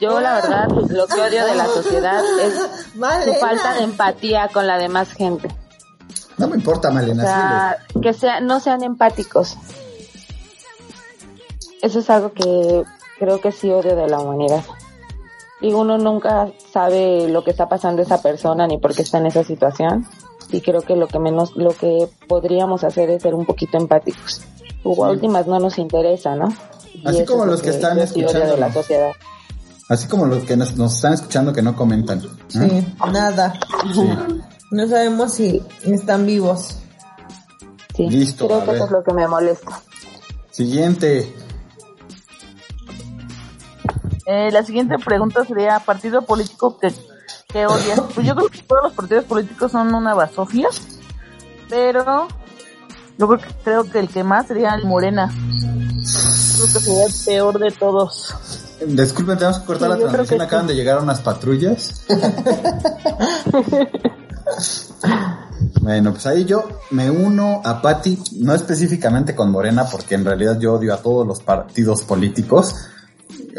S5: Yo la verdad lo que odio de la sociedad es
S11: Malena.
S5: su falta de empatía con la demás gente.
S13: No me importa,
S5: O
S13: Malena.
S5: sea, que sea, no sean empáticos. Eso es algo que creo que sí odio de la humanidad. Y uno nunca sabe lo que está pasando esa persona ni por qué está en esa situación. Y creo que lo que menos, lo que podríamos hacer es ser un poquito empáticos. O a últimas no nos interesa, ¿no? Y
S13: Así
S5: eso
S13: como
S5: es lo
S13: los que están
S5: yo sí odio de la
S13: escuchándonos.
S5: sociedad.
S13: dile. Así como los que nos, nos están escuchando que no comentan. ¿no?
S11: sí, nada.
S13: Sí.
S11: No sabemos si están vivos.
S5: Sí,
S13: Listo,
S5: creo
S13: a
S5: que
S13: ver.
S5: eso es lo que me molesta.
S13: Siguiente.
S1: Eh, la siguiente pregunta sería, ¿partido político que, que odias? Pues yo creo que todos los partidos políticos son una basofia, pero yo creo que, creo que el que más sería el Morena. Creo que sería el peor de todos.
S13: Disculpen, tenemos que cortar
S1: Sí,
S13: la
S1: yo creo
S13: transmisión.
S1: que
S13: Acaban
S1: sí.
S13: de llegar unas patrullas. bueno, pues ahí yo me uno a Patti, no específicamente con Morena, porque en realidad yo odio a todos los partidos políticos.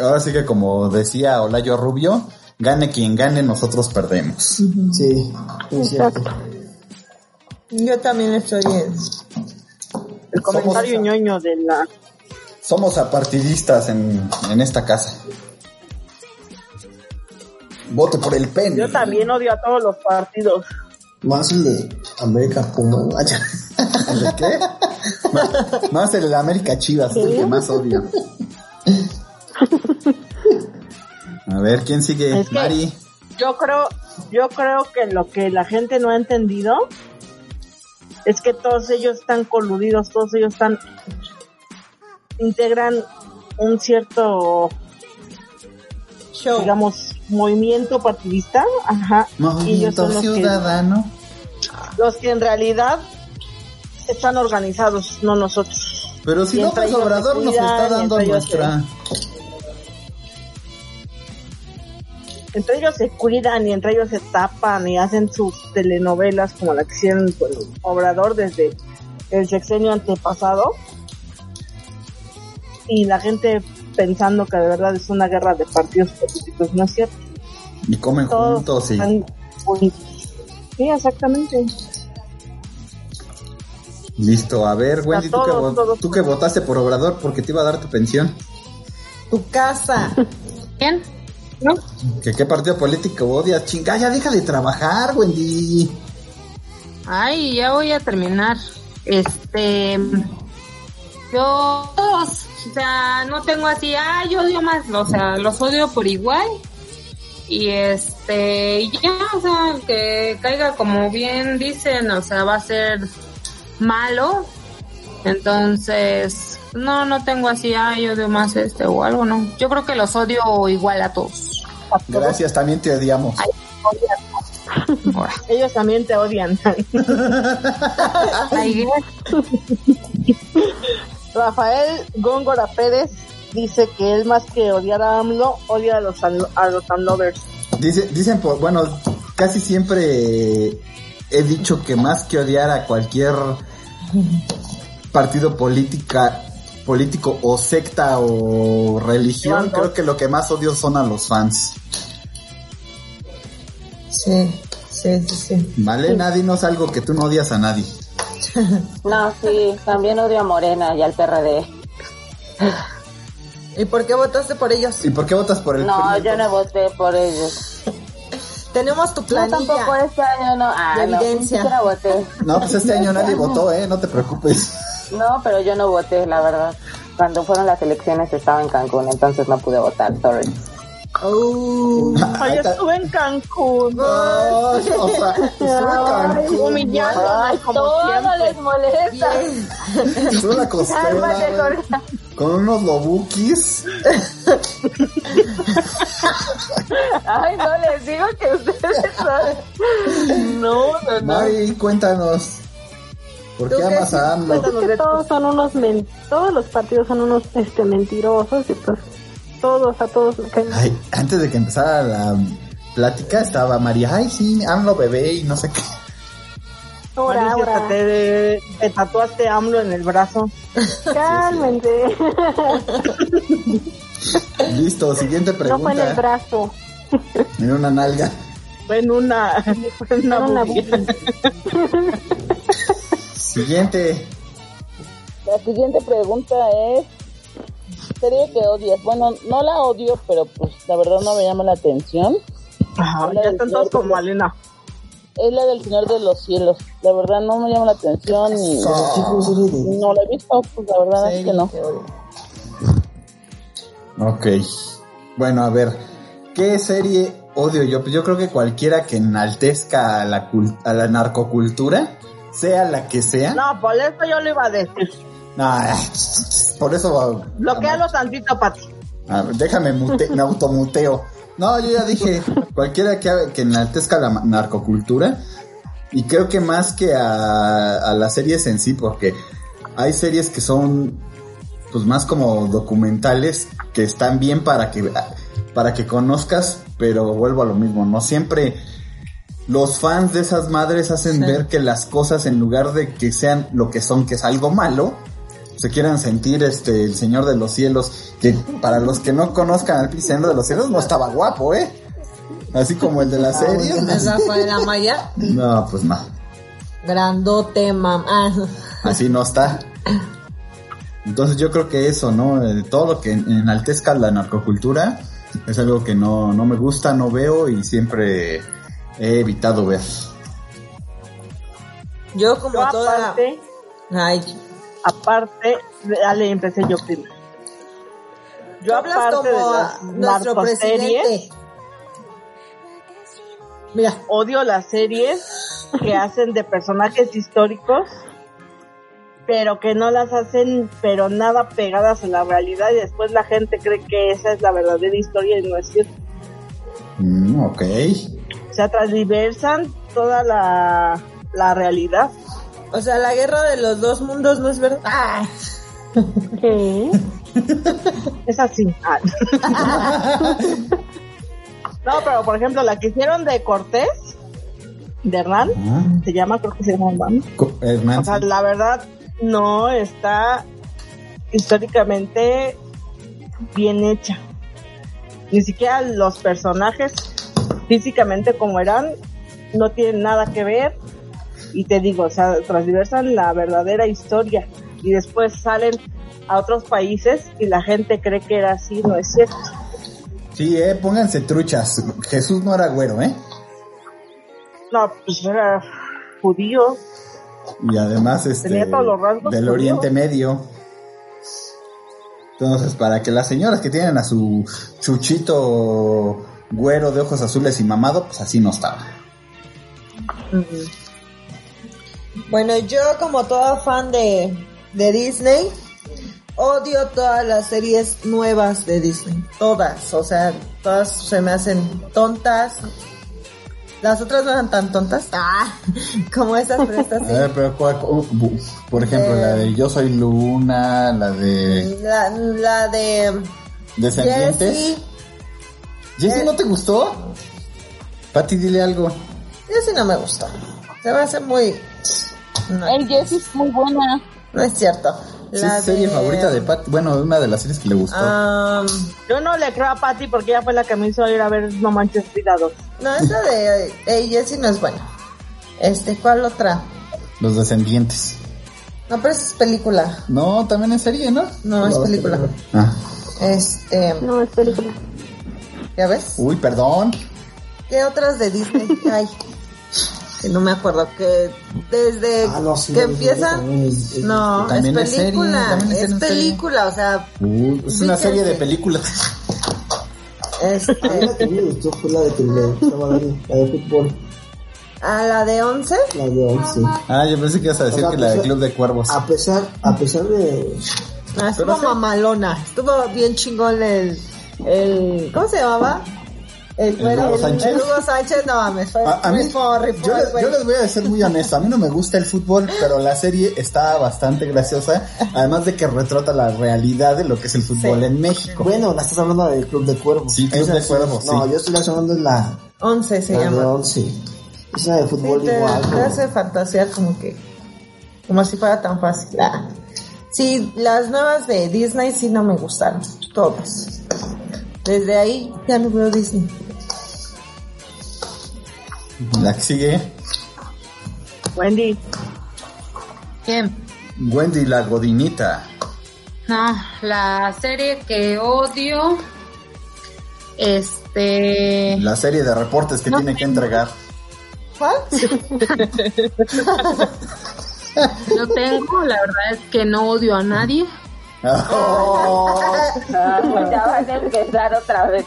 S13: Ahora sí que, como decía Olayo Rubio, gane quien gane, nosotros perdemos.
S23: Sí, es cierto.
S11: Yo también estoy en.
S13: El
S6: Comentario ñoño de la.
S13: Somos apartidistas en, en esta casa. Vote por el PEN.
S6: Yo también odio a todos los partidos.
S23: Más el de América Puma. Ah, ya.
S13: ¿El de qué? Más, más el de la América Chivas, el que más odio. A ver, ¿quién sigue?
S6: Es que-
S13: Mari.
S6: Yo creo, yo creo que lo que la gente no ha entendido es que todos ellos están coludidos, todos ellos están integran un cierto digamos movimiento partidista, ajá, y ellos
S11: Movimiento
S6: son los que,
S11: Ciudadano.
S6: los que en realidad están organizados, no nosotros.
S13: Pero si
S6: Y
S13: no,
S6: entre
S13: pues
S6: ellos
S13: Obrador
S6: se
S13: nos
S6: cuidan,
S13: está
S6: y
S13: dando
S6: entre ellos
S13: nuestra.
S6: se- entre ellos se cuidan y entre ellos se tapan y hacen sus telenovelas como la que hicieron con Obrador desde el sexenio antepasado. Y la gente pensando que de verdad es una guerra de partidos políticos, no es cierto.
S13: Y comen
S6: Todos
S13: juntos y.
S6: están unidos. Sí, exactamente.
S13: Listo, a ver, Wendy, tú, que,
S11: todos,
S13: vo-
S11: todos.
S13: tú que votaste por Obrador porque te iba a dar tu pensión.
S11: Tu casa.
S24: ¿Quién?
S13: ¿Que ¿Qué partido político odias? Chinga, ya deja de trabajar, Wendy.
S16: Ay, ya voy a terminar. Este. Yo. Todos. O sea, no tengo así. Ah, yo odio más. O sea, los odio por igual. Y este. y Ya, o sea, el que caiga como bien dicen. O sea, va a ser malo. Entonces. No, no tengo así. Ah, yo odio más este o algo, ¿no? Yo creo que los odio igual a todos.
S13: Gracias, también te odiamos.
S6: Ellos también te odian. Rafael Góngora Pérez dice que él más que odiar a AMLO, odia a los, AMLO- a los AMLovers.
S13: Dice, dicen, por, bueno, casi siempre he dicho que más que odiar a cualquier partido política, político o secta o religión, creo que lo que más odio son a los fans.
S11: Sí, sí, sí, sí.
S13: ¿Vale? Nadie no es algo que tú no odias a nadie.
S5: No, sí, también odio a Morena y al PRD.
S11: ¿Y por qué votaste por ellos?
S13: ¿Y por qué votas por el
S5: No,
S13: PRI?
S5: yo no voté por ellos.
S11: Tenemos tu
S5: planilla. Yo tampoco
S4: ¿eh?
S5: este año no. Ah,
S11: De
S5: no, ni
S11: evidencia.
S5: siquiera voté.
S13: No, pues este año nadie votó, ¿eh? No te preocupes.
S5: No, pero yo no voté, la verdad. Cuando fueron las elecciones estaba en Cancún, entonces no pude votar, sorry.
S11: Oh.
S6: Ay, estuve en Cancún.
S13: o sea, estuve en
S6: Ay,
S13: Cancún.
S6: humillándonos
S5: Ay,
S6: como
S5: todo
S6: siempre.
S5: les molesta.
S13: Es una costera,
S5: Cálmate,
S13: güey. Con unos lobukis.
S5: Ay, no les digo que ustedes son. No, no, no.
S13: Mari, cuéntanos. ¿Por qué amas a AMLO?
S33: Pues es que todos son unos men- todos los partidos son unos este mentirosos y pues todos a todos me caen mal.
S13: Ay, antes de que empezara la plática estaba María, ay sí, AMLO bebé y no sé qué.
S33: Ahora,
S6: Mauricio,
S33: ahora.
S6: Te, te tatuaste AMLO en el brazo.
S33: Cálmense.
S13: Listo, siguiente
S33: No fue en el
S13: pregunta.
S33: brazo.
S13: En, una nalga.
S6: Fue en una. Fue en
S33: Era
S6: una
S33: una
S6: boobie.
S13: Siguiente.
S4: La siguiente pregunta es, serie que odias. Bueno, no la odio, pero pues la verdad no me llama la atención.
S6: Ajá, ya están todos como Malena.
S4: Es la del Señor de los Cielos. La verdad no me llama la atención y
S13: Oh.
S4: no la he visto, pues la verdad es que no.
S13: Ok. Bueno, a ver, ¿qué serie odio yo? Pues yo creo que cualquiera que enaltezca a la, cul- a la narcocultura, sea la que sea.
S6: No, por eso yo lo iba a decir.
S13: Ah, por eso
S6: Bloquealo tantito, Pati.
S13: A ver, Ah, déjame, mute, me automuteo. No, yo ya dije, cualquiera que, que enaltezca la ma- narcocultura, y creo que más que a, a las series en sí, porque hay series que son pues más como documentales que están bien para que para que conozcas, pero vuelvo a lo mismo, no siempre los fans de esas madres hacen ver que las cosas en lugar de que sean lo que son, que es algo malo, se quieran sentir este el señor de los cielos, que para los que no conozcan al señor de los cielos no estaba guapo, ¿eh? Así como el de la serie.
S11: Es Rafael Amaya.
S13: No, pues no.
S11: Grandote, mamá.
S13: Así no está. Entonces yo creo que eso, ¿no? Eh, Todo lo que en- enaltezca la narcocultura es algo que no, no me gusta, no veo y siempre he evitado ver.
S11: Yo como
S6: Yo
S11: toda...
S6: aparte,
S11: Ay,
S6: aparte, dale, empecé yo primero.
S11: Yo hablas
S6: aparte
S11: como
S6: de
S11: a
S6: las
S11: nuestro
S6: narcoseries,
S11: presidente. Mira,
S6: odio las series que hacen de personajes históricos, pero que no las hacen, pero nada pegadas a la realidad y después la gente cree que esa es la verdadera historia y no es cierto.
S13: Mm, ok.
S6: O sea, transversan toda la, la realidad.
S11: O sea, la guerra de los dos mundos no es verdad. ¡Ah!
S6: ¿Qué? Es así. Ah. no, pero por ejemplo, la que hicieron de Cortés, de Hernán,
S13: Ah.
S6: se llama, creo que se llama Hernán.
S13: Co- Hernán,
S6: O sea, la verdad no está históricamente bien hecha. Ni siquiera los personajes físicamente como eran no tienen nada que ver. Y te digo, o sea, transversan la verdadera historia y después salen a otros países y la gente cree que era así, no es cierto.
S13: Sí, eh, pónganse truchas. Jesús no era güero, ¿eh?
S6: No, pues era judío.
S13: Y además, este.
S6: Tenía todos los rasgos
S13: Del
S6: judíos.
S13: Oriente Medio. Entonces, para que las señoras que tienen a su chuchito güero de ojos azules y mamado, pues así no estaba.
S11: Bueno, yo como toda fan de, de Disney, odio todas las series nuevas de Disney. Todas, o sea, todas se me hacen tontas. Las otras no eran tan tontas. Ah, como esas, pero estas
S13: A
S11: sí.
S13: ver, pero ¿cuál- cu- bu- por ejemplo, la de Yo soy Luna, la de
S11: Eh, La, la de
S13: Descendientes.
S11: Jessie. Eh,
S13: ¿Jessie no te gustó? Pati, dile algo.
S11: Jessie no me gustó. Se va a hacer muy... El Jessie es muy buena. No es cierto.
S13: Sí, es serie favorita de Pati. Bueno, una de las series que le gustó.
S11: Ah.
S6: Yo no le creo a Patty porque ella fue la que me hizo ir a ver No Manches Frida 2.
S11: No, esa de Hey Jessie no es buena. Este, ¿cuál otra?
S13: Los Descendientes.
S11: No, pero esa es película.
S13: No, también es serie, ¿no?
S11: No, es
S13: No,
S11: película.
S13: Ah.
S11: Este. No, es película. ¿Ya ves?
S13: Uy, perdón.
S11: ¿Qué otras de Disney hay? Que no me acuerdo. Que desde
S13: Ah,
S11: que empiezan. No, es
S13: También es serie,
S11: película.
S13: también es
S11: Es,
S13: serie, es serie.
S11: película, o sea.
S13: Uy, es una
S11: Dicen
S13: serie de
S11: que-
S13: películas.
S11: Este,
S23: A mí la que me gustó fue la de que me gustaba la de la de fútbol,
S11: a Ah, la de 11.
S23: la de once.
S13: Ah, yo pensé que ibas a decir
S23: O sea,
S13: que la de
S23: pues,
S13: Club de Cuervos.
S23: A pesar, a pesar de...
S11: Ah, estuvo mamalona. Estuvo bien chingón el. el ¿Cómo se llamaba? El, güero-
S13: Hugo Sánchez.
S11: el Hugo Sánchez, no mames.
S23: Ah,
S11: Fue,
S13: A, a mí,
S11: rifó, rifó
S13: yo,
S11: el
S13: les,
S11: güey.
S13: yo les voy a ser muy honesto, a mí no me gusta el fútbol, pero la serie está bastante graciosa, además de que retrata la realidad de lo que es el fútbol en México.
S23: Bueno, la estás hablando del Club de Cuervos.
S13: Sí, Club
S23: Esa
S13: de Cuervos,
S23: No,
S13: sí.
S23: yo estoy hablando de la,
S11: 11 se
S23: la de
S11: llama.
S23: once. Es la de
S11: Sí,
S23: fútbol
S11: te,
S23: igual.
S11: te hace fantasear como que. Como si fuera tan fácil. Ah. Sí, las nuevas de Disney sí no me gustaron. Todas. Desde ahí ya no veo Disney.
S13: La que sigue,
S6: Wendy.
S16: ¿Quién?
S13: Wendy la Godinita.
S16: No, la serie que odio. Este.
S13: La serie de reportes que
S16: No
S13: tiene que entregar.
S16: No tengo, la verdad es que no odio a nadie.
S13: Ah.
S5: Ya van a empezar otra vez.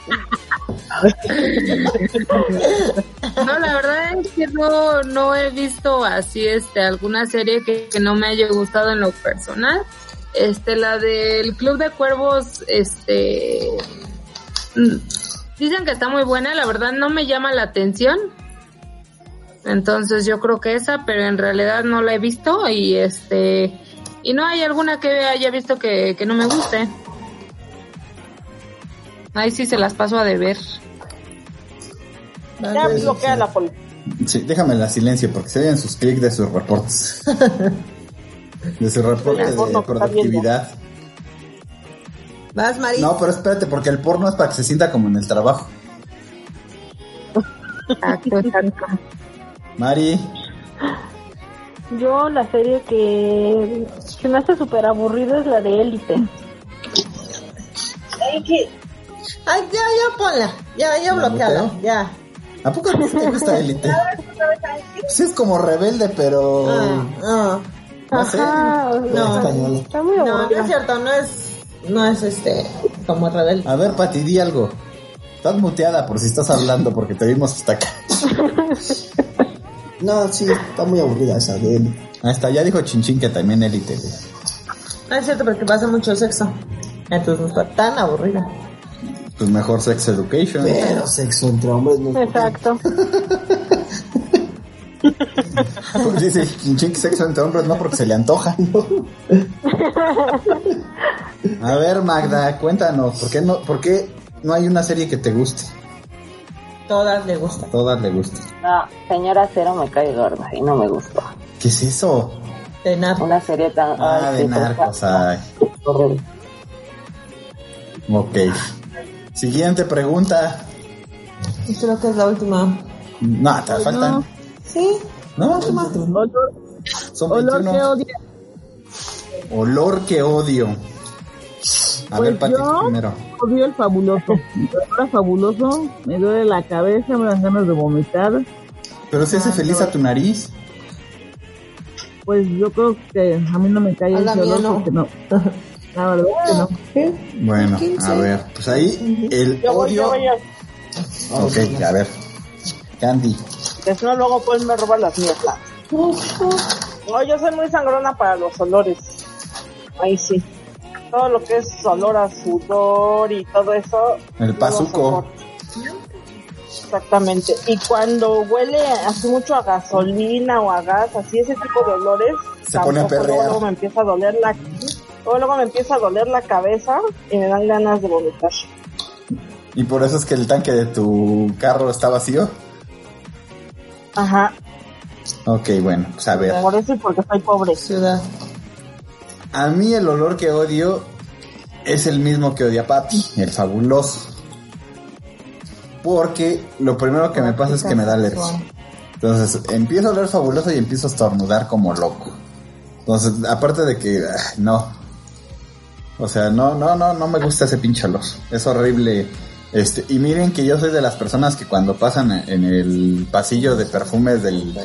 S16: No, la verdad es que no, no he visto así este alguna serie que, que no me haya gustado en lo personal. Este, la del Club de Cuervos, este mm, dicen que está muy buena, la verdad no me llama la atención. Entonces yo creo que esa, pero en realidad no la he visto y este y no hay alguna que haya visto que, que no me guste. Ahí sí se las paso a deber.
S6: Ya bloquea la policía.
S13: Sí, déjame la silencio porque se oyen sus clics de sus reportes. De su reporte
S11: Mira, porno
S13: de
S11: que está viendo.
S13: productividad.
S11: Vas, Mari.
S13: No, pero espérate, porque el porno es para que se sienta como en el trabajo. Mari,
S33: Yo la serie que se me hace súper aburrida es la de Élite.
S11: Ay, ya, ya ponla. Ya, ya bloqueala.
S13: boteo?
S11: Ya.
S13: ¿a poco no te gusta Élite? Pues es como rebelde, pero...
S11: Ah,
S13: No sé.
S11: no,
S13: español.
S11: está muy no, no es cierto, no es, no es este, como rebelde.
S13: A ver, Pati, di algo. Estás muteada por si estás hablando porque te vimos hasta acá.
S23: No, sí, está muy aburrida esa de élite.
S13: Hasta ya dijo Chinchín que también élite. güey.
S11: No Ah, es cierto, porque pasa mucho sexo. Entonces no está tan aburrida.
S13: Pues mejor Sex Education.
S23: Pero sexo entre hombres no.
S24: Exacto.
S13: Porque dice Chinchín que sexo entre hombres no porque se le antoja. ¿no? A ver, Magda, cuéntanos, ¿por qué no, por qué no hay una serie que te guste?
S11: Todas le gustan.
S13: A todas le gusta.
S5: No, señora Cero me cae gorda y no me gustó.
S13: ¿Qué es eso?
S11: De narco.
S5: Una serie tan.
S13: Ah,
S5: ay,
S13: de
S5: sí, tan-
S13: narcos, ay.
S5: horrible.
S13: Ok. Siguiente pregunta.
S11: Y creo que es la última.
S13: No, te faltan.
S11: Sí.
S13: No,
S43: Olor,
S13: son
S43: olor
S13: 21.
S43: que odia.
S13: Olor que odio. A ver,
S43: Pues
S13: Pati,
S43: yo
S13: primero.
S43: odio el fabuloso. Ahora fabuloso, me duele la cabeza, me dan ganas de vomitar.
S13: Pero si hace feliz a tu nariz.
S43: Pues yo creo que a mí no me cae
S11: A la
S43: ese
S11: mía
S43: olor
S11: no. Ah,
S43: porque no. La verdad que no.
S13: Bueno, a
S43: 15.
S13: ver, pues ahí el
S6: Yo voy, yo
S13: odio.
S6: voy, yo.
S13: Ok, a ver. Candy.
S6: Que si no, luego pues me roban las mías. No, yo soy muy sangrona para los olores. Ahí sí. Todo lo que es olor a sudor y todo eso.
S13: El pazuco.
S6: Exactamente. Y cuando huele así mucho a gasolina o a gas, así ese tipo de olores,
S13: Se pone a
S6: tampoco.
S13: perrear.
S6: Luego, luego me empieza a doler la luego, luego me empieza a doler la cabeza y me dan ganas de vomitar.
S13: Y por eso es que el tanque de tu carro está vacío.
S6: Ajá.
S13: Ok, bueno, pues a ver.
S6: Por eso y porque soy pobre.
S11: Ciudad.
S13: A mí el olor que odio es el mismo que odia Patty, el fabuloso. Porque lo primero que me pasa es que me da alergia. Entonces empiezo a oler fabuloso y empiezo a estornudar como loco. Entonces, aparte de que, ah, no. O sea, no, no, no, no me gusta ese pinche olor. Es horrible. Este, y miren que yo soy de las personas que cuando pasan en el pasillo de perfumes del,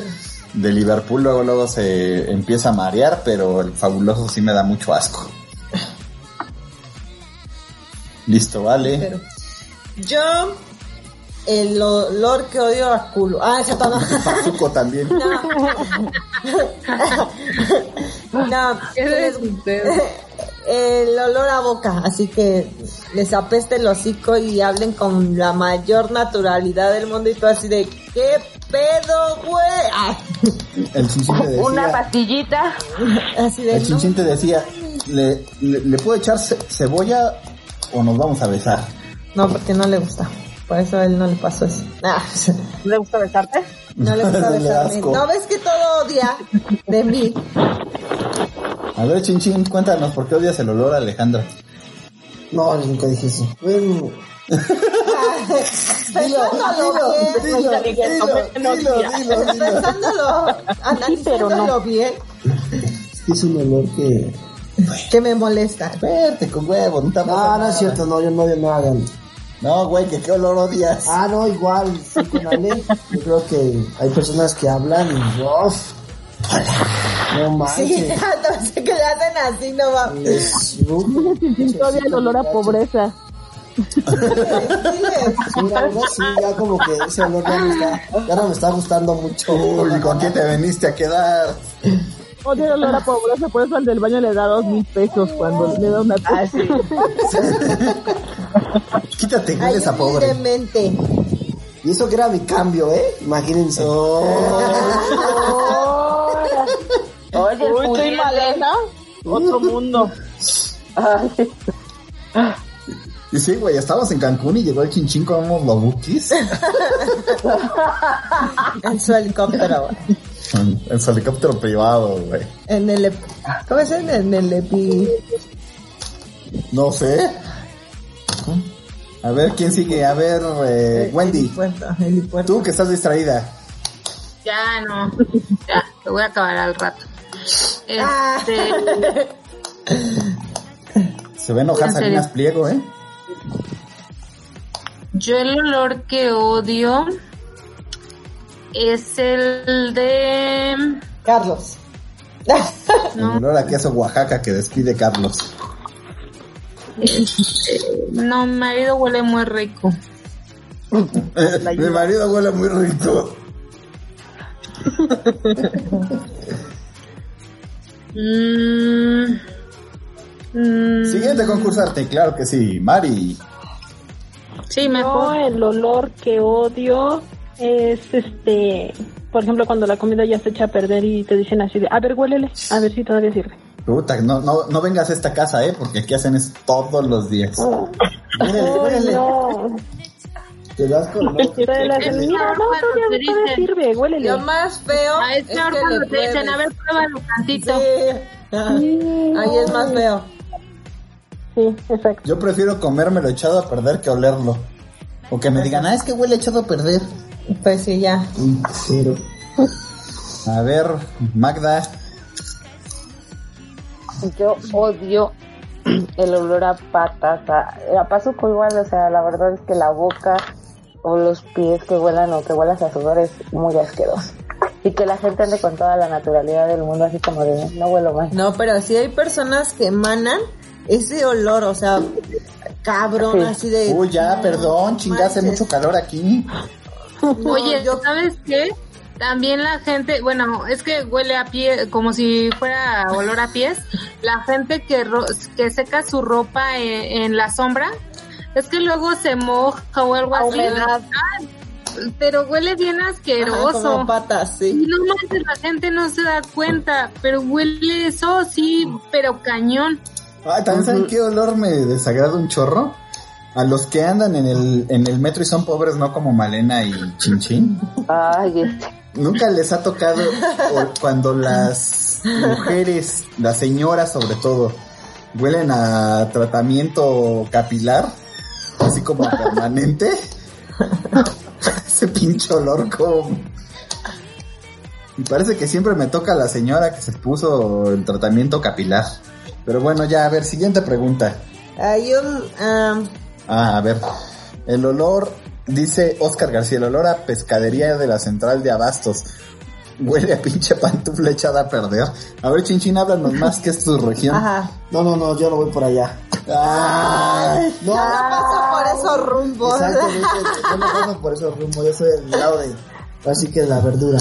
S13: de Liverpool luego luego se empieza a marear, pero el fabuloso sí me da mucho asco. Listo, vale.
S11: Pero- Yo, el olor que odio a culo. Ah, ese todo.
S13: Pazuco también.
S11: No, les- el olor a boca, así que les apeste el hocico y hablen con la mayor naturalidad del mundo y todo así de qué pedo, güey. Ah, Ay,
S13: El chinchín te decía,
S5: Una pastillita.
S11: así de
S13: el chinchín te decía, ¿le, le, le puedo echar ce- cebolla o nos vamos a besar?
S11: no, porque no le gusta. Por eso a él no le pasó eso. Ah,
S6: ¿Le gusta besarte?
S11: no le gusta
S13: Le da
S11: besarme.
S13: asco.
S11: No ves que todo odia de mí.
S13: A ver, chinchín, cuéntanos por qué odias el olor, Alejandra.
S23: No, nunca dije eso. Bueno,
S11: Pensándolo bien.
S6: Nunca dije eso, menos día.
S11: Pensándolo, analizándolo bien,
S23: es que es un olor que.
S11: que me molesta.
S13: Verte con huevos, no te pasa
S23: No, Ah, no
S13: nada.
S23: es cierto, no, yo no odio nada. Gandhi.
S13: No, güey, que qué olor odias.
S23: Ah, no, igual, sí, con Ale. Yo creo que hay personas que hablan y. ¡Uf! No
S11: Sí,
S23: manches.
S11: entonces que le hacen así, no va.
S23: Es un-
S43: Odia el olor a pobreza.
S23: Sí, la verdad, sí, ya como que ese olor ya, me está, ya no me está gustando mucho.
S13: Uy, ¿con quién te veniste a quedar?
S43: Odia el olor a pobreza, por eso al del baño le da dos mil pesos cuando le da una
S33: Ah,
S43: taza.
S13: Quítate, hueles a pobre.
S11: Ayúdenmente.
S23: Y eso que era mi cambio, ¿eh? Imagínense.
S13: Oh.
S5: Oye, el
S6: Uy, soy
S5: pudiente.
S6: Malena. Otro mundo.
S5: Ay,
S13: Y sí, güey, estábamos en Cancún y llegó el chinchín con unos babuquis
S11: En su helicóptero, güey.
S13: en en su helicóptero privado, güey.
S11: en el ep- ¿Cómo es en, en el epi?
S13: No sé. A ver, ¿quién sigue? A ver, eh, Wendy.
S11: Bueno, el
S13: Tú que estás distraída.
S16: Ya no, ya, lo voy a acabar al rato. Este,
S11: Ah.
S13: Se ve enojar
S16: En serio.
S13: Salinas Pliego, ¿eh?
S16: Yo el olor que odio es el de...
S11: Carlos.
S13: El olor a queso Oaxaca que despide Carlos.
S16: No, mi marido huele muy rico.
S13: Mi marido huele muy rico.
S16: Mm,
S13: Siguiente concursante, claro que sí, Mari.
S16: Sí, mejor.
S33: Yo el olor que odio es este, por ejemplo, cuando la comida ya se echa a perder y te dicen así de, a ver, huélele, a ver si todavía sirve.
S13: Puta, no, no, no vengas a esta casa, ¿eh? Porque aquí hacen es todos los días.
S5: Oh,
S13: Huélele, huélele.
S33: No,
S23: Te das con
S33: Pero las de, mira, no, todavía, todavía sirve, huélele.
S2: Lo más feo
S16: A
S2: es
S16: este hora
S2: que
S16: cuando
S2: le
S16: te dicen,
S2: pruebes.
S16: a ver, pruébalo tantito.
S11: ah,
S2: Ahí es más feo.
S33: Sí, exacto.
S13: Yo prefiero comérmelo echado a perder que olerlo. O que me digan, ah, es que huele echado a perder.
S11: Pues sí, ya.
S13: Cero. A ver, Magda.
S5: Yo odio el olor a patas. a- La paso por igual, o sea, la verdad es que la boca o los pies que huelan o que huelas a sudor es muy asqueroso. Y que la gente ande con toda la naturalidad del mundo, así como de no huelo mal.
S11: No, pero si hay personas que emanan ese olor, o sea, cabrón,
S13: Sí.
S11: así de.
S13: Uy, ya, perdón, chinga, hace mucho calor aquí.
S16: Oye, ¿sabes qué? También la gente, bueno, es que huele a pie, como si fuera olor a pies. La gente que, ro- que seca su ropa en, en la sombra, es que luego se moja o algo
S11: A
S16: así.
S11: humedad.
S16: Ay, pero huele bien asqueroso.
S11: Ajá, como patas, sí.
S16: Y No manches, la gente no se da cuenta, pero huele eso, sí, pero cañón.
S13: Ah, ¿también saben qué olor me desagrada un chorro? A los que andan en el, en el metro y son pobres, no como Malena y Chinchín.
S5: Ay, este.
S13: Nunca les ha tocado o- cuando las mujeres, las señoras sobre todo, huelen a tratamiento capilar, así como a permanente. Ese pinche olor como... Y parece que siempre me toca la señora que se puso el tratamiento capilar. Pero bueno, ya, a ver, siguiente pregunta.
S11: Hay un. am,
S13: Ah, a ver. El olor, dice Oscar García, el olor a pescadería de la central de abastos. Huele a pinche pantufla echada a perder. A ver, Chinchín, háblanos más que es tu región.
S11: Ajá.
S23: No, no, no, yo no voy por allá.
S13: Ay,
S23: no.
S11: Yo no paso por esos rumbos.
S23: Exactamente, yo no paso por esos rumos, yo soy del lado de... Así que la verdura.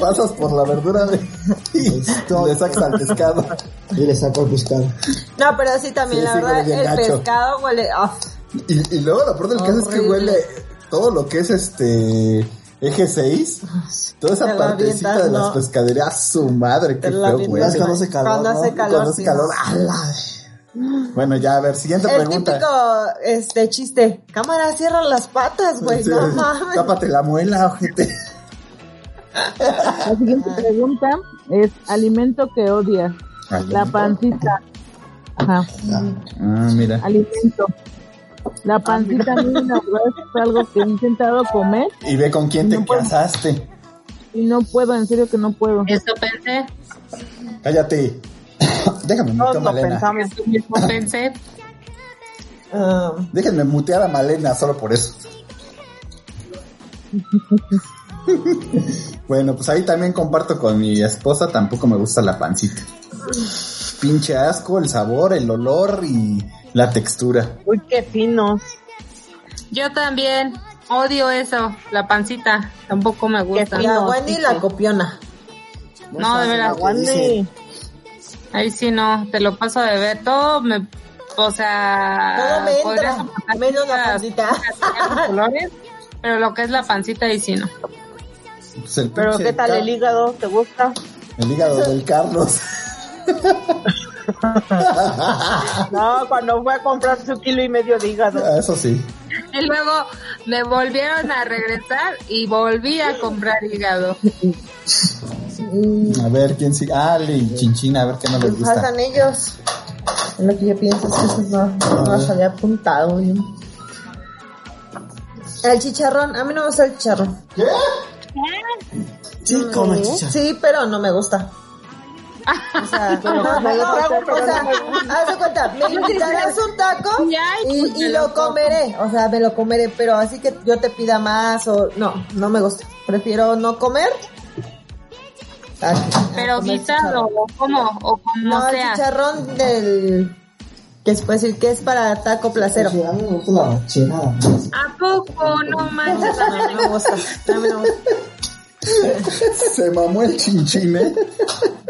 S13: Pasas por la verdura de- y le sacas al pescado.
S23: Y le saco el pescado.
S11: No, pero sí, también,
S13: Sí,
S11: la
S13: sí,
S11: verdad,
S13: huele bien
S11: el
S13: gacho.
S11: pescado huele. ah,
S13: Y, y luego lo peor del caso es que
S11: Horrible.
S13: huele todo lo que es este eje 6. Toda
S11: Ah, Te
S13: esa
S11: lo
S13: partecita
S11: avientas,
S13: de las
S11: no.
S13: pescaderías, su madre, qué
S11: Te lo
S13: feo
S11: avientas.
S13: huele.
S11: Cuando hace calor, Cuando ¿no? hace calor,
S13: Cuando hace
S11: sí.
S13: calor, a la- Bueno, ya, a ver, siguiente
S11: El
S13: pregunta.
S11: típico este chiste. Cámara, cierra las patas, güey.
S13: Sí,
S11: No mames.
S13: Tápate la muela, ojete.
S43: La siguiente
S11: ah.
S43: pregunta es alimento que odias. La
S13: ¿Alimento?
S43: pancita. Ajá.
S13: Ah, mira.
S43: Alimento. La pancita a mí, la verdad, es algo que he intentado comer
S13: Y ve con quién te casaste.
S43: y no puedo, en serio que no puedo.
S16: Eso pensé,
S13: Cállate. Déjame mutear a Malena.
S16: eso mismo pensé.
S6: Ah,
S13: Déjenme mutear a Malena solo por eso. bueno, pues ahí también comparto con mi esposa. Tampoco me gusta la pancita. Pinche asco, el sabor, el olor y la textura.
S6: Uy, qué finos.
S16: Yo también odio eso, la pancita, tampoco me gusta.
S11: La Wendy y la copiona.
S16: No, de veras. Ahí sí no, te lo paso de ver todo, me, o sea,
S11: Todo me
S16: podría
S11: entra,
S16: soportar
S11: menos Ah, pues, la
S16: las-
S11: pancita.
S16: los colores, pero lo que es la pancita ahí sí no.
S13: Pues el
S6: Pero
S13: pinche
S6: qué tal
S13: ca-
S6: el hígado, ¿te gusta?
S13: El hígado del Carlos.
S6: No, cuando fue a comprar su kilo y medio de hígado.
S13: Ah, Eso sí.
S16: Y luego me volvieron a regresar y volví a comprar hígado.
S13: A ver, ¿quién sigue? Ah, Ale y Chinchina, a ver qué no les gusta.
S11: Pasan ellos. Es Lo que yo pienso es que eso no, no los había apuntado bien. El chicharrón, a mí no me gusta el chicharrón.
S23: Sí, come chicharrón.
S11: Sí, pero no me gusta. O sea,
S23: Pero
S11: no,
S23: me lo
S11: no,
S23: trago,
S11: o
S23: pero
S11: sea,
S23: no me
S11: haz de cuenta, me
S23: Yo
S11: invitarás
S23: quisiera-
S11: un taco
S23: Sí, ay,
S11: y,
S23: pues,
S11: y
S23: me lo
S11: lo comeré, o sea, me lo comeré, pero así que yo te pida más o no, no me gusta. Prefiero no comer. a- a
S16: Pero
S11: comer
S16: guisado,
S11: chicharrón.
S16: o como, o como
S11: No, el
S16: sea.
S11: chicharrón del Que es, pues, el que es para taco placero.
S23: Sí, a mí me gusta la ranchera.
S16: ¿A poco? No manches, a mí me gusta. A mí no.
S13: Se mamó el chinchine.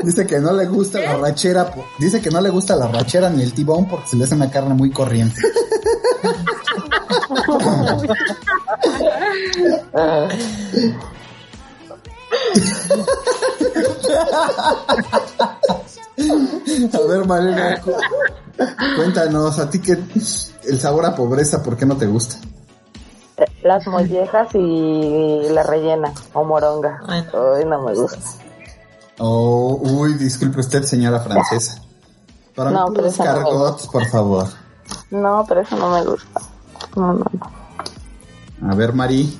S13: Dice que no le gusta la rachera. po- Dice que no le gusta la rachera ni el tibón porque se le hace una carne muy corriente. A ver, Malena, cu- cuéntanos, a ti que el sabor a pobreza, ¿por qué no te gusta?
S5: Las mollejas y la rellena o moronga. Ay, no me gusta.
S13: Oh, uy, disculpe usted, señora francesa. Para
S5: No,
S13: mí,
S5: pero
S13: puros
S5: esa no me
S13: cargots, por favor.
S5: No, pero eso no me gusta. No, no.
S13: A ver, Mari.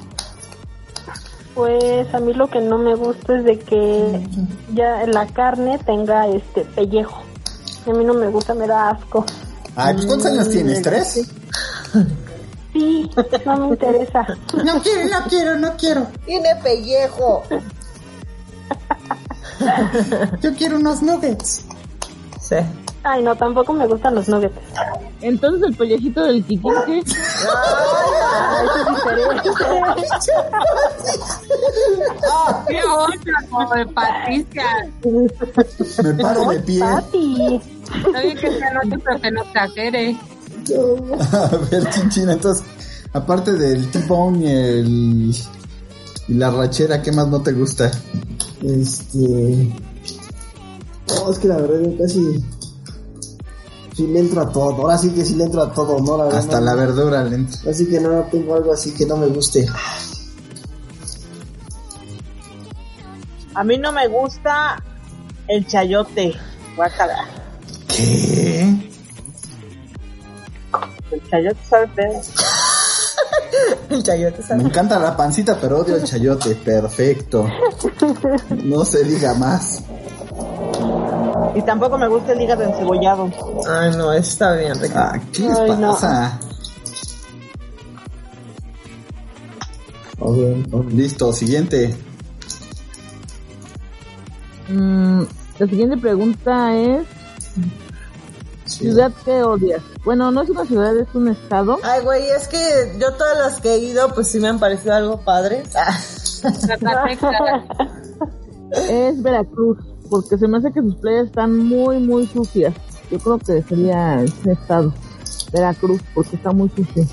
S33: Pues a mí lo que no me gusta es de que ya la carne tenga este pellejo. A mí no me gusta, me da asco.
S13: Ay, pues, ¿cuántos
S5: Mm,
S13: años tienes? ¿Tres?
S33: Sí, no me interesa.
S11: No quiero, no quiero, no quiero. Tiene pellejo.
S33: Yo quiero unos nuggets. Sí. Ay, no, tampoco me gustan los nuggets. Entonces el pellejito del Kiki.
S16: ¡Qué otra, pobre Patricia!
S13: Me paro de pie.
S33: ¡Pati!
S16: Está bien que sea noche, pero que no te ajere.
S13: A ver, chinchina, entonces, aparte del T-Bone y, el- y la rachera, ¿qué más no te gusta?
S23: Este. No, es que la verdad yo casi. Sí le entro a todo. Ahora sí que sí le entro a todo, ¿no? La verdad,
S13: Hasta
S23: no.
S13: la verdura le entra.
S23: Así que no, no tengo algo así que no me guste.
S6: A mí no me gusta el chayote. Guácala.
S13: ¿Qué?
S6: El chayote sabe feo.
S11: El chayote
S13: Me encanta la pancita, pero odio el chayote. Perfecto. No se diga más.
S6: Y tampoco me gusta el hígado encebollado.
S11: Ay, no, está bien
S23: Ah.
S11: rico.
S13: ¿Qué les
S6: Ay, no.
S13: pasa? Listo, siguiente.
S43: Mm, la siguiente pregunta es... ¿Ciudad que odias? Bueno, no es una ciudad, es un estado.
S11: Ay, güey, es que yo todas las que he ido, pues sí me han parecido algo padres.
S23: Ah,
S43: es Veracruz, porque se me hace que sus playas están muy, muy sucias. Yo creo que sería ese estado, Veracruz, porque está muy sucio.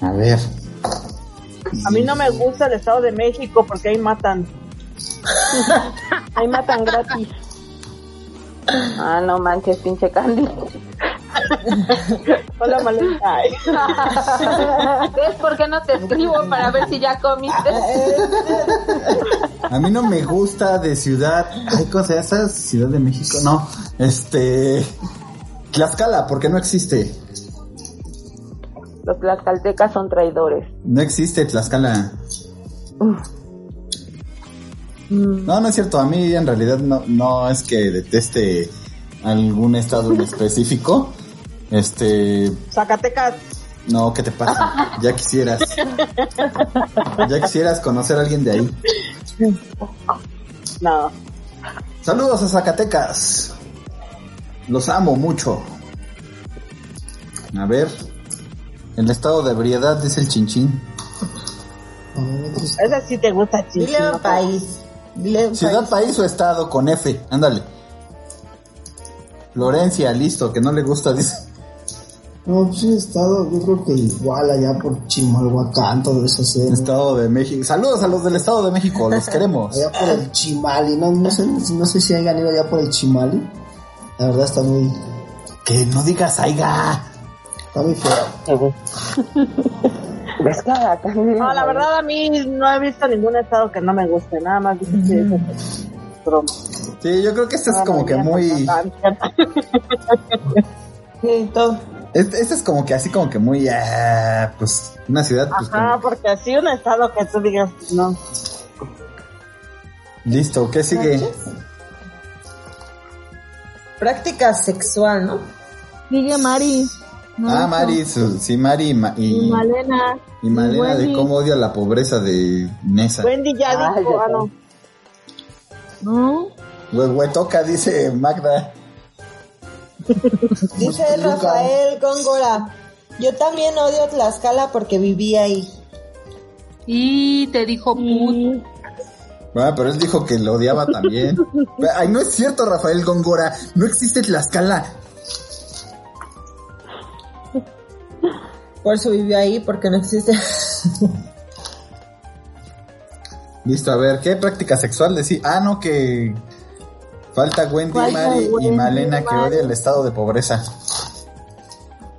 S13: A ver.
S6: A mí no me gusta el Estado de México porque ahí matan.
S33: ahí matan gratis.
S5: Ah, no manches, pinche Candy.
S6: Hola, maleta.
S5: ¿Ves por qué no te escribo para ver si ya comiste?
S11: Ah,
S13: A mí no me gusta de ciudad. Hay cosas esas, Ciudad de México. No, este. Tlaxcala, porque no existe.
S5: Los tlaxcaltecas son traidores.
S13: No existe Tlaxcala. No, no es cierto. A mí en realidad no, no es que deteste algún estado en específico. Este,
S6: Zacatecas.
S13: no, ¿qué te pasa? Ya quisieras, ya quisieras conocer a alguien de ahí.
S6: No.
S13: Saludos a Zacatecas. Los amo mucho. A ver, el estado de ebriedad dice el chinchín.
S23: pues,
S6: Esa sí te gusta, chichi.
S11: Dile un país. Dile un
S13: Ciudad, país o estado con F, ándale. Florencia, listo, que no le gusta, dice.
S23: No, pues he estado, yo creo que igual allá por Chimalhuacán, todo eso sí.
S13: Estado de México. Saludos a los del Estado de México, los queremos.
S23: Allá por el Chimali, no, no sé, no sé si hayan ido allá por el Chimali. La verdad está muy.
S13: Que no digas aiga.
S23: Está muy feo.
S6: No, la verdad a mí no he visto ningún estado que no me guste, nada más dice que es el- broma.
S13: Sí, yo creo que este es
S6: Ah,
S13: como que muy.
S6: Sí, todo.
S13: Este, este es como que así, como que muy. ah, pues una ciudad. pues,
S6: Ajá, porque así un estado que tú digas, no.
S13: como- Listo, ¿qué sigue?
S11: Práctica sexual, ¿no?
S43: Sigue Mari.
S13: Ah, Mari, su- sí, Mari y, Ma- y,
S43: Y Malena.
S13: y Malena de
S43: Wendy.
S13: cómo odia la pobreza de Nesa.
S6: Wendy ya dijo, ah, no.
S43: No.
S13: Pues, Huehuetoca, dice Magda.
S11: Dice
S23: Luca.
S11: Rafael Góngora. Yo también odio Tlaxcala porque viví ahí.
S16: Y te dijo puto.
S13: Ah, pero él dijo que lo odiaba también. Ay, no es cierto, Rafael Góngora. No existe Tlaxcala.
S11: Por eso vivió ahí, porque no existe.
S13: Listo, a ver, ¿qué práctica sexual decía? Ah, no, que falta Wendy,
S16: Falta
S13: Mari y
S16: Wendy,
S13: Malena que
S16: Mari.
S13: odia el estado de pobreza.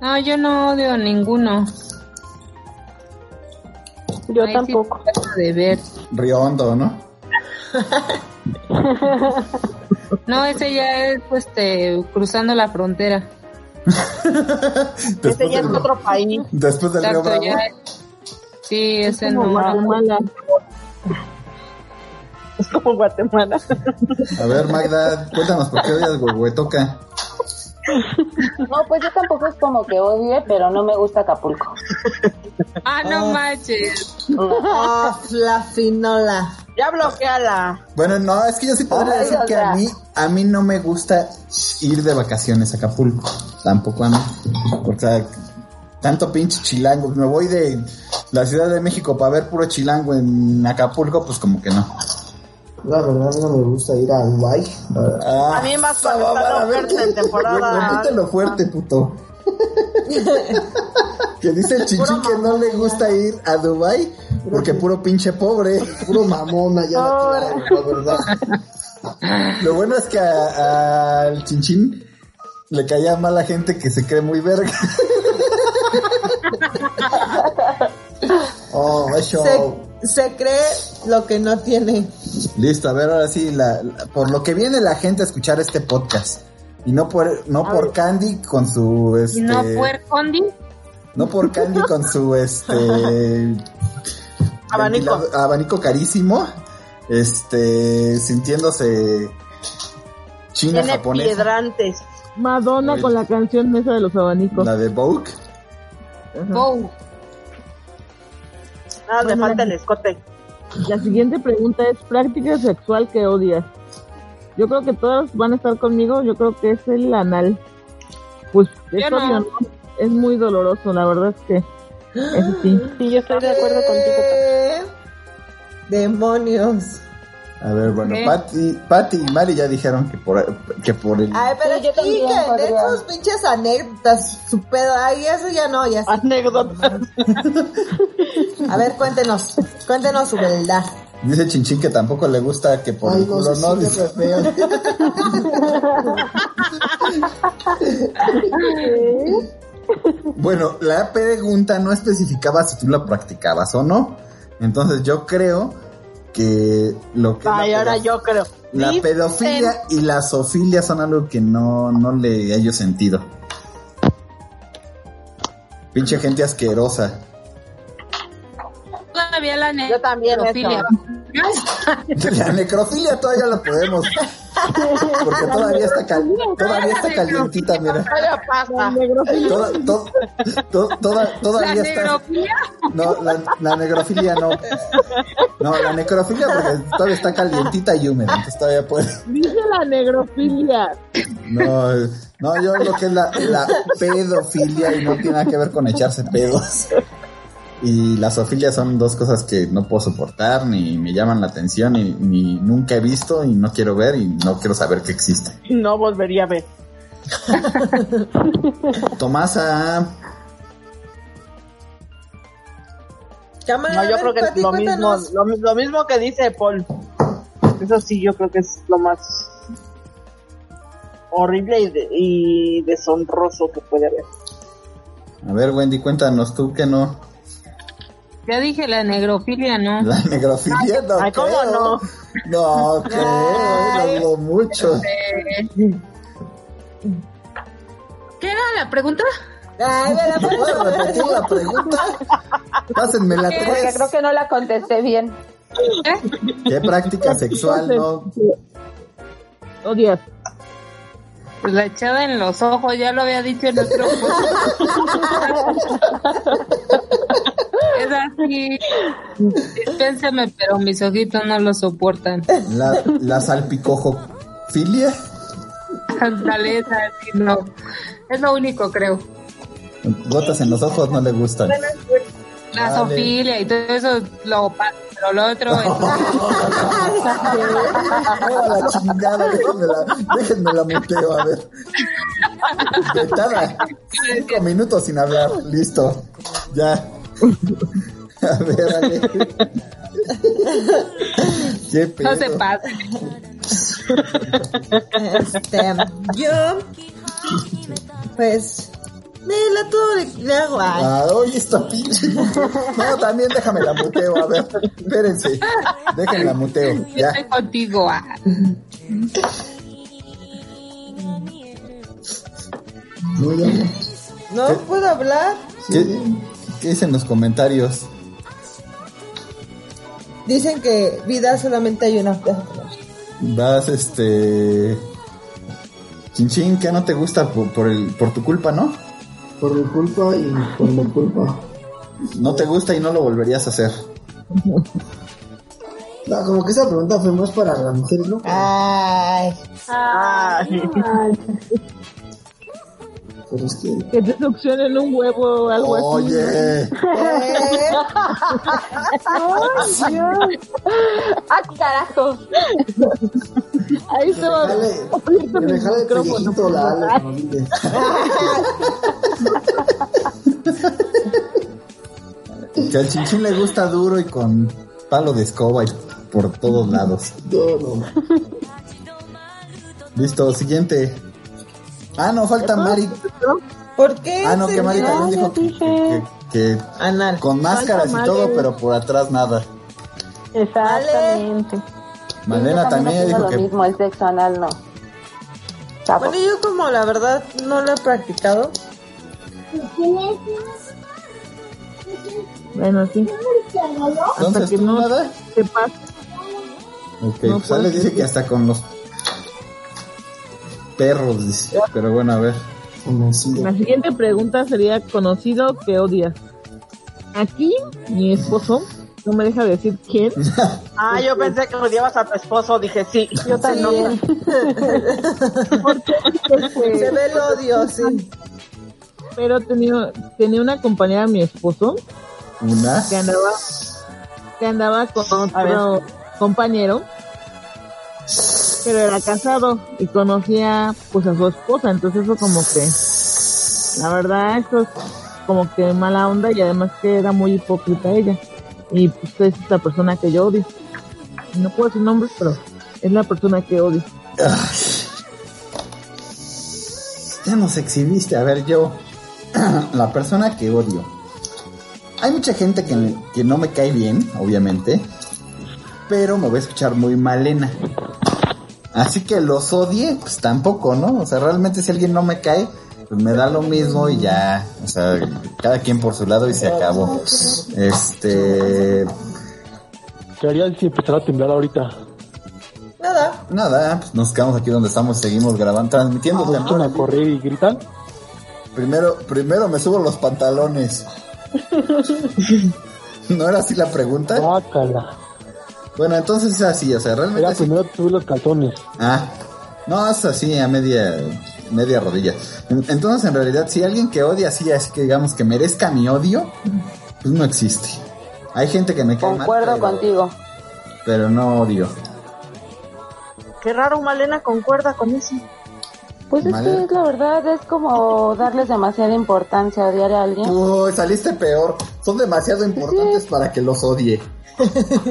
S16: No, yo no odio ninguno. Yo tampoco. de ver.
S13: Río Hondo, ¿no?
S16: No, ese ya es pues, este, cruzando la frontera.
S13: Después
S6: ya es
S13: del,
S6: otro país.
S13: después del Río
S16: Exacto,
S13: Bravo.
S16: ya es- Sí, ese no.
S6: Es como Guatemala.
S13: A ver, Magda, cuéntanos por qué odias Huehuetoca.
S5: No, pues yo tampoco es como que odie, pero no me gusta Acapulco.
S16: Ah, no manches.
S11: Ah, Flafinola.
S6: Ya bloqueala.
S13: Bueno, no, es que yo sí podría
S6: Ay,
S13: decir
S6: o
S13: que
S6: sea.
S13: a mí, a mí no me gusta ir de vacaciones a Acapulco. Tampoco a mí. Porque o sea, tanto pinche chilango. Me voy de la Ciudad de México para ver puro chilango en Acapulco, pues como que no.
S23: La verdad no me gusta ir a Dubai.
S13: Ah,
S6: También vas para la oferta de temporada.
S13: repítelo fuerte, puto. que dice el chichi que no le gusta ir a Dubai porque puro pinche pobre.
S23: Puro mamón allá la tiraron, la verdad.
S13: Lo bueno es que a- al chinchín le caía mal a gente que se cree muy verga.
S23: Oh, eso.
S11: Se, se cree lo que no tiene.
S13: Listo, a ver, ahora sí, la, la- por lo que viene la gente a escuchar este podcast. Y no por, no por Candy con su, este,
S16: No puercondi.
S13: no por Candy con su, este,
S6: Abanico.
S13: ventilado- abanico carísimo, este, sintiéndose china
S6: Tiene
S13: japonesa.
S6: piedrantes.
S43: Madonna con la canción Mesa de los Abanicos.
S13: La de Vogue.
S16: Wow.
S6: Nada,
S5: Pues,
S6: le
S43: Bueno,
S6: falta el
S43: la-
S6: escote.
S43: La siguiente pregunta es práctica sexual que odias. Yo creo que todas van a estar conmigo. Yo creo que es el anal. Pues esto
S6: no.
S43: de anal es muy doloroso. La verdad es que eso sí.
S11: Sí, yo estoy de acuerdo contigo. Demonios.
S13: A ver, bueno,
S11: ¿Qué?
S13: Patty, Patty y Mari ya dijeron que por, que por el...
S11: Ay, pero
S24: yo
S11: sí,
S24: también
S11: que de
S24: podría.
S11: esos pinches anécdotas, su pedo. Ay, eso ya no, ya
S6: Anécdotas.
S11: A ver, cuéntenos, cuéntenos su verdad.
S13: Dice Chinchín que tampoco le gusta que por el
S11: no,
S13: culo
S11: sí,
S13: no.
S11: sí,
S13: dice.
S11: qué
S13: Bueno, la pregunta no especificaba si tú la practicabas o no. Entonces yo creo que lo que...
S6: Ay,
S13: la,
S6: ahora yo creo.
S13: la
S6: Dicen-
S13: pedofilia y la zoofilia son algo que no, no le hallo sentido. Pinche gente asquerosa.
S16: Todavía la neta. Yo
S6: también.
S13: Ah, La necrofilia todavía la podemos. Porque todavía está, cal- todavía está calientita, mira.
S6: Todavía pasa.
S13: Toda- to- to- toda- todavía está... No, la, la negrofilia no. No, la necrofilia porque todavía está calientita y húmeda, entonces todavía puede.
S43: Dice la negrofilia.
S13: No, no yo lo que es la, la pedofilia y no tiene nada que ver con echarse pedos. Y la zoofilia son dos cosas que no puedo soportar, ni me llaman la atención, ni, ni nunca he visto, y no quiero ver, y no quiero saber que existe.
S6: No volvería a ver.
S13: Tomasa,
S11: Cámara,
S6: No,
S11: a
S6: yo
S11: ver,
S6: creo que
S11: Pati,
S6: es lo mismo,
S11: cuéntanos.
S6: lo, mi- lo mismo que dice Paul. Eso sí, yo creo que es lo más horrible y, de- y deshonroso que puede haber.
S13: a ver, Wendy, cuéntanos tú que no.
S16: Ya dije la negrofilia, ¿no?
S13: La negrofilia no.
S16: Ay, ¿cómo
S13: creo.
S16: no?
S13: No, creo, lo dudo mucho.
S16: Eh, ¿Qué era la pregunta?
S11: Ay, verás,
S13: ¿Puedo repetir la pregunta? Pásenme la
S5: Porque
S13: tres.
S5: creo que no la contesté bien.
S16: ¿Eh?
S13: ¿Qué práctica sexual no?
S43: Odias.
S16: Pues la echada en los ojos, ya lo había dicho en otro podcast. Es así. Dispénseme, pero mis ojitos no lo soportan.
S13: La, la salpicojofilia.
S16: Dale, esa, sí, no. Es lo único, creo.
S13: Gotas en los ojos no le gustan.
S16: La
S13: Dale.
S16: zoofilia y todo eso lo paso, pero lo otro
S13: A la chingada, déjenmela, déjenmela muteo, a ver. Vetada. Cinco minutos sin hablar, listo. Ya. A ver, Ale. Qué
S16: es. No se
S13: pedo.
S16: pasa.
S11: Este, yo, pues, me la todo le, le hago a...
S13: Ah, oye, esta pinche. No, también déjame la muteo, a ver. Espérense. Déjenla muteo,
S16: Yo
S13: ya.
S16: estoy contigo. ah.
S13: Muy bien.
S11: No puedo hablar.
S13: ¿Qué, ¿Qué dicen los comentarios?
S11: Dicen que vida solamente hay una.
S13: Vas, este. Chinchín, ¿qué no te gusta por, por el, por tu culpa, no?
S23: Por mi culpa y por mi culpa.
S13: No te gusta y no lo volverías a hacer.
S23: No, como que esa pregunta fue más para las mujeres, ¿no?
S11: Ay.
S43: Ay.
S23: Pero es que.
S43: Que te succionen un huevo o algo
S13: Oye.
S43: así.
S10: ¡Ay, Dios! ¡Ah, carajo!
S43: Ahí se va.
S23: Que me jale el pellejito la Ale, como dice.
S13: Que al chinchín le gusta duro y con palo de escoba y por todos lados. Listo, siguiente. Ah, no, falta Mari.
S11: ¿Por qué?
S13: Ah, no, que Mari
S11: señor?
S13: también dijo que, que- que con máscaras y
S11: Mari.
S13: todo, pero por atrás nada.
S24: Exactamente.
S13: Malena también dijo que
S11: mismo, el sexo anal no. Bueno, yo como la verdad no lo he practicado.
S43: Bueno, sí.
S13: Entonces, ¿tú nada?
S43: ¿Qué pasa?
S13: Ok,
S43: No
S13: pues Ale
S43: puede
S13: dice que hasta con los perros, dice. Pero bueno, a ver.
S43: La siguiente pregunta sería conocido que odias. Aquí mi esposo no me deja decir quién.
S6: Ah, yo pensé que odiabas a tu esposo, dije sí. Yo
S11: Este, también. Se ve el odio, sí.
S43: Pues, Pero tenía tenía una compañera mi esposo
S13: Una.
S43: que andaba que andaba con otro compañero pero era casado y conocía pues a su esposa entonces eso como que la verdad eso es como que mala onda y además que era muy hipócrita ella y pues es la persona que yo odio no puedo decir nombres pero es la persona que odio
S13: Ya nos exhibiste. A ver, yo. la persona que odio. Hay mucha gente que, me- que no me cae bien, obviamente. Pero me voy a escuchar muy malena. Así que los odie, pues tampoco, ¿no? O sea, realmente si alguien no me cae, pues me da lo mismo y ya. O sea, cada quien por su lado y se acabó. Este.
S14: ¿Qué harían si empezara a temblar ahorita?
S11: Nada.
S13: Nada, pues nos quedamos aquí donde estamos y seguimos grabando, transmitiendo.
S14: ¿Se echan a correr y gritan?
S13: Primero, primero me subo los pantalones. ¿No era así la pregunta? Bueno, entonces es así, o sea, realmente...
S14: Era primero te subes los calzones.
S13: Ah, no, es así, a media, media rodilla. En- Entonces, en realidad, si alguien que odia así, así que digamos que merezca mi odio, pues no existe. Hay gente que me cae mal,
S5: Concuerdo
S13: pero,
S5: contigo.
S13: pero no odio.
S6: Qué raro, Malena concuerda con eso.
S5: Pues es
S13: Malena.
S5: que es la verdad, es como darles demasiada importancia a odiar a alguien.
S13: Uy, saliste peor. Son demasiado importantes para que los odie.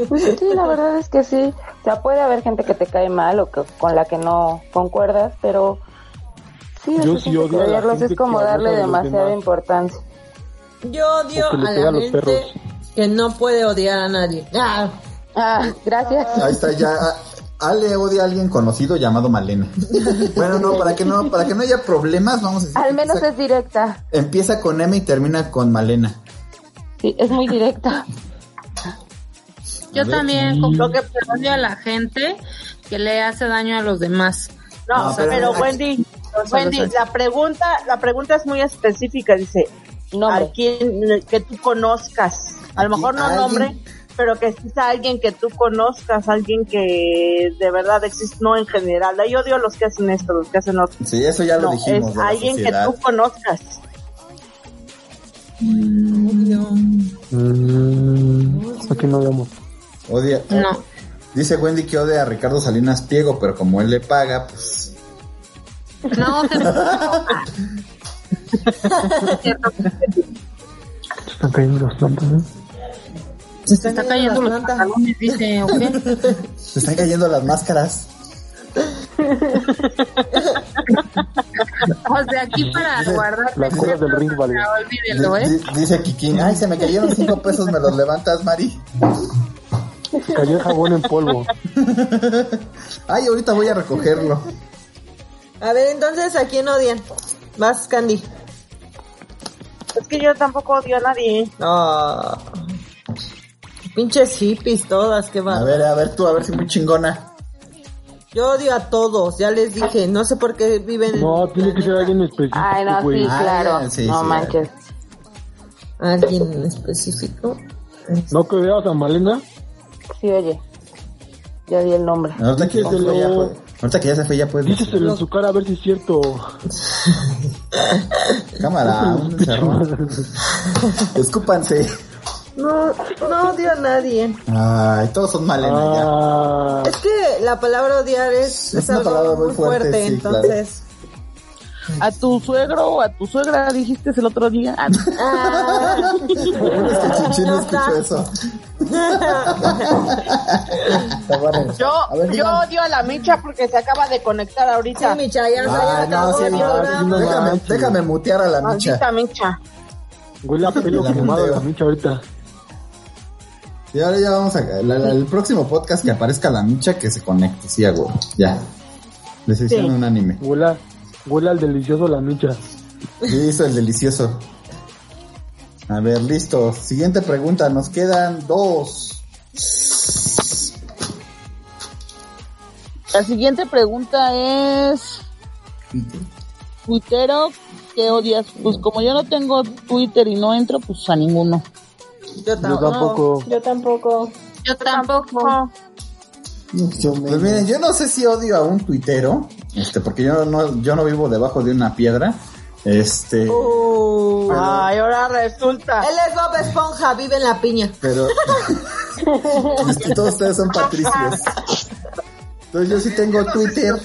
S5: Pues sí, la verdad es que sí. O sea, puede haber gente que te cae mal o que, con la que no concuerdas, pero sí,
S14: Yo
S5: o sea,
S14: sí
S5: siento
S14: odio
S5: que
S14: a la
S5: odiarlos
S14: gente
S5: es como
S14: que habla
S5: darle
S14: de los
S5: demasiada
S14: demás.
S5: importancia.
S11: Yo odio
S14: O que le
S11: a
S14: pega a
S11: la
S14: los
S11: gente
S14: perros.
S11: que no puede odiar a nadie. Ah,
S5: ah gracias.
S13: Ahí está ya. Ah, Ale odia a alguien conocido llamado Malena. Bueno, no, para que no, para que no haya problemas, vamos a decir.
S5: Al menos es directa.
S13: Empieza con M y termina con Malena.
S5: Sí, es muy directa.
S16: Yo
S13: A ver.
S16: también creo que odio a la gente que le hace daño a los demás.
S6: No,
S16: O sea,
S6: pero, Wendy, Wendy, la pregunta, la pregunta es muy específica, dice, a quien que tú conozcas, a lo mejor no
S13: alguien-
S6: nombre, pero que sí sea alguien que tú conozcas, alguien que de verdad existe, no en general. Ahí odio a los que hacen esto, los que hacen otro.
S13: Sí, eso ya lo
S6: No,
S13: dijimos.
S6: Es
S13: de la
S6: alguien que
S13: sociedad.
S6: tú conozcas.
S14: Mm, aquí no llamo.
S13: Odia.
S16: No.
S13: Dice Wendy que odia a Ricardo Salinas Pliego, pero como él le paga, pues.
S16: No, te... Cierto.
S14: Se están cayendo las plantas, ¿eh?
S23: Se están cayendo las
S15: pantalones, dice, ¿o qué?
S23: Se están cayendo las máscaras.
S16: O sea, aquí para guardar.
S23: Las cuerdas del ring, vale.
S16: Olvídelo, ¿eh?
S23: Dice Kikín, ay, se me cayeron cinco pesos, me los levantas, Mari.
S14: Cayó el jabón en polvo.
S13: Ay, ahorita voy a recogerlo.
S11: A ver, entonces, ¿a quién odian? Más Candy.
S6: Es que yo tampoco odio a nadie.
S11: No. Pinches hippies todas, qué va.
S13: A ver, a ver tú, a ver si muy chingona.
S11: Yo odio a todos, ya les dije, no sé por qué viven
S14: No, tiene que ser alguien específico.
S11: Ay, no, sí,
S14: güey.
S11: claro. Ah, sí, No sí, manches.
S14: ¿Alguien específico? ¿No que veas a Malena?
S5: Sí, oye. Ya di el nombre.
S13: Ahorita que, ya se fue, ya fue. Ahorita que ya pues, se fue, ya puedes. decir.
S14: Díselo en su cara a ver si es cierto.
S13: Cámara, un encerrón. Escúpanse.
S11: No, no odio a nadie.
S13: Ay, todos son Malena ya.
S11: Es que la palabra odiar es,
S13: Es una
S11: algo
S13: palabra muy
S11: muy fuerte,
S13: fuerte, sí, claro.
S11: entonces.
S5: A tu suegro o a tu suegra dijiste el otro día. Ah, no.
S13: Bueno, es que Chinchín no escuchó eso. Está bueno.
S6: Yo,
S13: A ver,
S6: yo
S13: digan.
S6: odio a la Micha porque se acaba de conectar ahorita. Sí,
S11: Micha, ya,
S13: Ay, Ah, no, sí, no, déjame, déjame mutear a la micha.
S6: Maldita Micha.
S14: Huele a pelo
S13: La
S14: quemado de
S13: mundeo.
S14: la micha ahorita.
S13: Y ahora ya vamos a. la- la- el próximo podcast que aparezca la micha que se conecte, sí, hago. Ya. Les hicieron
S14: Sí.
S13: un anime.
S14: Huele, a- huele al delicioso la micha.
S13: Sí, hizo el delicioso. A ver, listo. Siguiente pregunta. Nos quedan dos.
S1: La siguiente pregunta es... Twittero, ¿qué odias? Pues como yo no tengo Twitter y no entro, pues a ninguno.
S11: Yo
S14: tampoco.
S11: Yo tampoco.
S16: Yo tampoco.
S13: Pues miren, yo no sé si odio a un tuitero, este, porque yo no, yo no vivo debajo de una piedra. Este,
S6: Ay, ahora resulta.
S11: Él es Bob Esponja, vive en la piña.
S13: pero es que todos ustedes son patricios. Entonces yo sí tengo Twitter,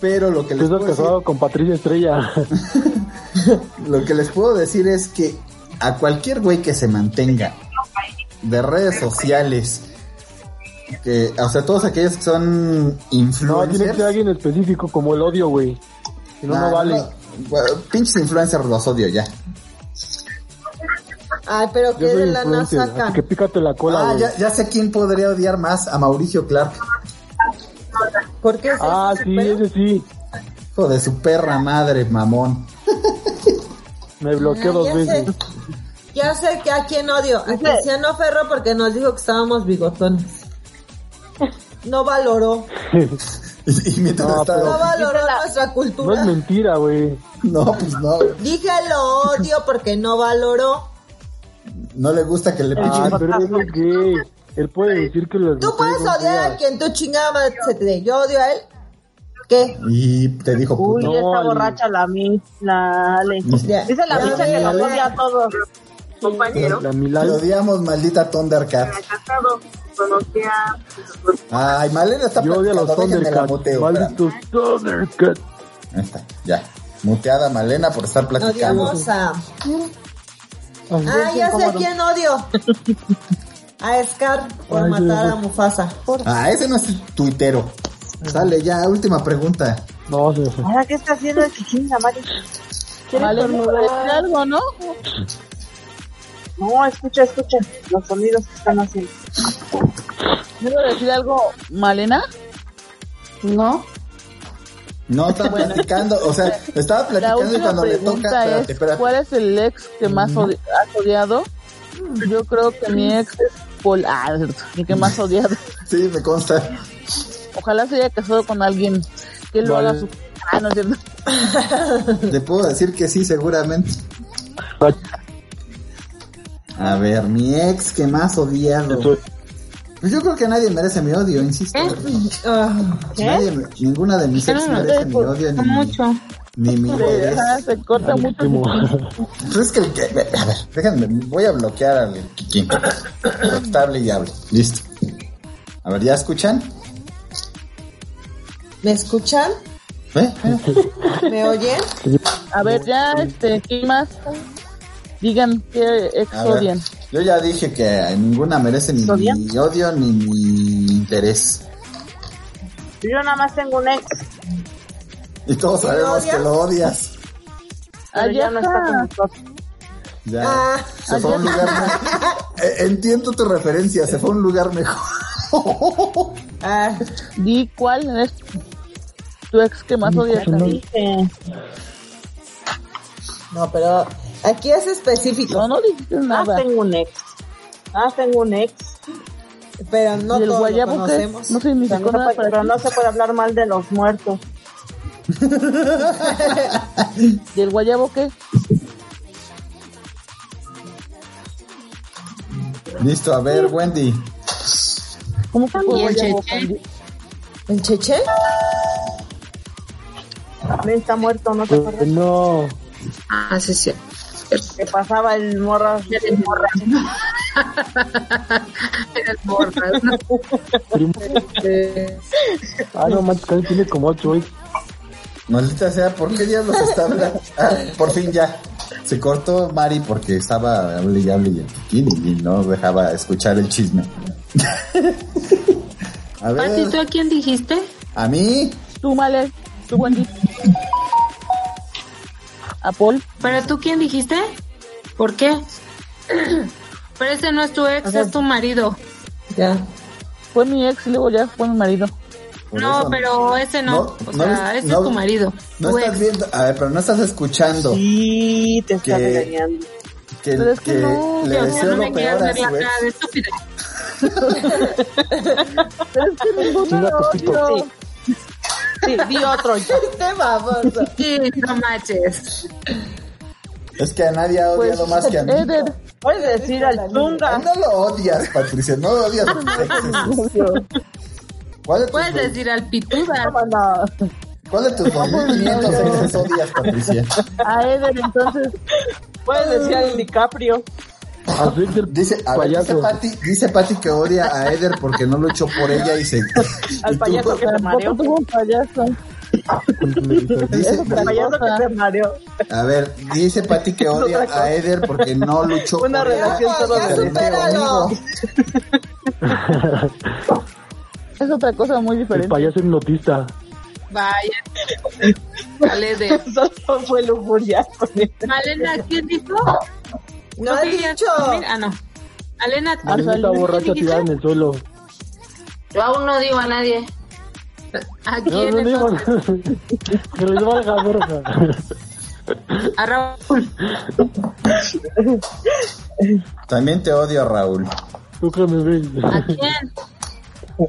S13: pero lo que les
S14: Estás
S13: puedo decir,
S14: casado con Patricia Estrella.
S13: lo que les puedo decir es que a cualquier güey que se mantenga de redes sociales, que, o sea, todos aquellos que son
S14: No, tiene que
S13: influencers,
S14: ser alguien específico como el odio, güey. Si no,
S13: Nah,
S14: no vale.
S13: no, bueno, pinches influencers los odio ya.
S11: Ay, pero
S14: Yo
S11: qué de
S14: soy
S11: lana
S14: influencer,
S11: sacan.
S14: así que pícate la cola,
S13: Ah,
S14: güey.
S13: ya, ya sé quién podría odiar más, a Mauricio Clark.
S11: ¿Por qué?
S14: Ah, sí, ese sí.
S13: Hijo de su perra madre, mamón.
S14: Me bloqueó
S11: Ah,
S14: dos
S11: ya
S14: veces.
S11: sé. Ya sé que a quién odio. A Cristiano Ferro porque nos dijo que estábamos bigotones. No valoró.
S13: y, y mientras
S14: No,
S13: estaba-
S11: No
S14: pero
S11: valoró nuestra
S14: no es
S11: cultura.
S14: mentira, güey.
S13: No, pues no.
S11: Dije lo odio porque no valoró.
S13: No le gusta que le
S14: Ah,
S13: pichen.
S14: pero eso es gay. Él puede decir que los
S11: Tú puedes odiar a quien tú chingada madre se te dé. Yo odio a él. ¿Qué?
S13: Y te dijo,
S6: Uy,
S13: puto.
S6: ya está borracha la mi, la Ale.
S13: Ya.
S6: Dice la
S13: Ya,
S6: Micha que
S13: ya,
S6: nos
S13: ya.
S6: odia a todos.
S13: Te- Te odiamos, maldita Thundercat. Ay, Malena está
S14: Yo odio a los
S13: platicando, déjenme la
S14: Thundercats.
S13: muteo.
S14: Malditos Thundercats.
S13: Ahí está, ya. Muteada Malena por estar platicando.
S11: Odiamos a. Ah, ya sé a quién odio. A Scar por
S13: Ay,
S11: matar
S13: Dios.
S11: a Mufasa.
S13: Ah, ese no es tuitero. Sale ya, última pregunta.
S14: No, se fue.
S6: Ahora, ¿qué está haciendo el chichín, la Mari?
S5: Vale,
S6: estornudar?
S5: decir algo, ¿no?
S6: No, escucha, escucha los sonidos que están haciendo.
S1: ¿Debo decir algo, Malena?
S5: No.
S13: No, está platicando, o sea, estaba
S1: La
S13: platicando y
S1: última
S13: cuando le
S1: pregunta
S13: toca, espérate,
S1: es,
S13: espérate.
S1: ¿cuál es el ex que más odi- has odiado? Yo creo que mi ex es Paul, ah, no es cierto, el que más odiado.
S13: Sí, me consta.
S1: Ojalá se haya casado con alguien que lo
S13: Vale.
S1: haga su... Ah, no es cierto.
S13: Te puedo decir que sí, seguramente. A ver, mi ex que más odiado. Pues yo creo que nadie merece mi odio, insisto. Nadie me- ninguna de mis ex merece mi odio ni,
S6: mucho.
S13: ni mi interés.
S6: Se corta mucho.
S13: Pues es que, el que- a ver, déjenme, voy a bloquear al Kikín. Estable y hable. Listo. A ver, ¿ya escuchan?
S11: ¿Me escuchan?
S13: ¿Eh?
S11: ¿Me oyen?
S5: A ver, ya, este, ¿qué más? Digan qué ex
S13: A ver,
S5: odian.
S13: yo ya dije que ninguna merece ni
S6: ¿Odian?
S13: mi odio ni mi interés.
S6: Yo nada más tengo un ex.
S13: Y todos
S6: ¿Lo
S13: sabemos
S6: odias?
S13: que lo odias.
S5: Ah,
S6: Pero ya no está con nosotros.
S13: Ya.
S6: Ah,
S13: se fue a un lugar. me- Eh, Entiendo tu referencia, se fue a un lugar mejor.
S5: Ah, di cuál es tu ex que más odias.
S11: No, pero aquí es específico.
S5: No, no dijiste nada.
S11: Ah, tengo un ex. Ah, tengo un ex. Pero no
S6: ¿Y el
S11: todos lo
S6: guayabo qué?
S11: conocemos.
S6: No significó Pero no nada se- para pero ti. no se puede hablar mal de los muertos.
S5: ¿Y el guayabo qué?
S13: Listo, a ver, Wendy.
S5: ¿Cómo que
S11: ¿Y el
S5: guayabo?
S11: cheche? ¿El cheche?
S6: Está muerto, ¿no te acuerdas?
S44: No.
S16: Ah, sí, sí.
S6: Que pasaba el morro. El morro.
S16: El morro.
S44: Ah, no manches, Karen tiene como ocho hoy.
S13: Maldita sea, ¿por qué diablos está hablando? Ah, por fin ya. Se cortó Mari porque estaba hable y hable y el Kikín y no dejaba escuchar el chisme. A
S16: Pati, ¿tú
S13: ver,
S16: a quién dijiste?
S13: a mí.
S5: Tú, Male, tú, Wendy.
S16: A Paul. ¿Pero tú quién dijiste? ¿Por qué? Pero ese no es tu ex, es tu marido.
S5: Ya. Fue mi ex y luego ya fue mi marido.
S13: por
S16: No,
S13: eso-
S16: pero pues. ese no.
S13: No,
S16: o
S13: no,
S16: sea, ese
S13: no,
S16: es tu marido.
S13: No
S16: Tu
S13: estás
S16: ex.
S13: viendo, a ver, pero no estás escuchando.
S6: Sí, te
S13: está
S6: regañando.
S13: Que,
S16: Pero es que
S13: que
S16: no,
S13: le
S16: o sea,
S13: deseo
S16: no me
S13: lo
S16: quieras
S13: peor a
S16: ver la
S13: su ex.
S16: cara de estúpida.
S5: Chinga tu pito.
S6: Sí, di otro.
S11: Este baboso.
S16: Sí, no manches.
S13: Es que a nadie ha odiado
S6: Pues,
S13: más que a mí.
S6: Puedes decir al
S13: Ay,
S6: Tunga.
S13: No lo odias, Patricia, no lo odias. ¿Cuál de tus,
S16: Puedes decir al pituda.
S13: cuál de tus 2500 exes odias, Patricia?
S6: A Eder, entonces. Puedes decir al DiCaprio.
S13: Dice, a ver, dice,
S6: payaso.
S13: Patty, dice Patty que odia a Eder porque no luchó por ella y se...
S6: Al payaso que te mareó.
S5: Tampoco tuvo un payaso.
S13: Dice,
S6: Al payaso que te mareó.
S13: a ver, dice Patty que odia a Eder porque no luchó
S6: Una
S13: por ella.
S6: relación todo
S13: Ya
S6: de
S13: supéralo.
S5: Es otra cosa muy
S44: El
S5: diferente.
S44: payaso hipnotista.
S16: Vaya. Vale de.
S6: Eso fue lujuria.
S16: Malena, ¿quién dijo?
S11: No
S16: ¿Tú
S11: he
S16: querías
S11: dicho.
S16: dormir? Ah, no. Malena, ¿tú
S44: A mí está
S16: ¿quién
S44: borracha
S16: dijiste?
S44: tirada en el suelo.
S45: Yo aún no digo a nadie.
S16: ¿A
S44: No,
S16: quién?
S44: no digo. Se lo lleva la verga.
S16: A Raúl.
S13: También te odio, Raúl.
S44: Tú que me ves.
S16: ¿Quién?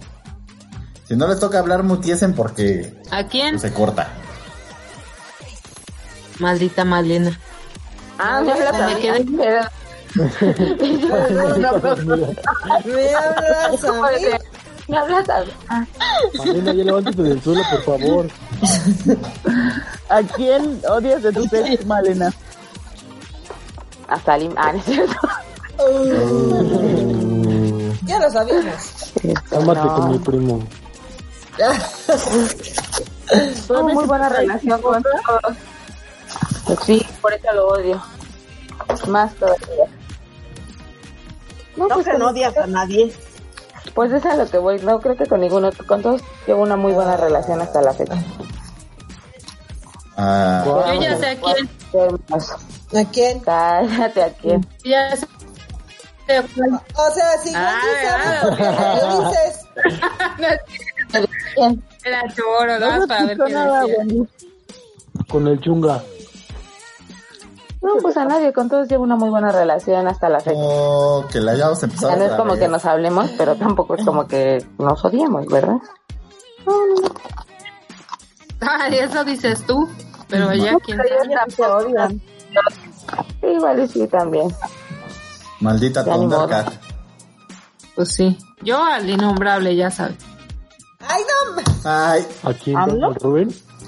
S13: Si no les toca hablar, mutiesen porque
S16: ¿A quién?
S13: se corta.
S16: Maldita Malena.
S45: Ah,
S16: ya la
S45: me quedé.
S11: Me hablas a mí.
S45: Me hablas a mí.
S44: Malena, ya levántate del suelo, por favor.
S5: ¿A quién odias de tu ex, Malena?
S45: A Salim. Ah, no es cierto.
S11: Ya lo sabíamos.
S44: Cálmate con mi primo.
S45: Tuve muy buena relación con todos. Sí, por eso lo odio. Más todavía.
S6: No, pues que no odias a nadie.
S45: Pues es a lo que voy. No creo que con ninguno. Con todos llevo una muy buena relación hasta la fecha.
S13: Ah,
S16: Yo ya sé a quién.
S11: ¿A quién?
S45: Cállate a quién.
S16: Ya sé.
S11: O sea, si no
S16: Ah,
S11: tú sabes lo que dices.
S16: Era choro, ¿no? Para ver qué decía.
S44: Con el chunga.
S45: No, pues a nadie. Con todos llevo una muy buena relación hasta la fecha.
S13: oh, que la hayamos empezado.
S45: Ya no es
S13: otra
S45: como
S13: vez.
S45: que nos hablemos, pero tampoco es como que nos odiamos, ¿verdad?
S16: Ay, Ah, eso dices tú. Pero ya quién sabe.
S45: Igual y sí también.
S13: Maldita
S16: Ya ni
S13: Thundercat.
S16: Pues sí. Yo al innombrable, ya sabes.
S46: ¡Ay, no!
S13: Ay.
S11: Aquí ¿Hablo? Rubén.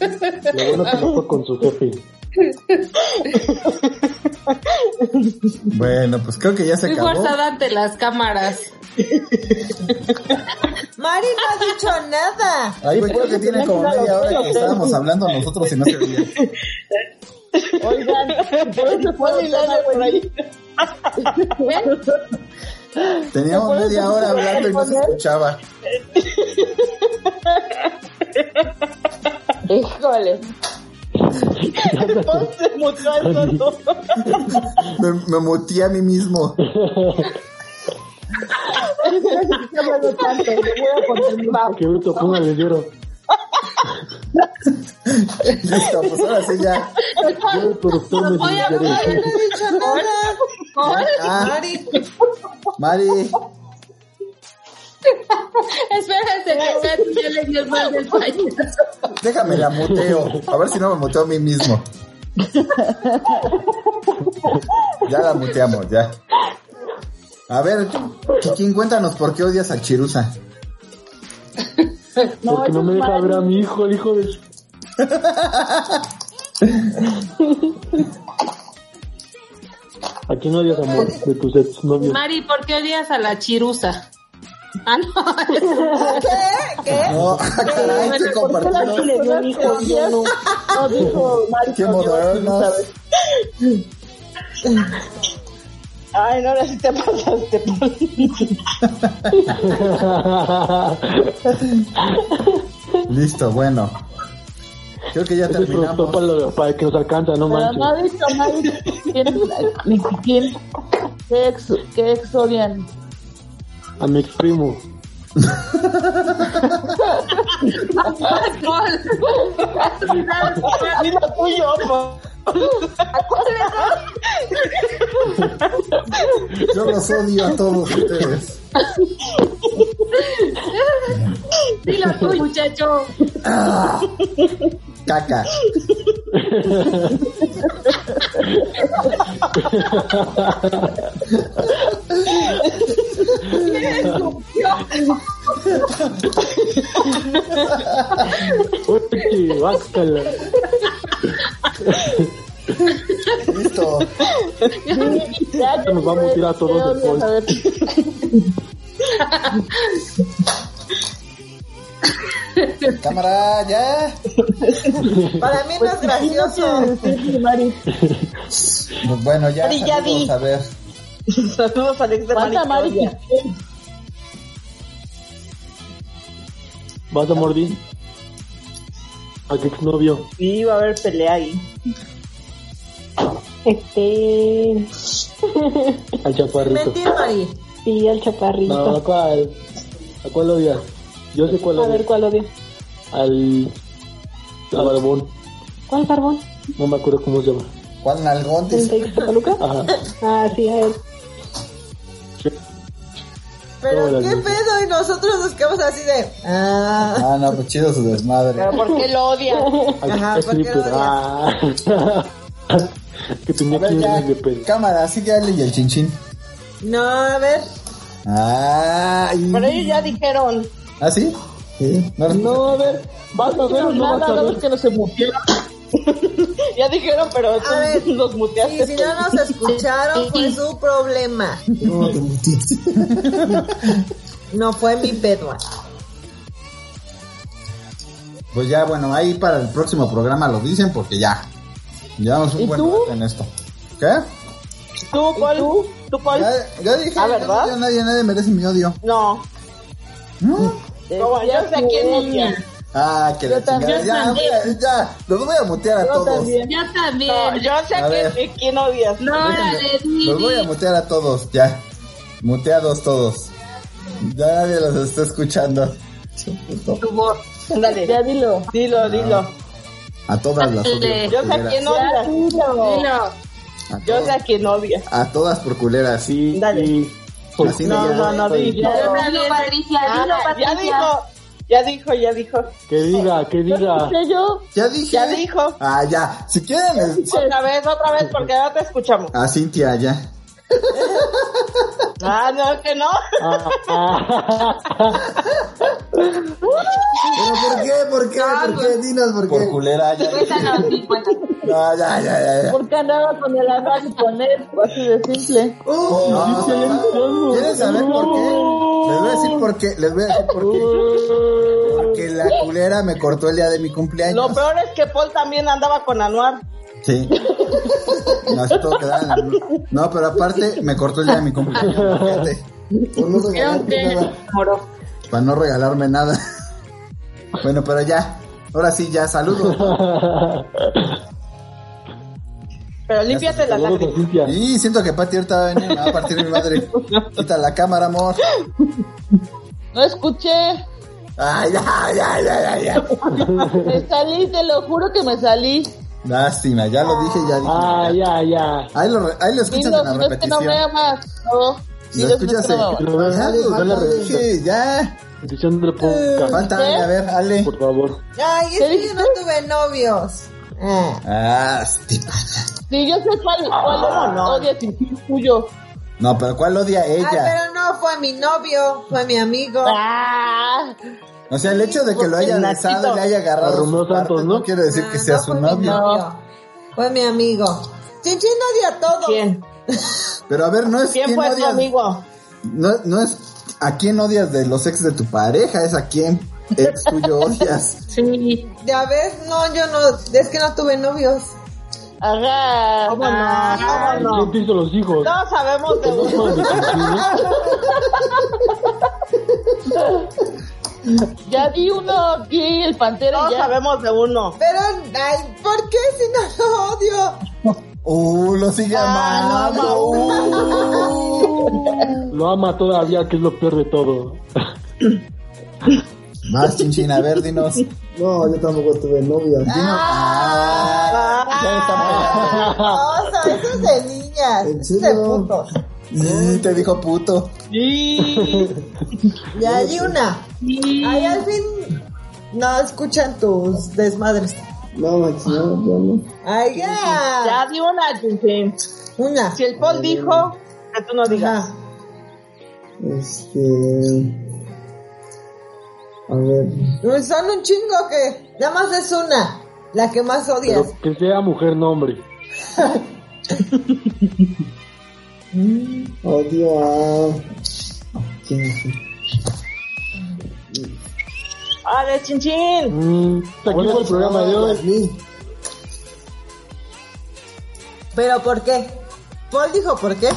S11: Lo bueno que no fue con su jefe.
S13: Bueno, pues creo que ya se
S16: Fui
S13: acabó.
S16: forzada ante las cámaras.
S46: Mari no ha dicho nada.
S13: Ahí creo que tiene como media hora que estábamos hablando nosotros y no se oía.
S6: Oigan, por eso puede hilar por ahí.
S13: Teníamos media hora hablando y no se escuchaba.
S16: ¿Eh?
S47: Híjole.
S6: Ponte mucho eso, no.
S13: Me, me muteé a mí mismo.
S6: hablando tanto. Le voy a poner mi
S11: Qué bruto, póngale lloro.
S13: Listo, pues ahora sí ya.
S11: Yo el corruptor me
S6: Voy a hablar, yo no he dicho nada.
S13: Ah.
S6: Mari.
S13: Mari,
S16: Espérate, que Kat ya le dio el mal del payaso.
S13: déjame la muteo. A ver si no me muteo a mí mismo. Ya la muteamos, ya. A ver, Chiquín, cuéntanos por qué odias a Chirusa.
S11: Porque no me deja ver a mi hijo, el hijo de... Aquí no odias amor de tus ex novios.
S16: Mari, ¿por qué odias a la chirusa? Ah, no.
S46: ¿Qué? ¿Qué?
S13: No, ah, caray, que compartimos.
S6: Le dio un hijo y yo no. No dijo Mari.
S13: Qué
S6: no dio a ti,
S13: modernos.
S6: ¿sabes? Ay, no, ahora sí te pasaste.
S13: Listo, bueno. Creo que ya
S11: Ese es productor
S13: terminamos.
S11: para, lo- para que nos alcanza, no
S47: Pero no
S11: manches.
S47: ha dicho mal. Ni quién. ¿Qué ex, qué ex odian?
S11: A mi ex primo.
S6: Ah, Ni la tuyo, po.
S13: Yo los odio a todos ustedes.
S16: Dilo tú, muchacho.
S13: Ah, caca.
S11: Uy, bácala.
S13: Listo.
S11: Esto nos va a mutir a todos después.
S13: Cámara, ya.
S46: Para mí no es gracioso.
S6: Mari.
S13: Pues bueno, ya.
S6: Mari, ya
S13: saludos,
S6: vi.
S13: a ver.
S6: Saludos a Alex de
S47: ¿Cuánta Mari
S6: Mari.
S11: ¿Vas a mordir? A tu exnovio.
S6: Sí, va a haber pelea ahí.
S5: Este.
S11: Al chaparrito.
S46: Mentir, Mari.
S5: sí, al
S11: No, ¿a
S5: chaparrito.
S11: cuál? ¿A cuál odias? Yo sé cuál
S5: A ver
S11: odias.
S5: cuál odio.
S11: Al... Al barbón.
S5: ¿Cuál carbón?
S11: No me acuerdo cómo se llama.
S13: Juan Nalgón
S5: ¿El
S13: dice.
S5: de Ixtapaluca?
S11: Ajá.
S5: Ah, sí, a él.
S46: Pero
S11: Órale.
S46: qué pedo, y nosotros nos quedamos así de. Ah.
S13: Ah, no, pues chido su desmadre.
S48: Pero ¿por qué lo odias?
S11: Al
S46: Ajá, ¿por qué
S11: stripper.
S46: lo
S11: Ah. que
S13: A
S11: tenía
S13: ver,
S6: pues
S11: 500
S13: Pues ya.
S11: de peso.
S13: Cámara, sigue Ale y el chinchín.
S46: No, a ver.
S13: Ay.
S6: Pero ellos ya dijeron.
S13: ¿Ah, sí? Sí. No,
S49: No, a ver, vas a ver o no vas a ver que no se mutieron.
S6: Ya dijeron, pero tú
S46: A ver.
S6: los muteaste.
S46: Y si no nos escucharon, fue su problema.
S13: no, te metiste.
S46: No fue mi pedo.
S13: Pues ya, bueno, ahí para el próximo programa lo dicen porque ya. Llevamos un buen rato en esto. ¿Qué?
S6: ¿Tú, Paul? ¿Tú, Paul?
S13: Ya, ya dije,
S6: Ah,
S13: yo no
S6: ¿verdad?
S13: odio a nadie, nadie merece mi odio.
S6: No.
S13: ¿No?
S6: No, yo sé quién odia.
S13: Ah, que la
S6: Yo también,
S13: chingada. Ya,
S6: también.
S13: voy a- ya, los voy a mutear a todos.
S16: Yo también.
S6: No, yo sé
S13: A
S6: que
S13: ver.
S6: sí, quién odias.
S16: No, la de
S13: Los voy a
S16: Didi.
S13: mutear a todos, ya. Muteados todos. Ya nadie los está escuchando.
S6: Tu voz. Ándale. Ya dilo. Dilo, dilo.
S13: A todas las odio
S6: Yo
S13: por
S6: sé a quién
S13: culeras.
S6: odias. Dilo.
S13: A
S6: Yo sé a quién odias.
S13: A todas por culeras. Sí. Así
S6: No,
S13: me
S6: no,
S13: llamo,
S6: no,
S13: estoy-
S6: dilo.
S16: Yo también, Patricia,
S6: Ya,
S16: dilo,
S6: Ya
S16: Patricia.
S6: dijo. Ya dijo, ya dijo.
S50: Que diga, que
S6: Ah.
S50: diga.
S6: yo?
S13: Ya dije.
S6: Ya dijo.
S13: Ah, ya. Si quieren, es-
S6: Otra vez, otra vez, porque no te escuchamos.
S13: a Cintia, ya.
S6: Ah, no, que no.
S13: ¿Pero por qué? ¿Por qué? ¿Por qué? Dinos por qué. Por culera, ya. No, ya, ya, ya. ya.
S6: Porque andaba con el azar y con él, así de simple.
S13: Uh, No. ¿Quieren saber por qué? Les voy a decir por qué. Les voy a decir por qué. Porque la culera me cortó el día de mi cumpleaños.
S6: Lo peor es que Paul también andaba con Anuar.
S13: Sí. No, así todo quedaba en la luna. No, pero aparte me cortó el día de mi cumpleaños. fíjate. Por no regalarme nada. Para no regalarme nada. Bueno, pero ya. Ahora sí, ya saludos.
S6: Pero límpiate las lágrimas.
S13: Y siento que Pati ahorita va a venir, me va a partir mi madre. Quita la cámara, amor.
S51: No escuché.
S13: Ay, ay, ay, ay, ay, ay.
S51: Me salí, te lo juro que me salí.
S13: Lástima, ya lo dije, ya dije.
S50: Ah, ya, ya.
S13: Ahí lo, re- ahí lo escuchas
S51: Dilo,
S13: en la
S51: si no es que no
S13: repetición.
S51: me amas. No.
S13: Lo
S51: Dilo, si no es
S13: escuchas
S51: que no me amas.
S13: en... Ya, ya lo dije, ya.
S50: Edición del podcast.
S13: Falta Ale, a ver, Ale.
S50: Por favor.
S11: Ay, es que yo no tuve novios.
S13: Ah, sí.
S51: Sí, yo sé cuál, cuál
S6: Ah,
S51: odias y sí, tuyo.
S13: No, pero ¿cuál odia
S11: Ay,
S13: ella?
S11: pero no, fue mi novio, fue mi amigo.
S13: O sea, el hecho de que lo haya
S11: El
S13: besado
S11: Nachito.
S13: y le haya agarrado sus partes, no quiere decir que sea su novio.
S11: Fue mi amigo. Chinchín odia a todos.
S6: ¿Quién?
S13: Pero a ver, no es
S6: ¿Quién
S13: quién
S6: fue tu
S13: odias.
S6: amigo?
S13: No, no es a quién odias de los ex de tu pareja, es a quién ex tuyo odias.
S11: Sí. Ya ves, no, yo no, es que no tuve novios.
S6: Ajá. ¿Cómo
S50: Ah,
S6: no?
S50: ¿Quién
S6: ¿Cómo no?
S50: te hizo los hijos?
S6: No sabemos de
S50: ¿Cómo de
S51: Ya di uno aquí, el pantera.
S6: No
S51: ya.
S6: sabemos de uno.
S11: Pero, ay, ¿por qué si no lo odio?
S13: Uh, lo sigue
S6: Ah,
S13: amando. Uh.
S50: Lo ama todavía, que es lo peor de todo.
S13: Más chinchín, a ver, dinos. Dinos.
S52: No, yo tampoco tuve novia.
S13: Ah, ya
S6: Ah.
S13: está
S11: Oso, eso es de niñas.
S52: ¿En
S11: eso es de putos.
S13: Mm, te dijo puto.
S11: Ya hay una. Ay, al fin no escuchan tus desmadres.
S52: No, Max, no, yo no.
S11: Ay, ya.
S6: Ya di una, Chinchín.
S11: Una.
S6: Si el Paul dijo, que tú no digas.
S52: Este. A ver.
S11: Son un chingo que nada más es una. La que más odias.
S50: Pero que sea mujer, no hombre.
S52: Odio a. ¿Quién es?
S6: Ah, de Chinchín.
S50: Mm, hasta aquí fue el programa de hoy.
S11: ¿Pero por qué? Paul dijo por qué.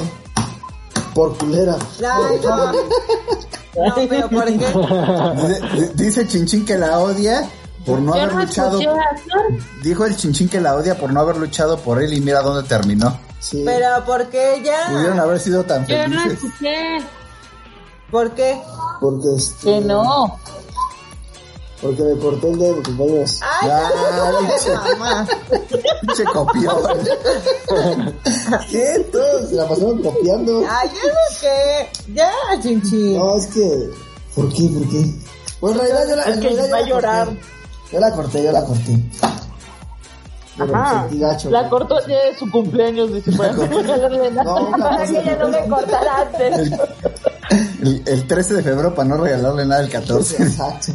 S52: Por culera.
S11: Ay, no. No, pero ¿por qué?
S13: Dice- Dice Chinchín que la odia por no haber luchado. Dijo el Chinchín que la odia por no haber luchado por él y mira dónde terminó.
S11: Pero ¿por qué
S13: Pudieron
S11: ya?
S13: haber sido tan
S16: Yo no
S13: felices.
S16: escuché.
S11: ¿Por qué?
S52: Porque este.
S51: no.
S52: Porque me corté el dedo, compañeros.
S11: Ay,
S13: Ah, pinche,
S11: mamá.
S13: pinche copión.
S52: ¿Qué? Todos se la pasaron copiando.
S11: Ay, ya no sé. Ya, chinchín.
S52: No, es que. ¿Por qué? ¿Por qué? Pues en realidad yo la.
S6: Es
S52: en
S6: que
S52: realidad
S6: va
S52: yo la
S6: a llorar.
S52: corté. Yo la corté, yo la corté. Pero
S6: Ajá.
S52: me sentí gacho.
S5: La cortó el día de su cumpleaños, dice, para no regalarle nada.
S52: No, la
S53: Ay, ella no me cortará antes.
S13: El, el 13 de febrero para no regalarle nada el 14.
S52: Exacto.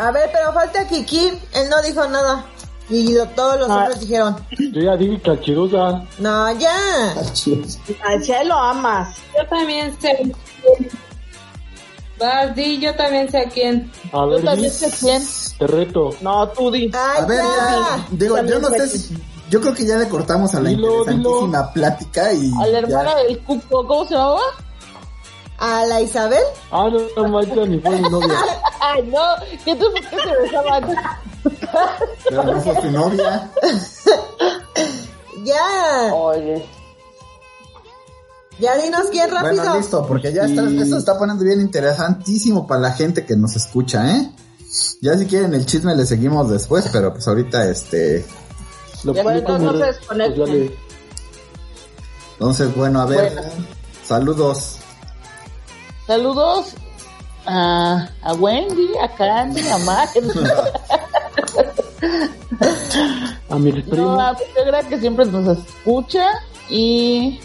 S11: A ver, pero falta Kiki. Él no dijo nada. Y lo- todos los hombres dijeron.
S50: Yo ya dije cachirusa.
S11: No, ya.
S6: A Che lo amas.
S16: Yo también sé. Vas, di, yo también sé a quién.
S50: A ver,
S6: también
S50: Liz, te reto.
S6: No, tú di.
S11: Ay,
S13: A ver, ya. Digo, yo no sé si. Yo creo que ya le cortamos a la
S50: Dilo,
S13: interesantísima plática y.
S5: A la
S13: ya.
S5: hermana del cuco, ¿cómo se llamaba?
S11: ¿A la Isabel?
S54: Ah, no, no manches, ni fue mi novia.
S55: Ay, no, ¿qué tú por qué se besaban?
S13: Pero no fue tu novia.
S11: ya.
S55: Oye.
S11: Ya dinos bien rápido.
S13: Bueno, listo, porque ya está, esto se está poniendo bien interesantísimo para la gente que nos escucha, ¿eh? Ya si quieren el chisme le seguimos después, pero pues ahorita este...
S54: Lo
S55: Ya,
S54: publico en
S55: no, no se
S54: mis redes
S55: desconecten.
S54: sociales.
S13: Entonces, bueno, a ver.
S55: Bueno.
S13: Saludos.
S55: Saludos a, a Wendy, a Candy, a Mar.
S54: A mis
S55: No,
S54: primos.
S55: a mi suegra que siempre nos escucha. Y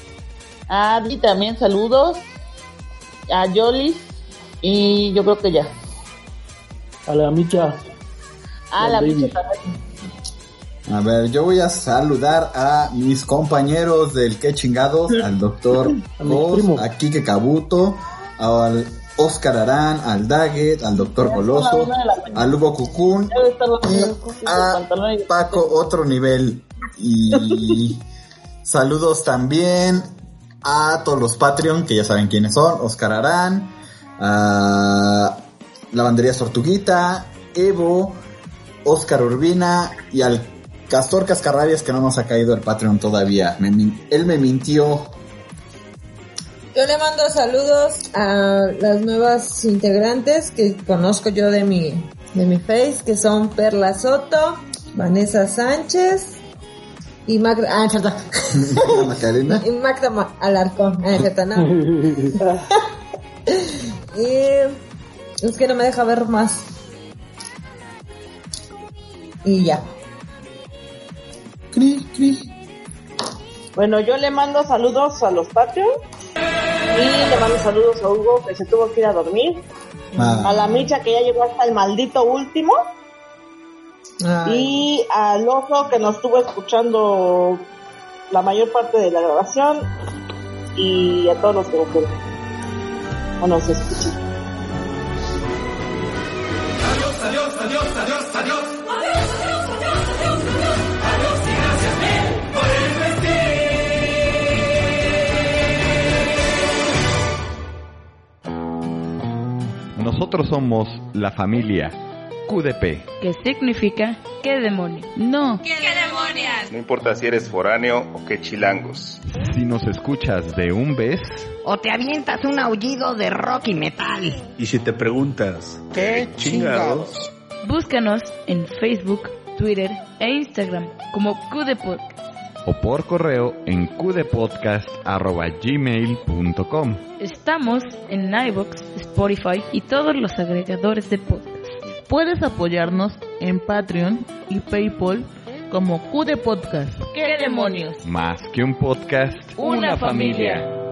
S55: a Adi también saludos. A Yolis. Y yo creo que ya.
S54: A la micha.
S55: A la
S54: Baby.
S55: bicha también.
S13: A ver, yo voy a saludar a mis compañeros del que chingados, al doctor Cos, a Kike Cabuto, al Oscar Arán, al Daggett, al doctor Coloso, al Hugo Cucún,
S55: Debe estar
S13: Eh,
S55: los
S13: a Ah, Paco Otro Nivel. Y saludos también a todos los Patreon, que ya saben quiénes son, Oscar Arán, a Lavandería Tortuguita, Evo, Oscar Urbina y al Castor Cascarrabias que no nos ha caído el Patreon todavía. Me min- él me mintió.
S11: Yo le mando saludos a las nuevas integrantes que conozco yo de mi, de mi face, que son Perla Soto, Vanessa Sánchez y Magda, ah, cierto.
S13: Macarena.
S11: y Magda Ma- Alarcón, ah, cierto, no. Y es que no me deja ver más. Y ya.
S6: Bueno, yo le mando saludos a los Patreon. Y le mando saludos a Hugo, que se tuvo que ir a dormir.
S13: Ah.
S6: A la Micha, que ya llegó hasta el maldito último. Y al oso, que nos estuvo escuchando la mayor parte de la grabación. Y a todos los que nos ven. O nos escuchan.
S2: Nosotros somos la familia QDP.
S16: ¿Qué significa? ¿Qué demonio? No. ¿Qué demonias?
S56: No importa si eres foráneo o que chilangos.
S2: Si nos escuchas de un vez,
S57: O te avientas un aullido de rock y metal.
S2: y si te preguntas,
S57: ¿Qué
S2: chingados?
S16: Búscanos en Facebook, Twitter e Instagram como QDPod.
S2: o por correo en qdepodcast.gmail.com.
S16: Estamos en iBox, Spotify y todos los agregadores de podcast.
S58: Puedes apoyarnos en Patreon y PayPal como Q de Podcast.
S16: ¿Qué demonios?
S2: Más que un podcast,
S16: Una familia.